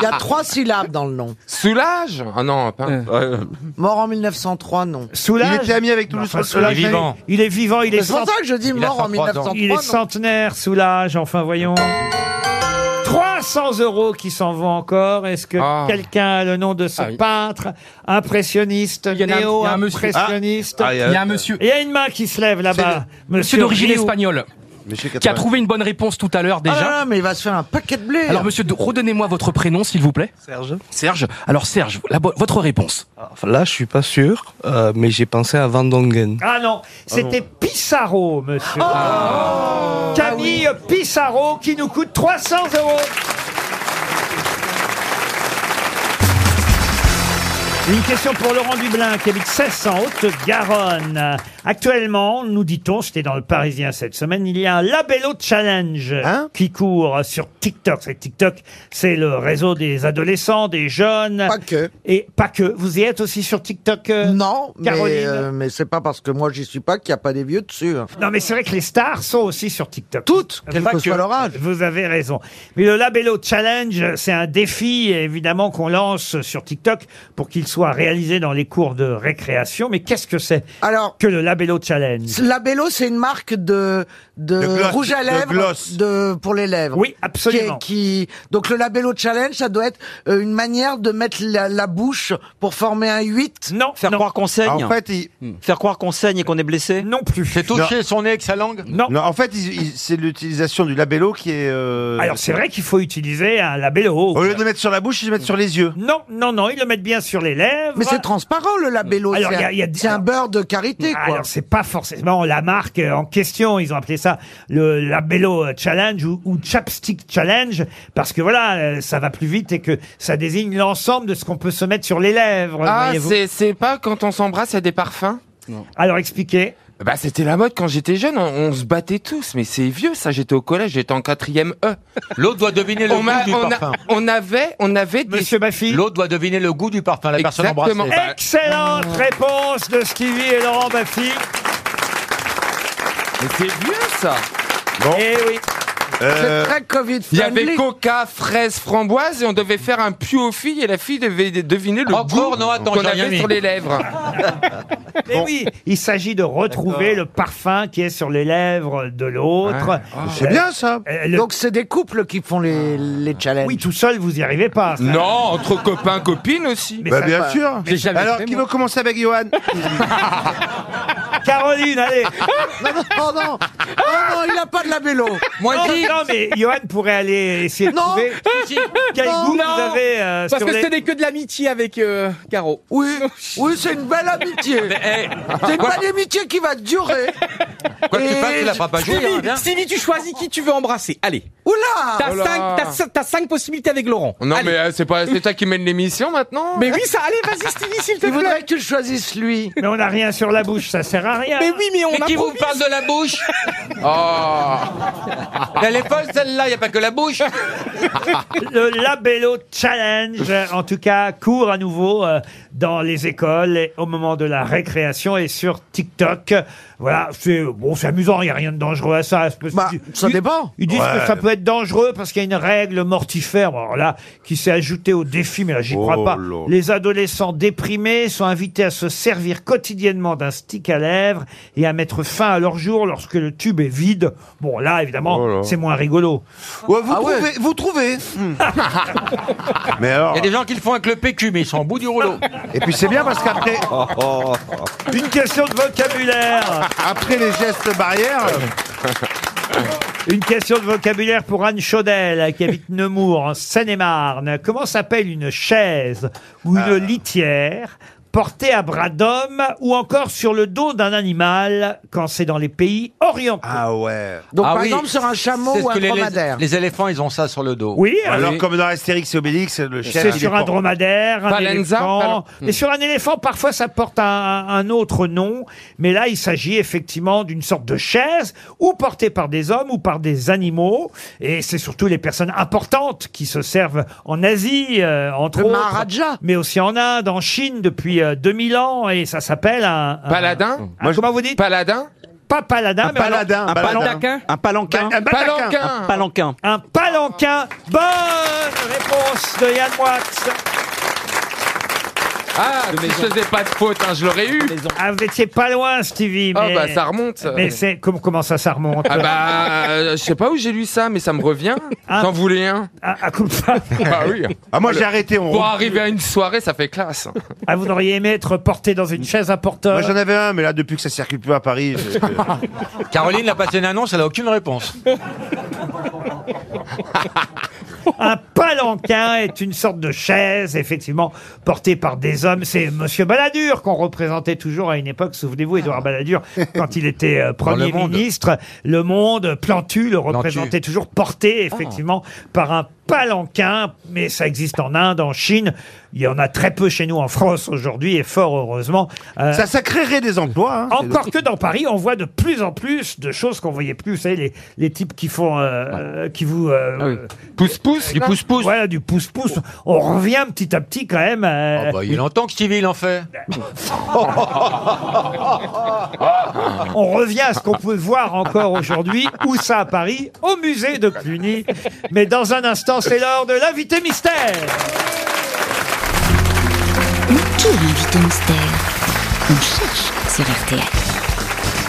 [SPEAKER 8] Il y a trois syllabes dans le nom.
[SPEAKER 4] Soulage Ah non, pas.
[SPEAKER 8] Mort en 1903, non.
[SPEAKER 2] Euh. Soulage Non, enfin, Soulage, il est vivant. Il est vivant, il est
[SPEAKER 8] C'est pour
[SPEAKER 2] cent-
[SPEAKER 8] ça que je dis mort en 1903.
[SPEAKER 2] Il est
[SPEAKER 8] non.
[SPEAKER 2] centenaire, Soulage, enfin voyons. 300 euros qui s'en vont encore. Est-ce que
[SPEAKER 4] Ah.
[SPEAKER 2] quelqu'un a le nom de ce
[SPEAKER 4] Ah oui.
[SPEAKER 2] peintre impressionniste,
[SPEAKER 10] y en a un- il y a un
[SPEAKER 2] néo-impressionniste
[SPEAKER 10] monsieur. Ah. Ah, il y a- Il y a un monsieur.
[SPEAKER 2] Il y a une main qui se lève là-bas.
[SPEAKER 10] C'est le- Monsieur d'origine
[SPEAKER 2] Rio.
[SPEAKER 10] espagnole. Qui a trouvé une bonne réponse tout à l'heure déjà.
[SPEAKER 8] Ah là là, mais il va se faire un paquet de blé.
[SPEAKER 10] Alors monsieur, de- redonnez-moi votre prénom s'il vous plaît.
[SPEAKER 15] Serge.
[SPEAKER 10] Serge. Alors Serge, la bo- votre réponse.
[SPEAKER 15] Enfin, là, je suis pas sûr, euh, mais j'ai pensé à Van
[SPEAKER 3] Mmh.
[SPEAKER 15] Dongen.
[SPEAKER 2] Ah non, c'était Pissarro, monsieur. Ah. Camille Pissarro qui nous coûte 300 euros. Une question pour Laurent Dublin qui habite 16 en Haute-Garonne. Actuellement, nous dit-on, c'était dans le Parisien cette semaine, il y a un Labello Challenge qui court sur TikTok. C'est TikTok, c'est le réseau des adolescents, des jeunes. Pas
[SPEAKER 8] que.
[SPEAKER 2] Et pas que. Vous y êtes aussi sur TikTok
[SPEAKER 8] Non, mais,
[SPEAKER 2] Caroline
[SPEAKER 8] euh, mais c'est pas parce que moi j'y suis pas qu'il n'y a pas des vieux dessus. hein.
[SPEAKER 2] Non, mais c'est vrai que les stars sont aussi sur TikTok.
[SPEAKER 8] Toutes,
[SPEAKER 2] Pas
[SPEAKER 8] quel que soit leur âge.
[SPEAKER 2] Vous avez raison. Mais le Labello Challenge, c'est un défi, évidemment, qu'on lance sur TikTok pour qu'il soit réalisé dans les cours de récréation. Mais qu'est-ce que c'est
[SPEAKER 8] Alors
[SPEAKER 2] que le Labello Challenge
[SPEAKER 8] Labello, c'est une marque de, de,
[SPEAKER 2] De gloss,
[SPEAKER 8] rouge à
[SPEAKER 2] de
[SPEAKER 8] lèvres
[SPEAKER 2] gloss.
[SPEAKER 8] de- pour les lèvres.
[SPEAKER 2] Oui, absolument.
[SPEAKER 8] Qui est- qui- donc le Labello Challenge, ça doit être euh, une manière de mettre la, la bouche pour former un 8.
[SPEAKER 2] Non,
[SPEAKER 5] Faire croire qu'on saigne Hmm.
[SPEAKER 6] En fait, il-
[SPEAKER 5] Faire croire qu'on saigne et qu'on est blessé
[SPEAKER 2] Non plus.
[SPEAKER 5] C'est
[SPEAKER 6] toucher
[SPEAKER 5] son nez avec sa langue
[SPEAKER 2] Non.
[SPEAKER 6] en fait, il- il- c'est l'utilisation du labello qui est. euh,
[SPEAKER 2] Alors, c'est vrai qu'il faut utiliser un Labello.
[SPEAKER 6] Au lieu de le mettre sur la bouche, ils le mettent sur les yeux.
[SPEAKER 2] Non, non, non, ils le mettent bien sur les lèvres.
[SPEAKER 8] Mais c'est transparent le Labello.
[SPEAKER 2] Alors,
[SPEAKER 8] c'est
[SPEAKER 2] il y
[SPEAKER 8] un,
[SPEAKER 2] a- il y a-
[SPEAKER 8] c'est un beurre de carité, quoi.
[SPEAKER 2] Alors, c'est pas forcément la marque euh, en question. Ils ont appelé ça le Labello Challenge ou, ou Chapstick Challenge parce que voilà, euh, ça va plus vite et que ça désigne l'ensemble de ce qu'on peut se mettre sur les lèvres.
[SPEAKER 4] Ah,
[SPEAKER 2] voyez-vous.
[SPEAKER 4] c'est- c'est pas quand on s'embrasse, il y a des parfums
[SPEAKER 2] Alors, expliquez.
[SPEAKER 4] Bah, c'était la mode quand j'étais jeune, on, on se battait tous, mais c'est vieux ça, j'étais au collège, j'étais en quatrième E.
[SPEAKER 9] L'autre doit deviner le
[SPEAKER 4] On
[SPEAKER 9] goût
[SPEAKER 4] m'a-
[SPEAKER 9] du
[SPEAKER 4] on a-
[SPEAKER 9] parfum.
[SPEAKER 4] on avait, on avait des...
[SPEAKER 2] Monsieur Baffy
[SPEAKER 9] L'autre doit deviner le goût du parfum, la personne
[SPEAKER 4] Exactement.
[SPEAKER 9] embrassée.
[SPEAKER 4] Bah,
[SPEAKER 2] Excellente réponse de Stevie et Laurent Baffy.
[SPEAKER 4] Mais c'est vieux ça
[SPEAKER 2] Eh oui.
[SPEAKER 4] Euh,
[SPEAKER 8] très Covid
[SPEAKER 4] Il y avait
[SPEAKER 8] friendly.
[SPEAKER 4] coca, fraise, framboise et on devait faire un puits aux filles et la fille devait deviner le goût
[SPEAKER 2] non, attends,
[SPEAKER 4] qu'on
[SPEAKER 2] j'ai rien
[SPEAKER 4] avait
[SPEAKER 2] mis.
[SPEAKER 4] sur les lèvres.
[SPEAKER 2] Mais Eh oui, il s'agit de retrouver le parfum qui est sur les lèvres de l'autre.
[SPEAKER 8] Ouais. Ah. C'est bien,
[SPEAKER 2] ça.
[SPEAKER 8] Donc c'est des couples qui font les, les challenges.
[SPEAKER 2] Oui, tout seul, vous n'y arrivez
[SPEAKER 9] Ah,
[SPEAKER 2] pas.
[SPEAKER 4] Non, entre copains, copines aussi.
[SPEAKER 2] Ah, Mais Bah, ça- bien
[SPEAKER 6] Bien sûr. Alors, qui veut commencer avec Johan
[SPEAKER 2] Caroline, allez
[SPEAKER 8] Non, non, oh non, Oh non, il n'a pas de la vélo.
[SPEAKER 2] Moi, non, non, mais Johan pourrait aller essayer de
[SPEAKER 8] Non.
[SPEAKER 2] trouver quel
[SPEAKER 8] Non.
[SPEAKER 2] goût vous
[SPEAKER 8] Non.
[SPEAKER 2] avez euh,
[SPEAKER 8] Parce
[SPEAKER 2] sur
[SPEAKER 8] que
[SPEAKER 2] les-
[SPEAKER 8] ce
[SPEAKER 3] n'est que de l'amitié avec euh, Caro. eh,
[SPEAKER 8] Oui, oui, c'est une belle amitié. C'est une belle amitié qui va durer.
[SPEAKER 9] Quoi que tu
[SPEAKER 3] Et
[SPEAKER 9] fasses, tu la feras pas jouer.
[SPEAKER 3] Stevie,
[SPEAKER 9] hein, bien.
[SPEAKER 3] Stevie, tu choisis qui tu veux embrasser. Allez.
[SPEAKER 8] Oula
[SPEAKER 3] T'as
[SPEAKER 4] Oula.
[SPEAKER 3] cinq, t'as cin- t'as cinq possibilités avec Laurent.
[SPEAKER 4] Non mais euh, c'est pas c'est toi qui mène l'émission maintenant.
[SPEAKER 3] Mais oui, ça, allez, vas-y, Stevie, s'il te
[SPEAKER 8] Il
[SPEAKER 3] plaît.
[SPEAKER 8] faudrait que tu le choisisses lui.
[SPEAKER 2] Mais on n'a rien sur la bouche, ça sert à rien.
[SPEAKER 3] Mais oui, mais on
[SPEAKER 9] Mais qui vous
[SPEAKER 3] improvise.
[SPEAKER 9] parle de la bouche Oh Elle est folle celle-là, il n'y a pas que la bouche
[SPEAKER 2] le Labello Challenge, en tout cas, court à nouveau euh, dans les écoles et au moment de la récréation et sur TikTok. Voilà, c'est bon, c'est amusant, il n'y a rien de dangereux à ça. ça
[SPEAKER 8] dépend.
[SPEAKER 2] Ils disent
[SPEAKER 8] Ouais.
[SPEAKER 2] que ça peut être dangereux parce qu'il y a une règle mortifère, bon, alors là, qui s'est ajoutée au défi, mais là, j'y crois
[SPEAKER 22] Oh
[SPEAKER 2] pas.
[SPEAKER 22] là.
[SPEAKER 2] Les adolescents déprimés sont invités à se servir quotidiennement d'un stick à lèvres et à mettre fin à leur jour lorsque le tube est vide. Bon, là, évidemment,
[SPEAKER 6] Oh là.
[SPEAKER 2] c'est moins rigolo.
[SPEAKER 6] vous,
[SPEAKER 9] Ah
[SPEAKER 6] trouvez, vous trouvez
[SPEAKER 9] Mais alors Il y a des gens qui le font avec le PQ, mais ils sont au bout du rouleau.
[SPEAKER 6] Et puis c'est bien parce qu'après.
[SPEAKER 2] Une question de vocabulaire
[SPEAKER 6] Après les gestes barrières.
[SPEAKER 2] Une question de vocabulaire pour Anne Chaudel, qui habite Nemours, en Seine-et-Marne. Comment s'appelle une chaise ou
[SPEAKER 9] Ah.
[SPEAKER 2] une litière portée à bras d'homme ou encore sur le dos d'un animal quand c'est dans les pays orientaux
[SPEAKER 6] Ah ouais.
[SPEAKER 8] Donc,
[SPEAKER 9] Ah
[SPEAKER 8] par
[SPEAKER 9] oui.
[SPEAKER 8] exemple, sur un chameau
[SPEAKER 9] C'est ce
[SPEAKER 8] ou un
[SPEAKER 9] que les-
[SPEAKER 8] dromadaire.
[SPEAKER 9] Les éléphants, ils ont ça sur le dos.
[SPEAKER 2] Oui,
[SPEAKER 6] Alors,
[SPEAKER 9] oui.
[SPEAKER 6] comme dans Astérix et Obélix, le chef.
[SPEAKER 2] C'est
[SPEAKER 6] il est
[SPEAKER 2] sur un
[SPEAKER 6] fort.
[SPEAKER 2] dromadaire, un
[SPEAKER 6] Palenza,
[SPEAKER 2] éléphant.
[SPEAKER 6] pal-
[SPEAKER 2] Et sur un éléphant, parfois, ça porte un, un autre nom. Mais là, il s'agit effectivement d'une sorte de chaise, ou portée par des hommes, ou par des animaux. Et c'est surtout les personnes importantes qui se servent en Asie, euh, entre
[SPEAKER 8] Le
[SPEAKER 2] autres.
[SPEAKER 8] Maharaja.
[SPEAKER 2] Mais aussi en Inde, en Chine, depuis euh, 2000 ans. Et ça s'appelle un, un-
[SPEAKER 4] Paladin
[SPEAKER 2] un- comment vous dites
[SPEAKER 4] Paladin
[SPEAKER 2] Pas paladin,
[SPEAKER 4] Un
[SPEAKER 2] mais alors-
[SPEAKER 4] paladin, Un paladin. palanquin
[SPEAKER 5] Un palanquin.
[SPEAKER 2] Un Hein, palanquin.
[SPEAKER 5] Un palanquin.
[SPEAKER 2] Un palanquin. Bonne réponse de Yann Moix.
[SPEAKER 4] Ah, si je faisais pas de faute, hein, je l'aurais eu.
[SPEAKER 2] Ah, vous étiez pas loin, Stevie.
[SPEAKER 4] Ah,
[SPEAKER 2] mais-
[SPEAKER 4] bah, ça remonte, ça.
[SPEAKER 2] Mais c'est comment, comment ça, ça remonte
[SPEAKER 4] Ah bah, euh, je sais pas où j'ai lu ça, mais ça me revient. T'en voulais un
[SPEAKER 2] Ah, ah, comme ça.
[SPEAKER 4] Bah oui.
[SPEAKER 6] Ah, moi, j'ai arrêté, on
[SPEAKER 4] Pour
[SPEAKER 6] roule.
[SPEAKER 4] arriver à une soirée, ça fait classe.
[SPEAKER 2] Ah, vous auriez aimé être porté dans une chaise à porteur.
[SPEAKER 6] Moi j'en avais un, mais là depuis que ça circule plus à Paris. je-
[SPEAKER 9] Caroline l'a passé une annonce, elle a aucune réponse.
[SPEAKER 2] Un palanquin est une sorte de chaise, effectivement, portée par des hommes. C'est Monsieur Balladur qu'on représentait toujours à une époque. Souvenez-vous, Édouard Balladur, quand il était euh, Premier
[SPEAKER 9] Le Monde.
[SPEAKER 2] ministre, le monde, Plantu, le représentait toujours porté, effectivement, par un palanquin. Mais ça existe en Inde, en Chine. Il y en a très peu chez nous en France aujourd'hui, et fort heureusement. Euh,
[SPEAKER 6] Ça, ça créerait des emplois. hein.
[SPEAKER 2] Encore que dans Paris, on voit de plus en plus de choses qu'on voyait plus. Vous savez, les, les types qui font, euh, euh, qui vous
[SPEAKER 4] pousse-pousse,
[SPEAKER 2] du pouce-pouce. Voilà, du pouce-pouce. On revient petit à petit quand même. euh,
[SPEAKER 9] Ah bah, il entend que Stevie, il en fait.
[SPEAKER 2] Ah, on revient à ce qu'on peut voir encore aujourd'hui, où ça à Paris, au musée de Cluny. Mais dans un instant, c'est l'heure de l'invité mystère.
[SPEAKER 14] Mais qui est l'invité mystère On cherche sur RTL.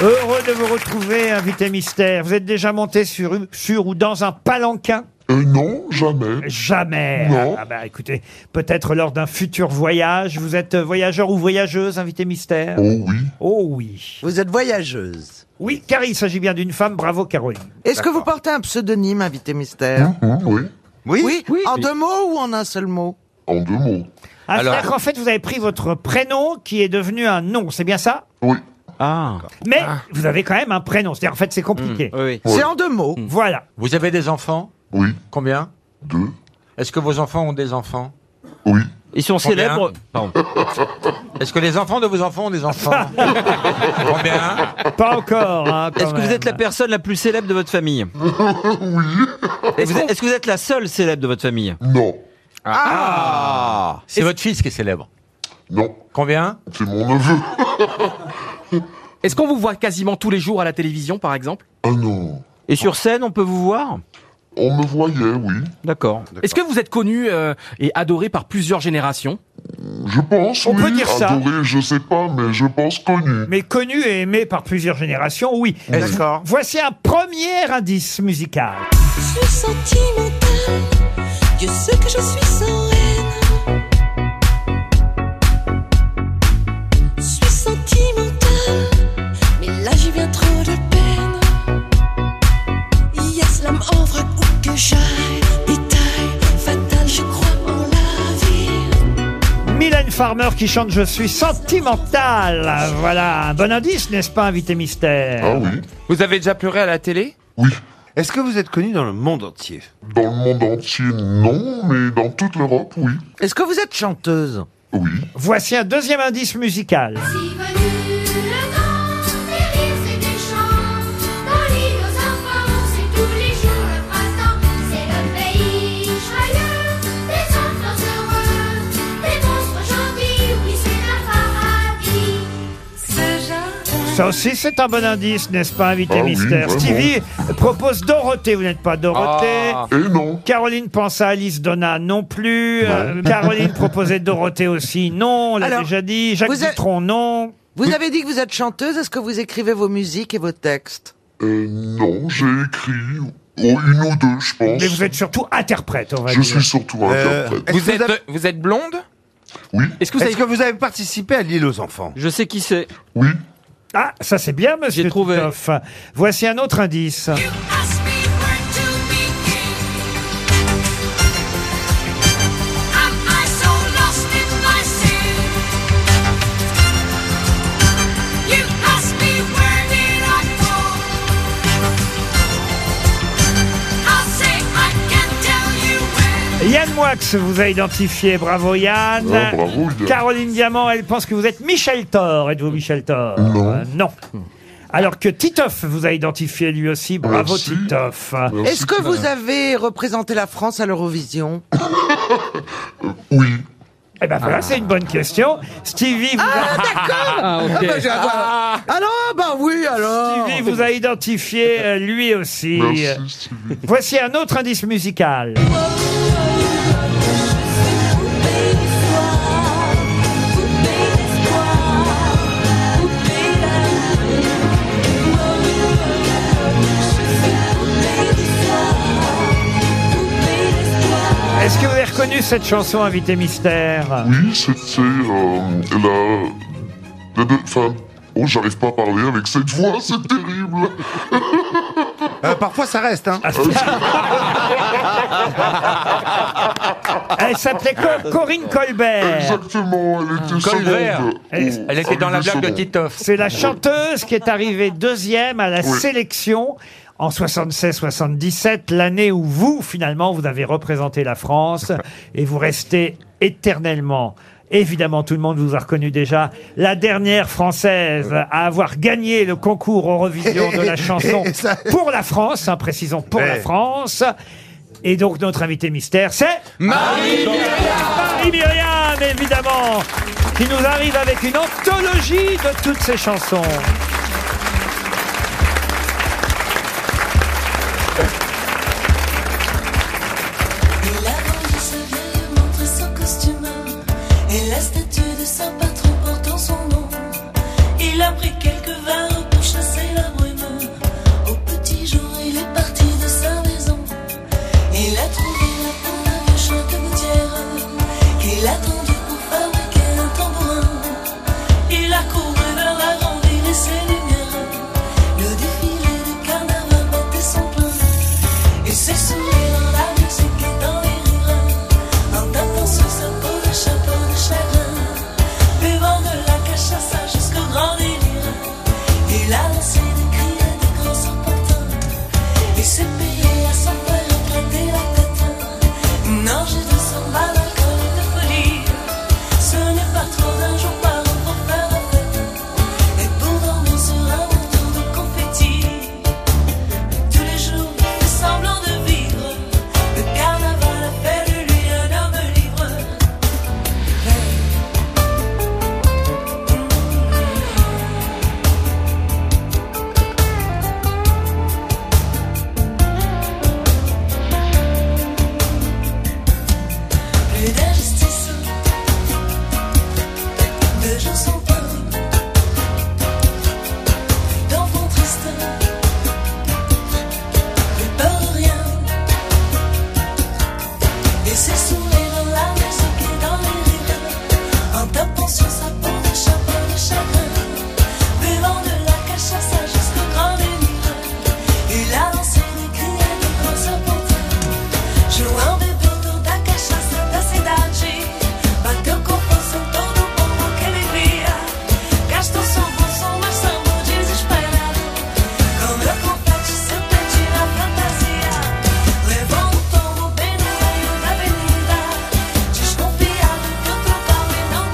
[SPEAKER 2] Heureux de vous retrouver, invité mystère. Vous êtes déjà monté sur, sur ou dans un palanquin
[SPEAKER 11] Euh, non, jamais.
[SPEAKER 2] Jamais.
[SPEAKER 11] Non.
[SPEAKER 2] Ah bah écoutez, peut-être lors d'un futur voyage, vous êtes voyageur ou voyageuse, invité mystère Oh
[SPEAKER 11] oui.
[SPEAKER 2] Oh oui.
[SPEAKER 8] Vous êtes voyageuse.
[SPEAKER 2] Oui, car il s'agit bien d'une femme. Bravo Caroline.
[SPEAKER 8] Est-ce que vous portez un pseudonyme, invité mystère
[SPEAKER 11] Oui.
[SPEAKER 8] Oui. En deux mots ou en un seul mot
[SPEAKER 11] En deux mots.
[SPEAKER 2] Ah,
[SPEAKER 11] Alors-
[SPEAKER 2] c'est-à-dire qu'en fait, vous avez pris votre prénom qui est devenu un nom, c'est bien ça Oui. Ah. Mais vous avez quand même un prénom, c'est-à-dire en fait, c'est compliqué.
[SPEAKER 4] Mmh.
[SPEAKER 8] C'est en deux mots.
[SPEAKER 2] Voilà.
[SPEAKER 9] Vous avez des enfants
[SPEAKER 11] Oui.
[SPEAKER 9] Combien
[SPEAKER 11] Deux.
[SPEAKER 9] Est-ce que vos enfants ont des enfants
[SPEAKER 11] Oui.
[SPEAKER 9] Ils sont
[SPEAKER 5] célèbres-
[SPEAKER 9] Pardon. Est-ce que les enfants de vos enfants ont des enfants Combien
[SPEAKER 2] Pas encore. hein, quand
[SPEAKER 5] Est-ce que vous
[SPEAKER 2] même.
[SPEAKER 5] êtes la personne la plus célèbre de votre famille Oui. Est-ce que- est-ce que vous êtes la seule célèbre de votre famille
[SPEAKER 11] Non.
[SPEAKER 9] Ah C'est votre fils qui est célèbre
[SPEAKER 11] Non.
[SPEAKER 9] Combien
[SPEAKER 11] C'est mon neveu.
[SPEAKER 10] Est-ce qu'on vous voit quasiment tous les jours à la télévision, par exemple
[SPEAKER 11] Ah non.
[SPEAKER 5] Et sur scène, on peut vous voir
[SPEAKER 11] On me voyait, oui.
[SPEAKER 5] D'accord.
[SPEAKER 10] Est-ce que vous êtes connu euh, et adoré par plusieurs générations
[SPEAKER 11] Je pense,
[SPEAKER 2] On
[SPEAKER 11] oui.
[SPEAKER 2] peut dire ça.
[SPEAKER 11] Adoré, je sais pas, mais je pense connu.
[SPEAKER 2] Mais connu et aimé par plusieurs générations, oui. Mmh. D'accord. Voici un premier indice musical.
[SPEAKER 7] Je suis sentimentale, Dieu sait que je suis sans haine. Je suis sentimentale, mais là j'y viens trop de peine. Yes, l'âme en vrac où que j'aille, détail fatal, je crois en la vie.
[SPEAKER 2] Mylène Farmer qui chante Je suis sentimental. Voilà, un bon indice, n'est-ce pas, invité mystère
[SPEAKER 11] Ah
[SPEAKER 4] Vous avez déjà pleuré à la télé
[SPEAKER 11] Oui.
[SPEAKER 6] Est-ce que vous êtes connu dans le monde entier
[SPEAKER 11] Dans le monde entier, non, mais dans toute l'Europe, oui.
[SPEAKER 2] Est-ce que vous êtes chanteuse Oui. Voici un deuxième indice musical.
[SPEAKER 7] Le grand péril, c'est des champs. Dans l'île aux enfants, c'est tous les jours le printemps. C'est le pays joyeux, des enfants heureux, des monstres gentils. Oui, c'est un paradis. Ce jardin.
[SPEAKER 2] Ça aussi, c'est un bon indice, n'est-ce pas, invité
[SPEAKER 7] Ah oui,
[SPEAKER 2] mystère
[SPEAKER 7] vraiment.
[SPEAKER 2] Stevie propose Dorothée. Vous n'êtes pas Dorothée.
[SPEAKER 7] Ah.
[SPEAKER 2] Caroline pense à Alice Donna non plus. Euh, Caroline proposait Dorothée aussi. Non, on l'a
[SPEAKER 8] Alors,
[SPEAKER 2] déjà dit. Jacques
[SPEAKER 8] vous êtes-
[SPEAKER 2] Dutronc, non.
[SPEAKER 8] Vous avez dit que vous êtes chanteuse, est-ce que vous écrivez vos musiques et vos textes
[SPEAKER 11] Euh, non, j'ai écrit oh, une ou deux, je pense.
[SPEAKER 2] Mais vous êtes surtout interprète, on va
[SPEAKER 11] Je
[SPEAKER 2] dire.
[SPEAKER 11] suis surtout interprète.
[SPEAKER 4] vous, êtes, vous êtes blonde
[SPEAKER 11] Oui.
[SPEAKER 4] Est-ce que vous avez-
[SPEAKER 6] participé à l'île aux enfants
[SPEAKER 5] Je sais qui c'est.
[SPEAKER 11] Oui.
[SPEAKER 2] Ah, ça c'est bien, monsieur J'ai Voici un autre indice.
[SPEAKER 7] Ask me where to begin. Am I so lost in my sin? You ask me where did I go? I'll say I can tell you where.
[SPEAKER 2] Yann Moix vous a identifié. Bravo Yann.
[SPEAKER 11] Ah, bravo, Yann.
[SPEAKER 2] Caroline Diamant, elle pense que vous êtes Michel Thor. Êtes-vous Michel Thor
[SPEAKER 11] Non.
[SPEAKER 2] Euh, non. Alors que Titoff vous a identifié lui aussi. Bravo
[SPEAKER 8] Merci.
[SPEAKER 2] Titoff.
[SPEAKER 8] Est-ce que vous avez représenté la France à l'Eurovision
[SPEAKER 2] Eh ben voilà,
[SPEAKER 8] Ah.
[SPEAKER 2] c'est une bonne question. Stevie vous
[SPEAKER 8] Ah, d'accord Ah, ok. Ah, ben, j'ai à voir.
[SPEAKER 2] Alors, bah oui, alors Stevie vous a identifié euh, lui aussi.
[SPEAKER 7] Merci,
[SPEAKER 2] Voici un autre indice musical. Est-ce que vous avez reconnu cette chanson, Invité Mystère
[SPEAKER 11] Oui, c'était euh, la... la de- Enfin, oh, j'arrive pas à parler avec cette voix, c'est terrible.
[SPEAKER 6] parfois, ça reste,
[SPEAKER 2] Ah,
[SPEAKER 6] hein.
[SPEAKER 2] Elle s'appelait Co- Corinne Colbert.
[SPEAKER 11] Exactement, elle
[SPEAKER 2] était
[SPEAKER 9] Colbert. seconde. Elle- elle était dans la blague de Titoff.
[SPEAKER 2] C'est la chanteuse qui est arrivée deuxième à la
[SPEAKER 9] Oui.
[SPEAKER 2] sélection. En 76-77, l'année où vous, finalement, vous avez représenté la France et vous restez éternellement, évidemment, tout le monde vous a reconnu déjà, la dernière Française à avoir gagné le concours Eurovision de la chanson
[SPEAKER 6] Et ça-
[SPEAKER 2] pour la France, hein, précisons pour la
[SPEAKER 6] Ouais.
[SPEAKER 2] France. Et donc, notre invité mystère, c'est... Marie Myriam, évidemment, qui nous arrive avec une anthologie de toutes ses chansons.
[SPEAKER 7] Il avance ce vieil montre son costume et la statue de saint patron portant son nom. Il a pris quelques verres pour chasser la brume. Au petit jour, il est parti de sa maison. Il a trouvé la peau d'un vieux chien de gouttière qu'il a tendu pour fabriquer un tambourin. Il a couru vers la grande ville et ses lumières. Le défilé des carnavals battait son plein. Et ses sourires dans la musique et dans les rires En tapant sur sa peau le chapeau de chagrin Buvant de la cachaça jusqu'au grand délire um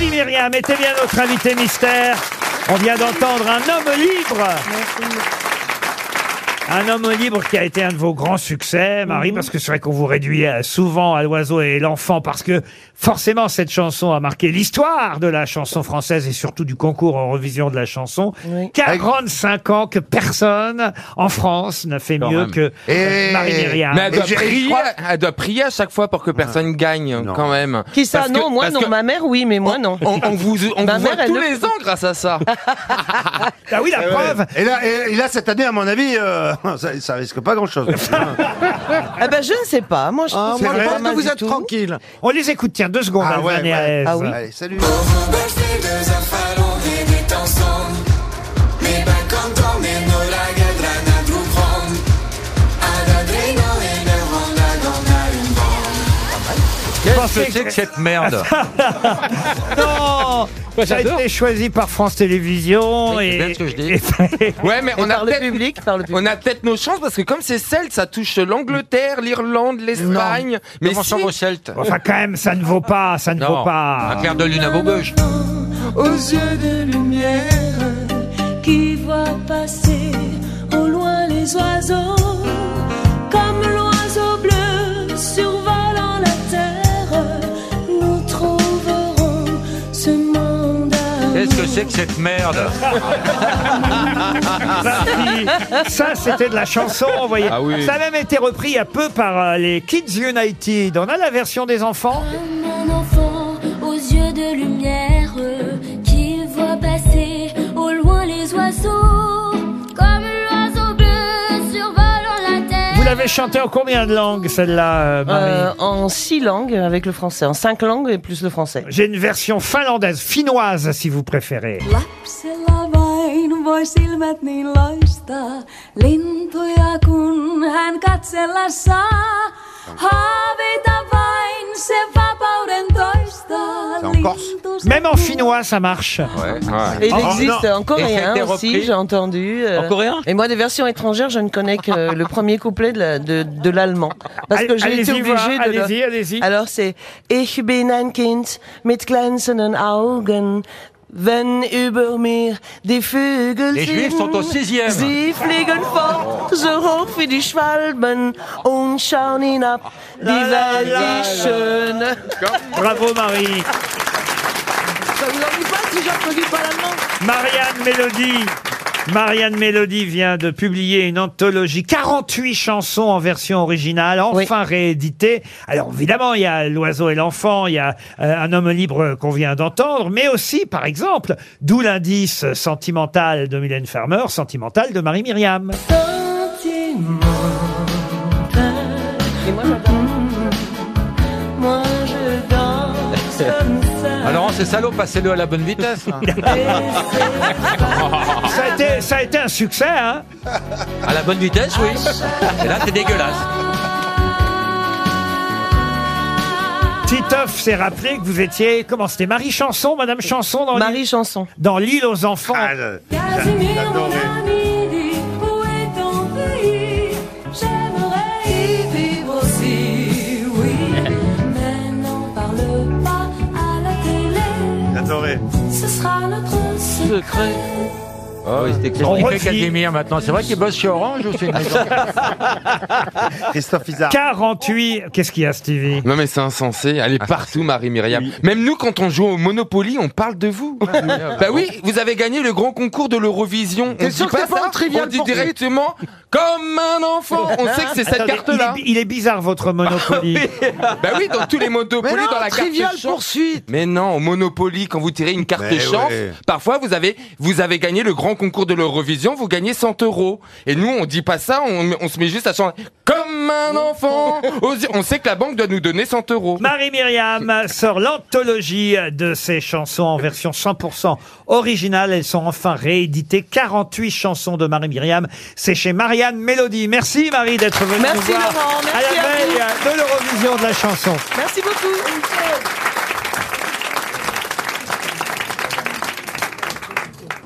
[SPEAKER 2] Marie Myriam était bien notre invité mystère. On vient d'entendre un homme libre. Un homme libre qui a été un de vos grands succès, Marie, parce que c'est vrai qu'on vous réduit euh, souvent à l'oiseau et l'enfant, parce que forcément cette chanson a marqué l'histoire de la chanson française et surtout du concours en revision de la chanson. 45 ans que personne en France n'a fait
[SPEAKER 4] Quand
[SPEAKER 2] mieux
[SPEAKER 4] même.
[SPEAKER 2] que euh, Marie Myriam.
[SPEAKER 4] Mais elle doit, prier, elle doit prier à chaque fois pour que personne gagne, quand même.
[SPEAKER 12] Qui ça
[SPEAKER 4] Parce que-
[SPEAKER 12] Non, moi
[SPEAKER 4] parce
[SPEAKER 12] non.
[SPEAKER 4] que-
[SPEAKER 12] Ma mère, oui, mais moi non.
[SPEAKER 4] On, on vous, on
[SPEAKER 12] Ma
[SPEAKER 4] vous voit
[SPEAKER 12] mère, elle
[SPEAKER 4] tous
[SPEAKER 12] le-
[SPEAKER 4] les ans grâce à ça.
[SPEAKER 2] Ah oui, la
[SPEAKER 6] preuve. Eh Et là, et, et là, cette année, à mon avis, euh, ça, ça risque pas grand-chose.
[SPEAKER 12] Ah ben, je ne sais pas. Moi, je trouve ça pas mal du tout.
[SPEAKER 2] tranquille. On les écoute, tiens, deux secondes. hein,
[SPEAKER 6] Ah ouais,
[SPEAKER 2] Alvan et
[SPEAKER 6] ouais.
[SPEAKER 2] Aez.
[SPEAKER 6] Ah oui. Allez, salut.
[SPEAKER 7] Les deux affalons réduits ensemble. Mais ben quand on est nos lagadrana nous prendre. À l'adréno et le ronda dans la une
[SPEAKER 9] Qu'est-ce que c'est que cette merde
[SPEAKER 2] Non Ça a
[SPEAKER 9] j'adore.
[SPEAKER 2] été choisi par France Télévisions et...
[SPEAKER 4] Ouais, mais on a peut-être on a peut-être nos chances parce que comme c'est Celt, ça touche l'Angleterre, l'Irlande, l'Espagne. Mais
[SPEAKER 9] Comment ça, vos Celtes
[SPEAKER 2] Enfin, quand même, ça ne vaut pas, ça ne vaut pas.
[SPEAKER 9] Un clair de lune à Maubeuge.
[SPEAKER 7] Aux yeux de lumière qui voit passer au loin les oiseaux, comme l'oiseau bleu survolant la terre, nous trouverons ce monde à
[SPEAKER 9] Qu'est-ce que c'est que cette merde
[SPEAKER 2] Ça, si. Ça, c'était de la chanson, vous voyez.
[SPEAKER 9] Ah oui.
[SPEAKER 2] Ça a même été repris il y a peu par euh, les Kids United. On a la version des enfants.
[SPEAKER 7] Un enfant aux yeux de lumière qui voit passer au loin les oiseaux, comme l'oiseau bleu survolant la terre.
[SPEAKER 2] Vous l'avez chantée en combien de langues, celle-là, euh, Marie
[SPEAKER 12] Euh, en six langues avec le français, en cinq langues et plus le français.
[SPEAKER 2] J'ai une version finlandaise, finnoise, si vous préférez.
[SPEAKER 7] Lapsella vain voi silmät niin loistaa, lintuja kun hän katsella saa. Haaveita vain se vapauden toistaa.
[SPEAKER 2] Même en finnois, ça marche. Ah.
[SPEAKER 12] Et
[SPEAKER 2] Oh,
[SPEAKER 12] il existe en coréen aussi, j'ai entendu. euh,
[SPEAKER 2] En coréen
[SPEAKER 12] Et moi, des versions étrangères, je ne connais que euh, le premier couplet de la- de de l'allemand. Parce que
[SPEAKER 2] Allez-
[SPEAKER 12] j'ai été
[SPEAKER 2] allez-y voir,
[SPEAKER 12] obligée de. le-
[SPEAKER 2] allez-y, allez-y.
[SPEAKER 12] Alors, c'est Ich bin ein Kind mit glänzenden Augen. Wenn über mir die Vögel
[SPEAKER 9] Les Juifs
[SPEAKER 12] singen.
[SPEAKER 9] sont au sixième.
[SPEAKER 12] Sie fliegen fort, so hoch wie die Schwalben und schauen hinab, die Welt ist schön.
[SPEAKER 2] Bravo, Marie.
[SPEAKER 12] Ça vous ennuie pas si je ne pas l'allemand
[SPEAKER 2] Marianne Mélodie. Marianne Mélodie vient de publier une anthologie 48 chansons en version originale, enfin rééditée. Alors évidemment, il y a L'oiseau et l'enfant, il y a euh, Un homme libre qu'on vient d'entendre, mais aussi, par exemple, d'où l'indice sentimental de Mylène Farmer, sentimental de Marie Myriam.
[SPEAKER 12] Et moi, je danse. Mm. Moi, je danse comme ça.
[SPEAKER 9] Alors, c'est salaud, passez-le à la bonne vitesse. hein.
[SPEAKER 2] Ça a été, ça a été un succès, hein
[SPEAKER 9] À la bonne vitesse, oui. Et là, t'es dégueulasse.
[SPEAKER 2] Titoff s'est rappelé que vous étiez, comment c'était, Marie Chanson, Madame Chanson dans Marie
[SPEAKER 12] Chanson.
[SPEAKER 2] Dans L'île aux enfants.
[SPEAKER 7] Casimir, mon ami, dit où est ton pays J'aimerais y vivre aussi, oui. Mais n'en parle pas à la télé,
[SPEAKER 6] J'adorais.
[SPEAKER 7] ce sera notre secret.
[SPEAKER 9] Ah oui, c'était
[SPEAKER 2] On
[SPEAKER 9] expliqué
[SPEAKER 2] refile.
[SPEAKER 9] Casimir maintenant. C'est vrai qu'il bosse chez Orange ou c'est une maison
[SPEAKER 6] Christophe Isard.
[SPEAKER 2] 48, qu'est-ce qu'il y a Stevie Ah,
[SPEAKER 4] Non mais c'est insensé, elle est partout Marie Myriam. Même nous quand on joue au Monopoly, on parle de vous.
[SPEAKER 9] Ah,
[SPEAKER 4] bah oui, vous avez gagné le grand concours de l'Eurovision. On
[SPEAKER 22] T'es
[SPEAKER 4] dit
[SPEAKER 22] sûr que
[SPEAKER 4] pas
[SPEAKER 22] c'est pas
[SPEAKER 4] ça,
[SPEAKER 22] un Trivial
[SPEAKER 4] on dit
[SPEAKER 22] Poursuite
[SPEAKER 4] directement comme un enfant. On sait que c'est cette
[SPEAKER 2] Attendez,
[SPEAKER 4] carte-là.
[SPEAKER 2] Il, est bi- il est bizarre votre Monopoly.
[SPEAKER 4] Bah oui, dans tous les Monopoly,
[SPEAKER 22] Mais non,
[SPEAKER 4] dans la carte
[SPEAKER 22] Trivial
[SPEAKER 4] chance.
[SPEAKER 22] Poursuite.
[SPEAKER 4] Mais non, au Monopoly, quand vous tirez une carte
[SPEAKER 22] Mais
[SPEAKER 4] chance,
[SPEAKER 22] ouais.
[SPEAKER 4] parfois vous avez, vous avez gagné le grand concours de l'Eurovision, vous gagnez 100 euros. Et nous, on dit pas ça, on, on se met juste à chanter comme un enfant. Aux- On sait que la banque doit nous donner 100 euros.
[SPEAKER 2] Marie Myriam sort l'anthologie de ses chansons en version 100% originale. Elles sont enfin rééditées. 48 chansons de Marie Myriam. C'est chez Marianne Mélodie. Merci Marie d'être venue
[SPEAKER 12] Merci
[SPEAKER 2] nous voir
[SPEAKER 12] Laurent, merci
[SPEAKER 2] à la
[SPEAKER 12] à vous.
[SPEAKER 2] veille de l'Eurovision de la chanson.
[SPEAKER 12] Merci beaucoup.